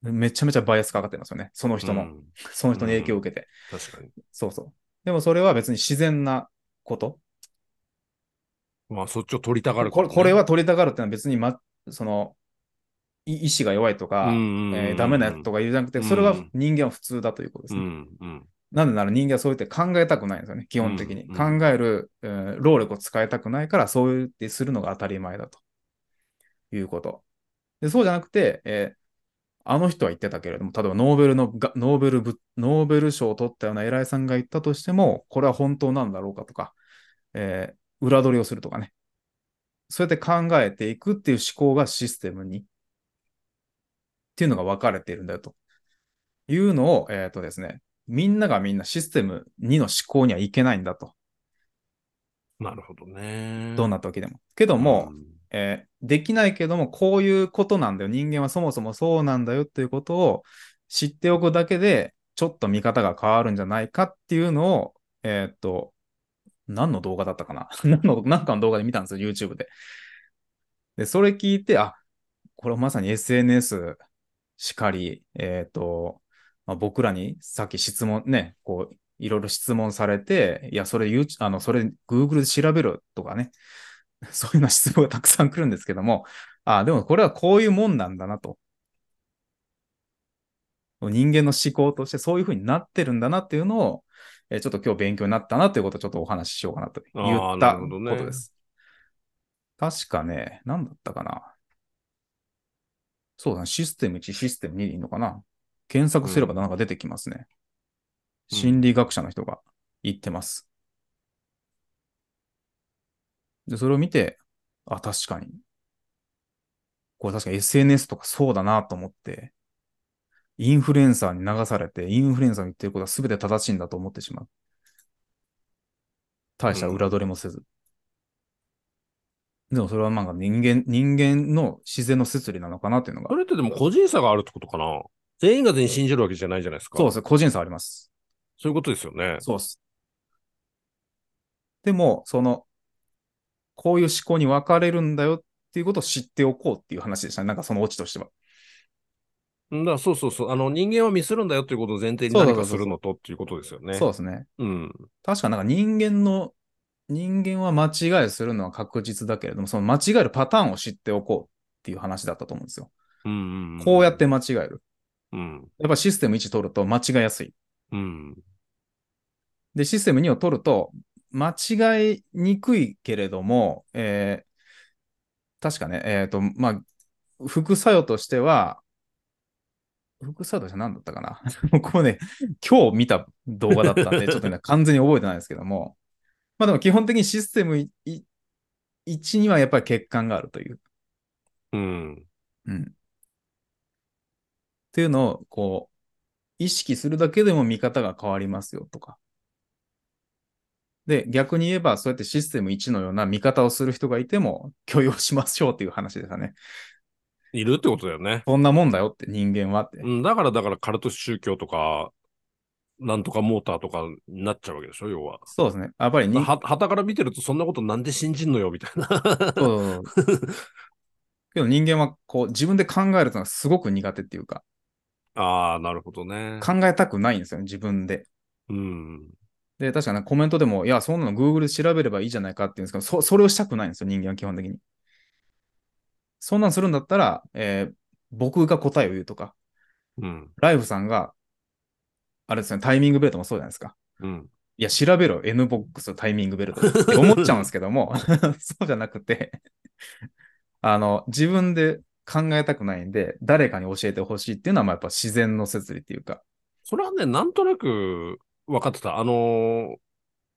[SPEAKER 2] う。めちゃめちゃバイアスかかってますよね。その人の、
[SPEAKER 1] うん
[SPEAKER 2] その人の影響を受けて。
[SPEAKER 1] 確かに。
[SPEAKER 2] そうそう。でもそれは別に自然なこと。
[SPEAKER 1] まあ、そっちを取りたがるか
[SPEAKER 2] こ
[SPEAKER 1] ら
[SPEAKER 2] れ
[SPEAKER 1] ね
[SPEAKER 2] これは取りたがるってのは別に、ま、その、い意志が弱いとか、えーダメなやつとか言うじゃなくて、それは
[SPEAKER 1] うん
[SPEAKER 2] 人間は普通だということです
[SPEAKER 1] う
[SPEAKER 2] ね。
[SPEAKER 1] んうん
[SPEAKER 2] なんでなら人間はそうやって考えたくないんですよね、基本的に。
[SPEAKER 1] うんうん
[SPEAKER 2] 考える、えー労力を使いたくないから、そう言ってするのが当たり前だということ。でそうじゃなくて、えーあの人は言ってたけれども、例えばノーベルのが、ノーベルぶ、ノーベル賞を取ったような偉いさんが言ったとしても、これは本当なんだろうかとか、えー裏取りをするとかね。そうやって考えていくっていう思考がシステムに、っていうのが分かれているんだよと。いうのを、えっ、とですね、みんながみんなシステム2の思考にはいけないんだと。
[SPEAKER 1] なるほどね。
[SPEAKER 2] どん
[SPEAKER 1] な
[SPEAKER 2] な時でも。けども、えーできないけども、こういうことなんだよ。人間はそもそもそうなんだよっていうことを知っておくだけで、ちょっと見方が変わるんじゃないかっていうのを、えーっと、何の動画だったかな 何の、なんかの動画で見たんですよ、YouTube で。で、それ聞いて、あ、これまさに SNS しかり、えーっと、まあ、僕らにさっき質問ね、こう、いろいろ質問されて、いや、それ、You- あの、それ、Google で調べるとかね、 そういうような質問がたくさん来るんですけども、あでもこれはこういうもんなんだなと。人間の思考としてそういうふうになってるんだなっていうのを、えーちょっと今日勉強になったなということをちょっとお話ししようかなと
[SPEAKER 1] あ
[SPEAKER 2] 言
[SPEAKER 1] ー
[SPEAKER 2] っ
[SPEAKER 1] な
[SPEAKER 2] た
[SPEAKER 1] るほど
[SPEAKER 2] こ
[SPEAKER 1] ね
[SPEAKER 2] とです。確かね、何だったかな。そうだね、システム1、システム2でいいのかな。検索すればなんか出てきますね。
[SPEAKER 1] うん
[SPEAKER 2] 心理学者の人が言ってます。で、それを見て、あ、確かに。これ確か SNS とかそうだなと思って、インフルエンサーに流されて、インフルエンサーの言ってることは全て正しいんだと思ってしまう。大した裏取りもせず。でもそれはなんか人間、人間の自然の摂理なのかなっていうのが
[SPEAKER 1] あ。れってでも個人差があるってことかな。全員が全員信じるわけじゃないじゃないですか。
[SPEAKER 2] そうです。個人差あります。
[SPEAKER 1] そういうことですよね。
[SPEAKER 2] そうっす。でも、その、こういう思考に分かれるんだよっていうことを知っておこうっていう話でしたね。なんかそのオチとしては。
[SPEAKER 1] うんだからそうそうそう。あの、人間はミスるんだよっていうことを前提に
[SPEAKER 2] そうそ
[SPEAKER 1] 何
[SPEAKER 2] うそ
[SPEAKER 1] か
[SPEAKER 2] うそ
[SPEAKER 1] す
[SPEAKER 2] う
[SPEAKER 1] るのとっていうことですよね。
[SPEAKER 2] そうですね。
[SPEAKER 1] うん。
[SPEAKER 2] 確かなんか人間の、人間は間違いするのは確実だけれども、その間違えるパターンを知っておこうっていう話だったと思うんですよ。
[SPEAKER 1] うんうんん
[SPEAKER 2] こうやっ。て間違える。
[SPEAKER 1] うん。
[SPEAKER 2] やっぱシステム1取ると間違えやすい。
[SPEAKER 1] うん。
[SPEAKER 2] で、システム2を取ると、間違いにくいけれども、えー確かね、えっ、と、まあ、副作用としては、副作用としては何だったかな もうこうね、今日見た動画だったんで、ちょっとね、完全に覚えてないですけども、まあでも基本的にシステム1にはやっぱり欠陥があるという。
[SPEAKER 1] うん。
[SPEAKER 2] うん。っていうのを、こう、意識するだけでも見方が変わりますよとか。で、逆に言えば、そうやってシステム1のような見方をする人がいても許容しましょうっていう話でした ね。
[SPEAKER 1] いるってことだよね。
[SPEAKER 2] こんなもんだよって人間はって。
[SPEAKER 1] うん。だから、だから、カルト宗教とか、なんとかモーターとかになっちゃうわけでしょ、要は。
[SPEAKER 2] そうですね。やっぱりに、
[SPEAKER 1] は、はたから見てると、そんなことなんで信じんのよ、みたいな。
[SPEAKER 2] そうそうそうけど人間はこう自分で考えるのがすごく苦手っていうか、
[SPEAKER 1] ああ、なるほどね。
[SPEAKER 2] 考えたくないんですよね、自分で。
[SPEAKER 1] うん。
[SPEAKER 2] で、確かにコメントでも、いや、そんなの Google で調べればいいじゃないかって言うんですけど、そそれをしたくないんですよ、人間は基本的に。そんなんするんだったら、えー僕が答えを言うとか、
[SPEAKER 1] うん。
[SPEAKER 2] ライフさんが、あれですね、タイミングベルトもそうじゃないですか。
[SPEAKER 1] うん。
[SPEAKER 2] いや、調べろ、NBOX タイミングベルトって思っちゃうんですけども、 そうじゃなくて、あの、自分で考えたくないんで、誰かに教えてほしいっていうのは、まあやっぱ自然の摂理っていうか、
[SPEAKER 1] それはね、なんとなく分かってた。あの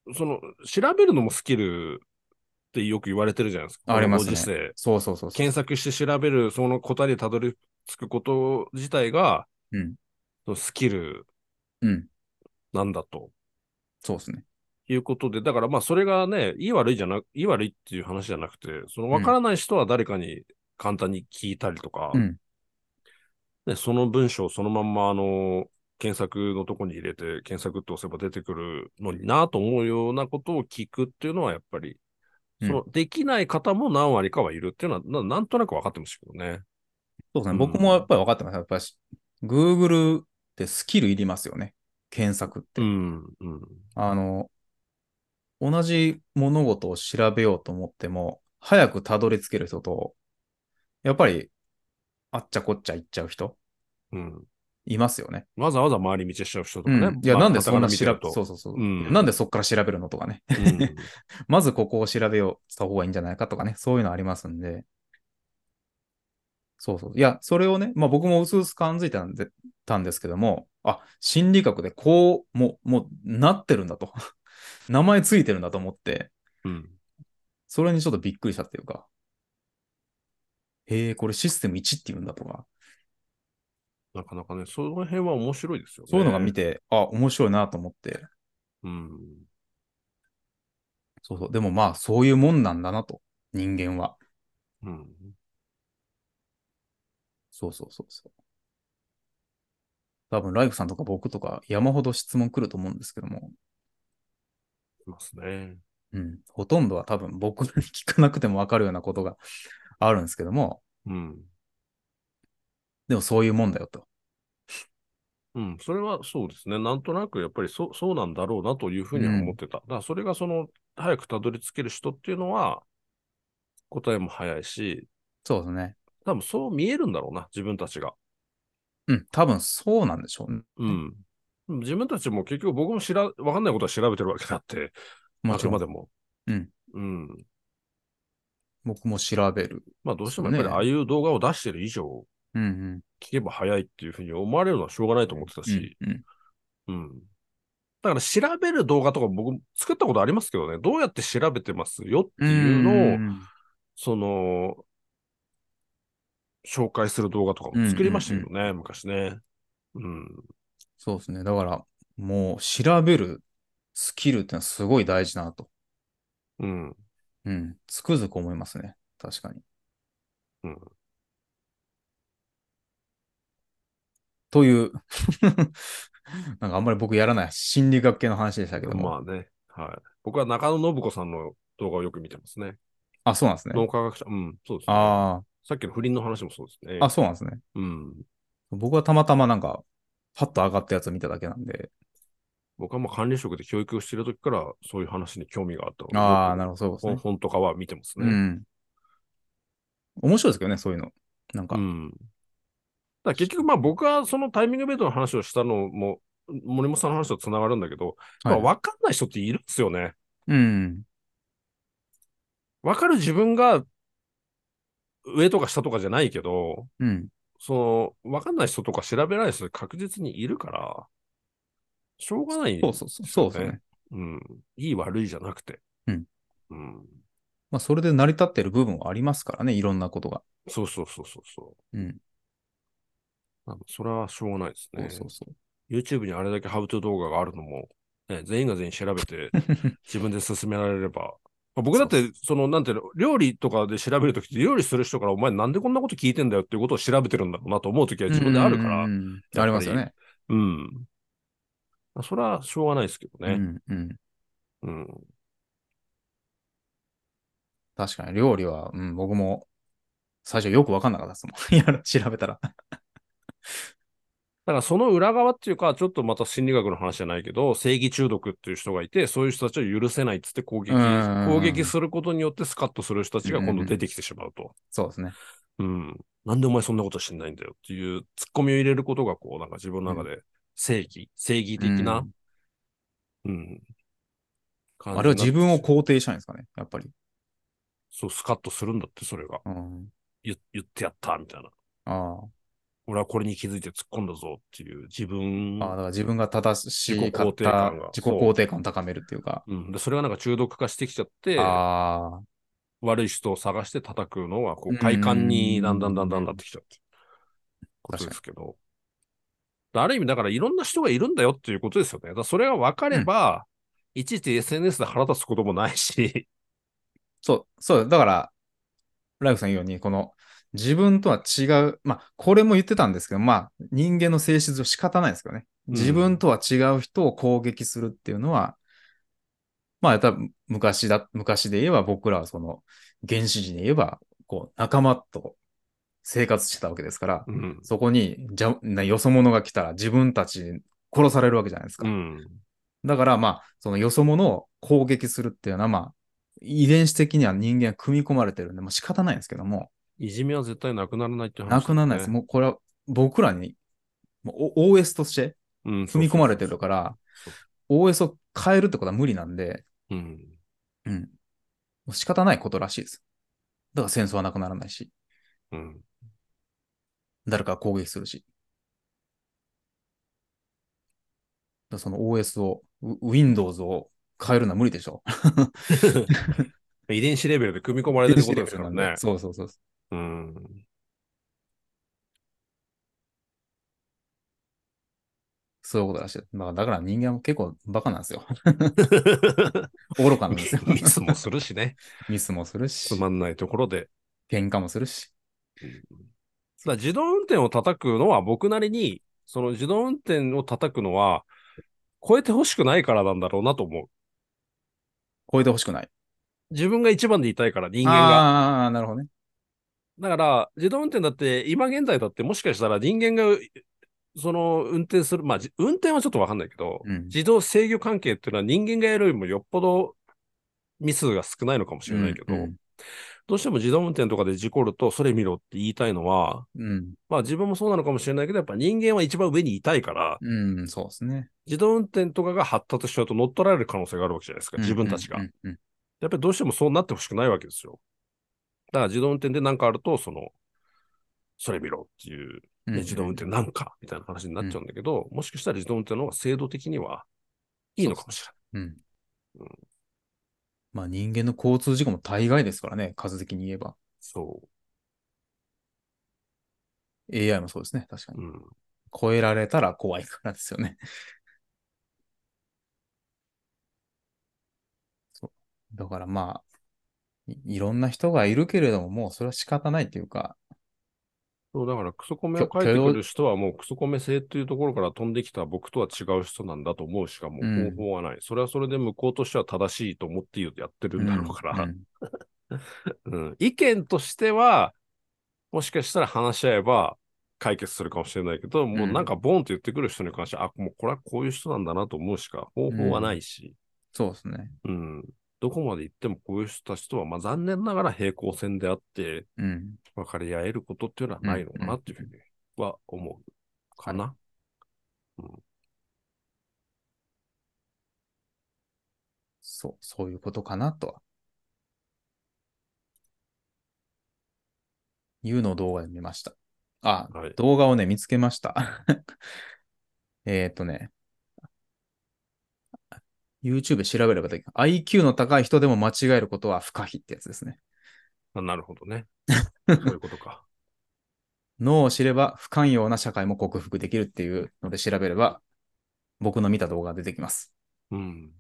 [SPEAKER 1] ーその、調べるのもスキルってよく言われてるじゃないですか。
[SPEAKER 2] あります
[SPEAKER 1] このご
[SPEAKER 2] ね
[SPEAKER 1] 時世。
[SPEAKER 2] そうそうそうそう。
[SPEAKER 1] 検索して調べる、その答えにたどり着くこと自体が、
[SPEAKER 2] うん
[SPEAKER 1] そのスキル
[SPEAKER 2] うん、
[SPEAKER 1] なんだと
[SPEAKER 2] そうですね。
[SPEAKER 1] いうことで、だからまあそれがね、いい悪いじゃな、いい悪いっていう話じゃなくて、その分からない人は誰かに簡単に聞いたりとか、
[SPEAKER 2] うん
[SPEAKER 1] ね、その文章をそのまんまあの、検索のとこに入れて、検索って押せば出てくるのになと思うようなことを聞くっていうのはやっぱり、そ
[SPEAKER 2] うん
[SPEAKER 1] の、できない方も何割かはいるっていうのは、ななんとなく分かってましたけどね。
[SPEAKER 2] そうです
[SPEAKER 1] うん
[SPEAKER 2] ね。僕もやっぱり分かってます。やっぱり、Google ってスキルいりますよね。検索って。
[SPEAKER 1] うん、うん、
[SPEAKER 2] あの、同じ物事を調べようと思っても、早くたどり着ける人と、やっぱり、あっちゃこっちゃ行っちゃう人、
[SPEAKER 1] うん。
[SPEAKER 2] いますよね。
[SPEAKER 1] わざわざ回り道しちゃう人と
[SPEAKER 2] う
[SPEAKER 1] かね。
[SPEAKER 2] ん、いや、なんでそんな調
[SPEAKER 1] 調
[SPEAKER 2] べ
[SPEAKER 1] べと。
[SPEAKER 2] そうそうそう。
[SPEAKER 1] うん
[SPEAKER 2] なんでそっから調べるのとかね。
[SPEAKER 1] うん
[SPEAKER 2] まずここを調べようした方がいいんじゃないかとかね、そういうのありますんで。そうそう。いや、それをね、まあ僕もうすうす感づいたんでたんですけども、あ、心理学でこう、もう、もうなってるんだと。 名前ついてるんだと思って、
[SPEAKER 1] うん
[SPEAKER 2] それにちょっとびっくりしたっていうか、へえ、これシステム1って言うんだとか、
[SPEAKER 1] なかなかね、その辺は面白いですよね。
[SPEAKER 2] そういうのが見て、あ、面白いなと思って、
[SPEAKER 1] うん。
[SPEAKER 2] そうそう。でもまあ、そういうもんなんだなと、人間は。
[SPEAKER 1] うん。
[SPEAKER 2] そうそうそうそう。多分、ライフさんとか僕とか山ほど質問来ると思うんですけども、
[SPEAKER 1] いますね。
[SPEAKER 2] うん、ほとんどは多分僕に聞かなくてもわかるようなことがあるんですけども、
[SPEAKER 1] うん。
[SPEAKER 2] でもそういうもんだよと。
[SPEAKER 1] うん。それはそうですね。なんとなくやっぱりそそうなんだろうなというふうには思ってた。だからそれがその、早くたどり着ける人っていうのは、答えも早いし、
[SPEAKER 2] そうですね。
[SPEAKER 1] 多分そう見えるんだろうな、自分たちが。
[SPEAKER 2] うん、多分そうなんでしょうね。
[SPEAKER 1] うん。自分たちも結局僕も知ら、わかんないことは調べてるわけだって、
[SPEAKER 2] も
[SPEAKER 1] あ
[SPEAKER 2] ち
[SPEAKER 1] く
[SPEAKER 2] ろ
[SPEAKER 1] ま
[SPEAKER 2] ん
[SPEAKER 1] でも。
[SPEAKER 2] うん。
[SPEAKER 1] うん。
[SPEAKER 2] 僕も調べる。
[SPEAKER 1] まあどうしてもやっぱり
[SPEAKER 2] そうね
[SPEAKER 1] ああいう動画を出してる以上、
[SPEAKER 2] うんうん。
[SPEAKER 1] 聞けば早いっていうふうに思われるのはしょうがないと思ってたし、
[SPEAKER 2] うんうん、
[SPEAKER 1] うん。だから調べる動画とか僕作ったことありますけどね、どうやって調べてますよっていうのを、
[SPEAKER 2] ん
[SPEAKER 1] その、紹介する動画とかも作りましたけどね、昔ね。うん。
[SPEAKER 2] そうですね。だから、もう調べるスキルってのはすごい大事だなと。
[SPEAKER 1] うん。
[SPEAKER 2] うん、つくづく思いますね。確かに。
[SPEAKER 1] うん
[SPEAKER 2] という なんかあんまり僕やらない心理学系の話でしたけども。
[SPEAKER 1] まあね。はい。僕は中野信子さんの動画をよく見てますね。
[SPEAKER 2] あ、そうなんですね。
[SPEAKER 1] 脳科学者。うん、そうですね。
[SPEAKER 2] あ
[SPEAKER 1] さっきの不倫の話もそうですね。
[SPEAKER 2] あ、あ、そうなんですね。
[SPEAKER 1] うん。
[SPEAKER 2] 僕はたまたまなんか、パッと上がったやつを見ただけなんで。
[SPEAKER 1] 僕はもう管理職で教育をしてる時からそういう話に興味があったので、
[SPEAKER 2] ああ、
[SPEAKER 1] よ
[SPEAKER 2] なるほど、そういうこ
[SPEAKER 1] く
[SPEAKER 2] と
[SPEAKER 1] 本
[SPEAKER 2] ですね。
[SPEAKER 1] 本とかは見てます
[SPEAKER 2] う
[SPEAKER 1] ね。
[SPEAKER 2] ん。面白いですけどね、そういうの。なんか、
[SPEAKER 1] うんだから結局、まあ僕はそのタイミングベッドの話をしたのも、森本さんの話とつながるんだけど、
[SPEAKER 2] はい
[SPEAKER 1] まあ分かんない人っているんですよね。
[SPEAKER 2] うん。
[SPEAKER 1] 分かる自分が上とか下とかじゃないけど、
[SPEAKER 2] うん。
[SPEAKER 1] その分かんない人とか調べられない人って確実にいるから、しょうがない。
[SPEAKER 2] そうそうそう。そうですね。
[SPEAKER 1] うん。いい悪いじゃなくて。
[SPEAKER 2] うん
[SPEAKER 1] うん。
[SPEAKER 2] まあ、それで成り立ってる部分はありますからね、いろんなことが。
[SPEAKER 1] そうそうそうそうそ
[SPEAKER 2] うん。
[SPEAKER 1] う。あのそれはしょうがないです
[SPEAKER 2] そ
[SPEAKER 1] ね
[SPEAKER 2] う。そうそう。
[SPEAKER 1] YouTube にあれだけハブトゥー動画があるのも、ね、全員が全員調べ て、自分で進められれば。まあ僕だって、その、なんていうの、料理とかで調べるときって、料理する人から、お前なんでこんなこと聞いてんだよっていうことを調べてるんだろうなと思うときは自分であるから、
[SPEAKER 2] う
[SPEAKER 1] うんん
[SPEAKER 2] うんうんありますよね。
[SPEAKER 1] まあそれはしょうがないですけど
[SPEAKER 2] う
[SPEAKER 1] ね。
[SPEAKER 2] んうん。
[SPEAKER 1] うん。
[SPEAKER 2] 確かに料理は、うん、僕 も最初よくわかんなかったですもん。やる調べたら。
[SPEAKER 1] だからその裏側っていうか、ちょっとまた心理学の話じゃないけど、正義中毒っていう人がいて、そういう人たちを許せないっつって攻撃、
[SPEAKER 2] うんうんうん
[SPEAKER 1] 攻撃することによってスカッとする人たちが今度出てきてしまうと。
[SPEAKER 2] そうですね。
[SPEAKER 1] うん。なんでお前そんなことしてないんだよっていうツッコミを入れることが、こう、なんか自分の中で正義、正義的な、うん。感じになって
[SPEAKER 2] あれは自分を肯定したいんですかね、やっぱり。
[SPEAKER 1] そう、スカッとするんだって、それが。
[SPEAKER 2] うん。
[SPEAKER 1] 言言ってやった、みたいな。
[SPEAKER 2] あ
[SPEAKER 1] 俺はこれに気づいて突っ込んだぞっていう自分
[SPEAKER 2] あ。ああ、だから自分が正しか
[SPEAKER 1] 自己肯
[SPEAKER 2] っ
[SPEAKER 1] 定感
[SPEAKER 2] た
[SPEAKER 1] が
[SPEAKER 2] 自己肯定感を高めるっていうか。
[SPEAKER 1] うん、でそれがなんか中毒化してきちゃって、
[SPEAKER 2] ああ、
[SPEAKER 1] 悪い人を探して叩くのが、こ
[SPEAKER 2] う
[SPEAKER 1] う、
[SPEAKER 2] ん
[SPEAKER 1] 快感にだんだんだんだんなってきちゃうってことですけど。ある意味、だからいろんな人がいるんだよっていうことですよね。だからそれが分かれば、いちいち SNS で腹立つこともないし、
[SPEAKER 2] そう、そう、だから、ライフさん言うように、この自分とは違う、まあ、これも言ってたんですけど、まあ、人間の性質上仕方ないですけどね。
[SPEAKER 1] うん
[SPEAKER 2] 自分とは違う人を攻撃するっていうのは、まあ、多分昔だ、昔で言えば僕らはその原始人で言えば、こう、仲間と生活してたわけですから、
[SPEAKER 1] うん。
[SPEAKER 2] そこにじゃなよそ者が来たら自分たち殺されるわけじゃないですか。
[SPEAKER 1] うん。
[SPEAKER 2] だからまあ、そのよそ者を攻撃するっていうのはまあ、遺伝子的には人間は組み込まれてるんで、まあ仕方ないんですけども、
[SPEAKER 1] いじめは絶対なくならないって話、
[SPEAKER 2] なくならないです。。もうこれは僕らに、もうお OS として
[SPEAKER 1] うん、
[SPEAKER 2] 組み込まれてるから
[SPEAKER 1] そう、
[SPEAKER 2] OS を変えるってことは無理なんで、
[SPEAKER 1] ら。うん。
[SPEAKER 2] うん。もう仕方ないことらしいです。だから戦争はなくならないし、
[SPEAKER 1] うん。
[SPEAKER 2] 誰かが攻撃するし。だからその OS を、ウ Windows を変えるのは無理でしょ。
[SPEAKER 1] 遺伝子レベルで組み込まれてることですからね。
[SPEAKER 2] そうそうそう。
[SPEAKER 1] うん。
[SPEAKER 2] そういうことらしい。まあ、だから人間も結構バカなんですよ。愚かなんですよ
[SPEAKER 1] 。ミスもするしね。
[SPEAKER 2] ミスもするし
[SPEAKER 1] つ、まんないところで。
[SPEAKER 2] 喧嘩もするし。
[SPEAKER 1] だから自動運転を叩くのは僕なりに、その自動運転を叩くのは、超えてほしくないからなんだろうなと思う。
[SPEAKER 2] 超えてほしくない。
[SPEAKER 1] 自分が一番でいたいから、人間が。
[SPEAKER 2] ああー、なるほどね。
[SPEAKER 1] だから、自動運転だって、今現在だって、もしかしたら人間が、その、運転する、まあ、じ運転はちょっとわかんないけど、
[SPEAKER 2] うん。
[SPEAKER 1] 自動制御関係っていうのは人間がやるよりもよっぽどミスが少ないのかもしれないけど、
[SPEAKER 2] うん
[SPEAKER 1] どうしても自動運転とかで事故ると、それ見ろって言いたいのは、
[SPEAKER 2] うん。
[SPEAKER 1] まあ自分もそうなのかもしれないけど、やっぱ人間は一番上にいたいから、
[SPEAKER 2] うん、うんそうですね。
[SPEAKER 1] 自動運転とかが発達しちゃうと乗っ取られる可能性があるわけじゃないですか、自分たちが。
[SPEAKER 2] うんうんうん
[SPEAKER 1] やっぱりどうしてもそうなってほしくないわけですよ。だから自動運転で何かあると、その、それ見ろっていう、
[SPEAKER 2] うん
[SPEAKER 1] ね自動運転なんかみたいな話になっちゃうんだけど、もしかしたら自動運転の方が制度的にはいいのかもし
[SPEAKER 2] うん
[SPEAKER 1] うん。
[SPEAKER 2] まあ人間の交通事故も大概ですからね、数的に言えば。
[SPEAKER 1] れない。そ
[SPEAKER 2] AI もそうですね、確か
[SPEAKER 1] う。
[SPEAKER 2] に。
[SPEAKER 1] うん。
[SPEAKER 2] 超えられたら怖いからです よね。そうだからまあい、いろんな人がいるけれども、もうそれは仕方ないっていうか、
[SPEAKER 1] そう、だからクソコメを書いてくる人はもうクソコメ性っていうところから飛んできた僕とは違う人なんだと思うしかもう方法はない。それはそれで向こうとしては正しいと思ってやってるんだろうから。
[SPEAKER 2] うん
[SPEAKER 1] うん、意見としては、もしかしたら話し合えば解決するかもしれないけど、もうなんかボンって言ってくる人に関しては、あ、もうこれはこういう人なんだなと思うしか方法はないし、
[SPEAKER 2] そうですね。
[SPEAKER 1] うん、どこまで行ってもこういう人たちとは、まあ残念ながら平行線であって、
[SPEAKER 2] うん。
[SPEAKER 1] 分かり合えることっていうのはないのかなっていうふうには思うかな。
[SPEAKER 2] そう、そういうことかなとは。いうのを動画で見ました。あ、
[SPEAKER 1] はい。
[SPEAKER 2] 動画をね、見つけました。 えっとね。YouTube で調べればできる。IQ の高い人でも間違えることは不可避ってやつですね。
[SPEAKER 1] あなるほど ね。そういうことか。
[SPEAKER 2] 脳を知れば不寛容な社会も克服できるっていうので調べれば、僕の見た動画が出て きます。
[SPEAKER 1] うん。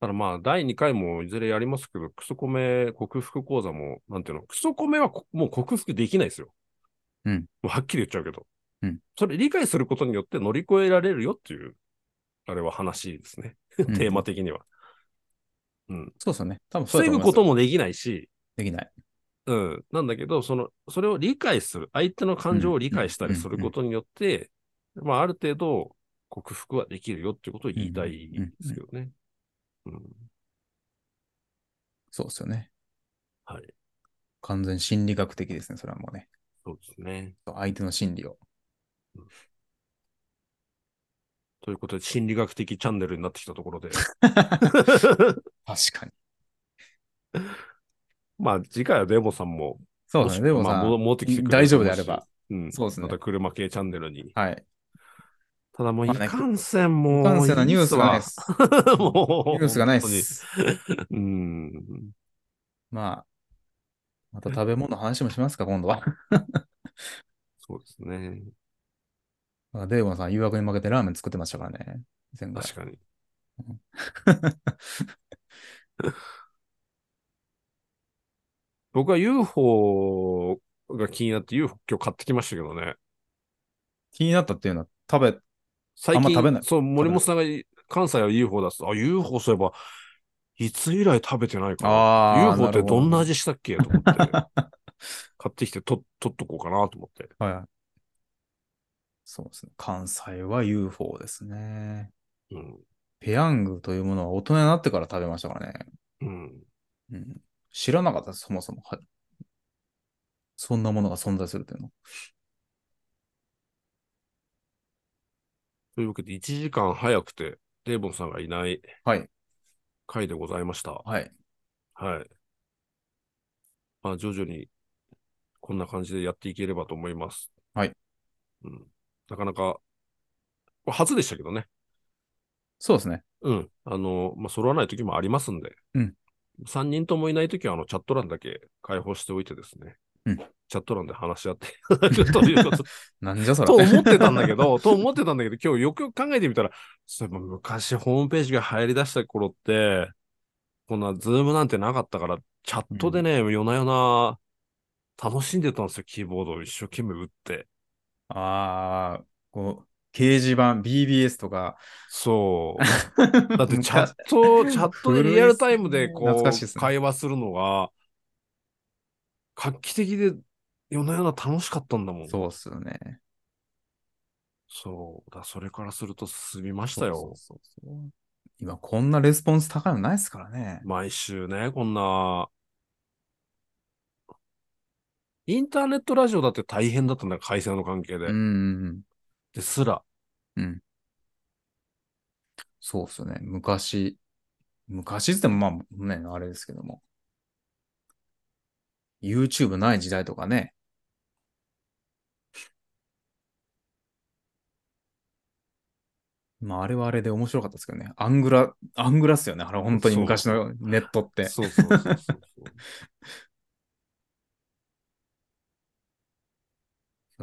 [SPEAKER 1] ただまあ、第2回もいずれやりますけど、クソコメ克服講座も、なんていうの、クソコメはこもう克服できないですよ。
[SPEAKER 2] うん
[SPEAKER 1] もうはっきり言っちゃうけど。
[SPEAKER 2] うん
[SPEAKER 1] それ理解することによって乗り越えられるよっていう、あれは話ですね。
[SPEAKER 2] テ
[SPEAKER 1] テーマ的には。うん。
[SPEAKER 2] そうですよね。多分そう
[SPEAKER 1] 防
[SPEAKER 2] だ
[SPEAKER 1] ぐ
[SPEAKER 2] と思いま
[SPEAKER 1] こ
[SPEAKER 2] すよ
[SPEAKER 1] ともできないし、
[SPEAKER 2] できない。
[SPEAKER 1] うん。なんだけど、その、それを理解する、相手の感情を理解したりすることによって、まあ、ある程度、克服はできるよっていうことを言いたいですけどね。うん。
[SPEAKER 2] そうですよね。
[SPEAKER 1] はい。
[SPEAKER 2] 完全心理学的ですね、それはもうね。
[SPEAKER 1] そうですね。
[SPEAKER 2] 相手の 心理を。
[SPEAKER 1] ということで、心理学的チャンネルになってきたとこ ろで。
[SPEAKER 2] 確かに。
[SPEAKER 1] まあ、次回はデーモさんも、
[SPEAKER 2] そうですね、でも
[SPEAKER 1] ま
[SPEAKER 2] さ
[SPEAKER 1] あ、戻戻ってきてくれ
[SPEAKER 2] 大丈夫であれば。。
[SPEAKER 1] うん。
[SPEAKER 2] そうですね
[SPEAKER 1] また車系チャンネルに。
[SPEAKER 2] はい。
[SPEAKER 1] ただもう、い
[SPEAKER 2] まあね
[SPEAKER 1] かんせんもう。
[SPEAKER 2] 関西のニュースがないです。
[SPEAKER 1] いいっすわ。もう。
[SPEAKER 2] ニュースがないです。
[SPEAKER 1] 本当に。うん。
[SPEAKER 2] まあ、また食べ物の話もしますか、今度 は。
[SPEAKER 1] そうですね。
[SPEAKER 2] まあデーゴンさん、誘惑に負けてラーメン作ってましたからね。前回
[SPEAKER 1] 確かに。僕は UFO が気になって UFO 今日買ってきましたけどね。
[SPEAKER 2] 気になったっていうのは、食べ、
[SPEAKER 1] 最近、
[SPEAKER 2] あんま食べない
[SPEAKER 1] そう、森本さんが関西は UFO 出すと、あ、UFO そういえば、いつ以来食べてないか
[SPEAKER 2] あ
[SPEAKER 1] な。
[SPEAKER 2] ー
[SPEAKER 1] UFO ってどんな
[SPEAKER 2] る
[SPEAKER 1] 味したっけと思って、買ってきてと取っとこうかなと思って。
[SPEAKER 2] ほどはい。そうですね。関西は UFO ですね。
[SPEAKER 1] うん。
[SPEAKER 2] ペヤングというものは大人になってから食べましたからね。
[SPEAKER 1] うん。
[SPEAKER 2] うん、知らなかったです、そもそも。はい。そんなものが存在するというの。
[SPEAKER 1] というわけで、1時間早くて、デーボンさんがいない
[SPEAKER 2] はい。
[SPEAKER 1] 回でございました。
[SPEAKER 2] はい。
[SPEAKER 1] はい。まあ、徐々にこんな感じでやっていければと思います。
[SPEAKER 2] はい。
[SPEAKER 1] うん。なかなか、これ初でしたけどね。
[SPEAKER 2] そうですね。
[SPEAKER 1] うん。あの、まあ、揃わない時もありますんで。
[SPEAKER 2] うん。
[SPEAKER 1] 3人ともいない時は、あの、チャット欄だけ開放しておいてですね。
[SPEAKER 2] うん
[SPEAKER 1] チャット欄で話し合ってい ただくということ。
[SPEAKER 2] なんじゃそ
[SPEAKER 1] と
[SPEAKER 2] れ。
[SPEAKER 1] 思ってたんだけ ど、と思ってたんだけど、今日よくよく考えてみたら、そういえば昔ホームページが入り出した頃って、こんなズームなんてなかったから、チャットでね、夜な夜な楽しんでたんですよ、キーボードを一生懸命打って。
[SPEAKER 2] ああ、こう、掲示板、BBS とか。
[SPEAKER 1] そう。 だ ってチャ
[SPEAKER 2] 昔
[SPEAKER 1] ット、チャットでリアルタイムでこ
[SPEAKER 2] 懐かしいで
[SPEAKER 1] う、
[SPEAKER 2] すね
[SPEAKER 1] 会話するのが、画期的で夜な夜な楽しかったんだもん。
[SPEAKER 2] そうっすよね。
[SPEAKER 1] そう。だそれからすると進みましたよ。
[SPEAKER 2] そうそうそうそう今、こんなレスポンス高いのないですからね。
[SPEAKER 1] 毎週ね、こんな。インターネットラジオだって大変だったんだよ、回線の関係で。
[SPEAKER 2] うんうんうん。
[SPEAKER 1] ですら。
[SPEAKER 2] そうっすよね。昔、昔っつっても、まあね、あれですけども。YouTube ない時代とかね。まあ、あれはあれで面白かったですけどね。アングラ、アングラっすよね。あれ、本当に
[SPEAKER 1] そう
[SPEAKER 2] 昔のネット って。
[SPEAKER 1] そうそうそうそうそ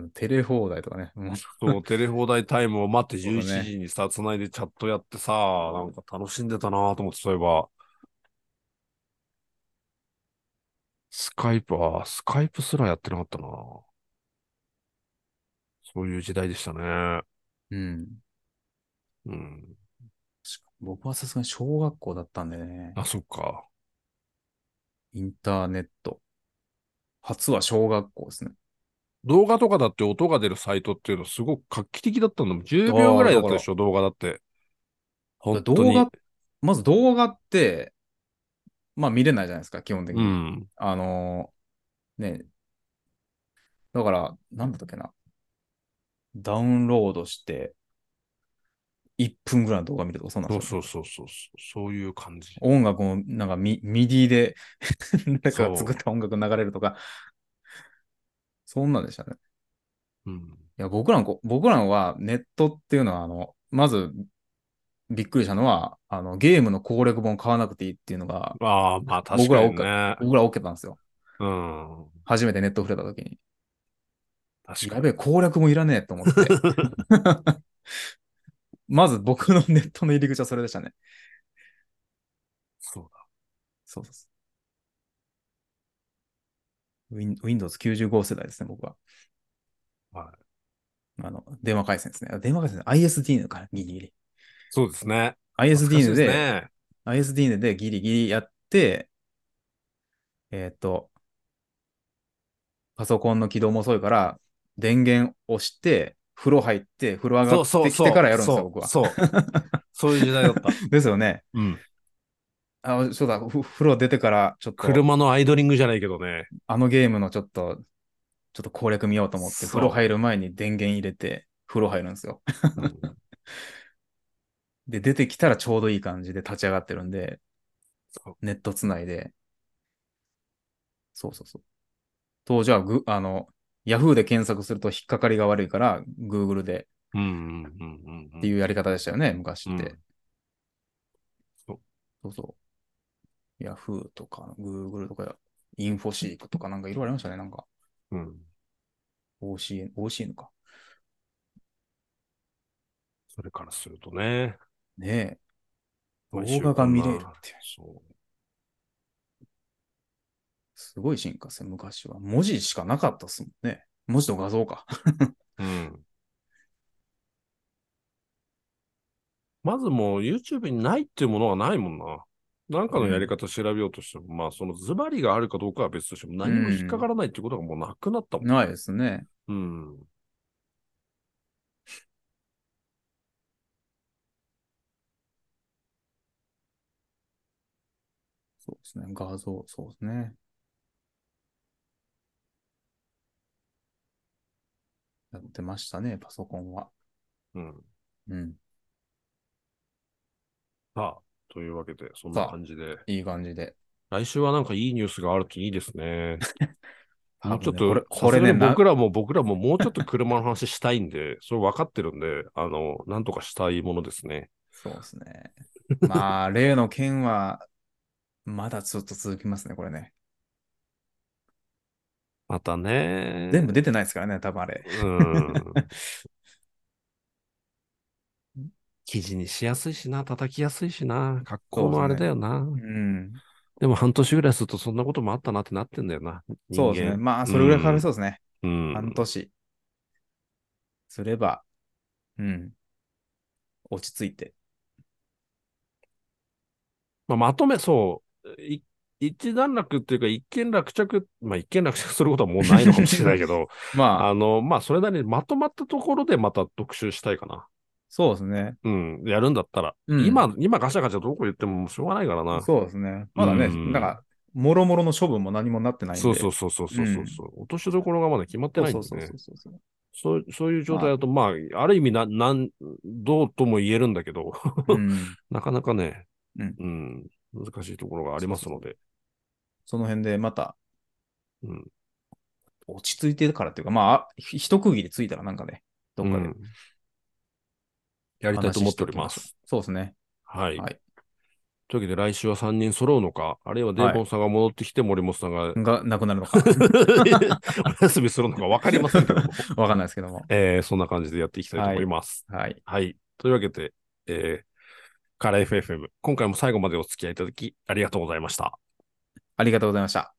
[SPEAKER 1] う。
[SPEAKER 2] テレ放題とかね。もう
[SPEAKER 1] そう、テレ放題タイムを待って
[SPEAKER 2] そうだね
[SPEAKER 1] 11時にさ、つないでチャットやってさ、なんか楽しんでたなと思って、そういえば。スカイプ、あースカイプすらやってなかったなそういう時代でしたね。
[SPEAKER 2] うん。
[SPEAKER 1] うん。
[SPEAKER 2] 確か僕はさすがに小学校だったんでね。
[SPEAKER 1] あ、そっか。
[SPEAKER 2] インターネット。初は小学校ですね。
[SPEAKER 1] 動画とかだって音が出るサイトっていうのすごく画期的だったんだもん。10秒ぐらいだったでしょ、動画だって。本当に。
[SPEAKER 2] 動画まず動画って、まあ見れないじゃないですか、基本的
[SPEAKER 1] う
[SPEAKER 2] に。
[SPEAKER 1] ん。
[SPEAKER 2] あのーね、だから、なんだったっけな。ダウンロードして、1分ぐらいの動画見るとか、そうなん
[SPEAKER 1] そう
[SPEAKER 2] です
[SPEAKER 1] そ
[SPEAKER 2] よ
[SPEAKER 1] うそうそう。そういう感じ。
[SPEAKER 2] 音楽も、なんかミミディで、 誰かが作った音楽流れるとか、そんなんでしたね。
[SPEAKER 1] うん。
[SPEAKER 2] いや、僕らのこ、僕らのはネットっていうのは、あの、まず、びっくりしたのは、あの、ゲームの攻略本買わなくていいっていうのが、
[SPEAKER 1] ああ、まあ確
[SPEAKER 2] 僕
[SPEAKER 1] からにね。
[SPEAKER 2] 僕ら OK なんですよ。
[SPEAKER 1] うん。
[SPEAKER 2] 初めてネット触れた時に。
[SPEAKER 1] 確か
[SPEAKER 2] や
[SPEAKER 1] に。
[SPEAKER 2] べえ、攻略もいらねえと思って。 まず僕のネットの入り口はそれでしたね。
[SPEAKER 1] そうだ。
[SPEAKER 2] そうそうそう。Win- Windows95 世代ですね、僕は。。
[SPEAKER 1] はい
[SPEAKER 2] あの、電話回線ですね。あ電話回線、ISDN か、ギリギリ。
[SPEAKER 1] そうですね。
[SPEAKER 2] ISDN
[SPEAKER 1] 懐かしいす
[SPEAKER 2] で、
[SPEAKER 1] ね。
[SPEAKER 2] ISDN でギリギリやって、えーっ、と、パソコンの起動も遅いから、電源押して、風呂入って、風呂上がってきてからやるんですよ、僕は。
[SPEAKER 1] そう。そういう時代だ った。
[SPEAKER 2] ですよね。
[SPEAKER 1] うん。
[SPEAKER 2] あ、そうだ、ふ風呂出てから、ちょっと、
[SPEAKER 1] 車のアイドリングじゃないけど ね。
[SPEAKER 2] あのゲームのちょっと、ちょっと攻略見ようと思って、
[SPEAKER 1] そう
[SPEAKER 2] 風呂入る前に電源入れて、風呂入るんですよ。で、出てきたらちょうどいい感じで立ち上がってるんで、
[SPEAKER 1] そう
[SPEAKER 2] ネットつないで。そうそうそう。当時はグ、あの、Yahoo で検索すると引っかかりが悪いから、Google で
[SPEAKER 1] うんうんうんうんうん。
[SPEAKER 2] っていうやり方でしたよね、昔って。
[SPEAKER 1] うん
[SPEAKER 2] そうそう。Yahoo とか Google とか、インフォシークとかなんかいろいろありましたね、なんか。
[SPEAKER 1] うん。
[SPEAKER 2] OCN、OCN か。
[SPEAKER 1] それからするとね。
[SPEAKER 2] ねえ。
[SPEAKER 1] 毎
[SPEAKER 2] 動
[SPEAKER 1] 週
[SPEAKER 2] 画が見れるって
[SPEAKER 1] こんな。そう。
[SPEAKER 2] すごい進化ですね、昔は。文字しかなかったっすもんね。文字と画像か。
[SPEAKER 1] うん。まずもう YouTube にないっていうものはないもんな。なんかのやり方調べようとしても、まあそのズバリがあるかどうかは別としても何も引っかからないっていうことがもうなくなったもん。
[SPEAKER 2] ないですね。
[SPEAKER 1] うん。
[SPEAKER 2] そうですね。画像、そうですね。やってましたね、パソコンは。
[SPEAKER 1] うん。
[SPEAKER 2] うん。
[SPEAKER 1] さあ、というわけで、そんな感じで。
[SPEAKER 2] いい感じで。
[SPEAKER 1] 来週はなんかいいニュースがあるといいです ね。もうちょっ
[SPEAKER 2] 多分
[SPEAKER 1] と
[SPEAKER 2] ね、これ、これね、
[SPEAKER 1] さすがに
[SPEAKER 2] な
[SPEAKER 1] 僕らも、僕らももうちょっと車の話したいんで、それ分かってるんで、あの、なんとかしたいものですね。
[SPEAKER 2] そうですね。ま あ、例の件は、まだずっと続きますね、これね。
[SPEAKER 1] またね。
[SPEAKER 2] 全部出てないですからね、多分あれ。
[SPEAKER 1] うん。 記事にしやすいしな、叩きやすいしな、格好のあれだよな。で
[SPEAKER 2] うん。
[SPEAKER 1] も半年ぐらいするとそんなこともあったなってなってんだよな。
[SPEAKER 2] そうですね。まあ、それぐらいかかりそうですね。
[SPEAKER 1] う。うん。
[SPEAKER 2] 半年。すれば、うん。落ち着いて。
[SPEAKER 1] まあ、まとめ、そう。い一段落っていうか、一見落着、まあ、一見落着することはもうないのかもしれないけど、
[SPEAKER 2] まあ、
[SPEAKER 1] あの、まあ、それなりにまとまったところでまた特集したいかな。
[SPEAKER 2] そうですね。
[SPEAKER 1] うん、やるんだったら。
[SPEAKER 2] うん
[SPEAKER 1] 今、今ガシャガシャどこ言ってももうしょうがないからな。
[SPEAKER 2] そうですね。まだね、
[SPEAKER 1] うん
[SPEAKER 2] だから、もろもろの処分も何もなってないんで。
[SPEAKER 1] そうそうそうそうそうそうそう、落としどころがまだ決まってないん
[SPEAKER 2] そ
[SPEAKER 1] で
[SPEAKER 2] う
[SPEAKER 1] す
[SPEAKER 2] そ
[SPEAKER 1] ね
[SPEAKER 2] うそう。そうそ
[SPEAKER 1] そ
[SPEAKER 2] う。
[SPEAKER 1] うそういう状態だと、まあ、ある意味な、なん、どうとも言えるんだけど、
[SPEAKER 2] うん
[SPEAKER 1] なかなかね、
[SPEAKER 2] うん
[SPEAKER 1] うん、難しいところがありますので。
[SPEAKER 2] その辺でまた、
[SPEAKER 1] うん
[SPEAKER 2] 落ち着いてからっていうか、まああ、ひ一区切りついたらなんかね、どっかで、
[SPEAKER 1] うんやりたいと思っております。
[SPEAKER 2] そうですね。
[SPEAKER 1] はい。
[SPEAKER 2] はい
[SPEAKER 1] というわけで、来週は3人揃うのか、あるいはデーボンさんが戻ってきて、森本さんが、
[SPEAKER 2] が、なくなるのか。
[SPEAKER 1] お休みするのか分かりませんけど も、
[SPEAKER 2] わかんないですけども。
[SPEAKER 1] えーそんな感じでやっていきたいと思います。
[SPEAKER 2] はい。
[SPEAKER 1] はい。というわけで、えー、カラー FFM、今回も最後までお付き合いいただき、ありがとうございました。
[SPEAKER 2] ありがとうございました。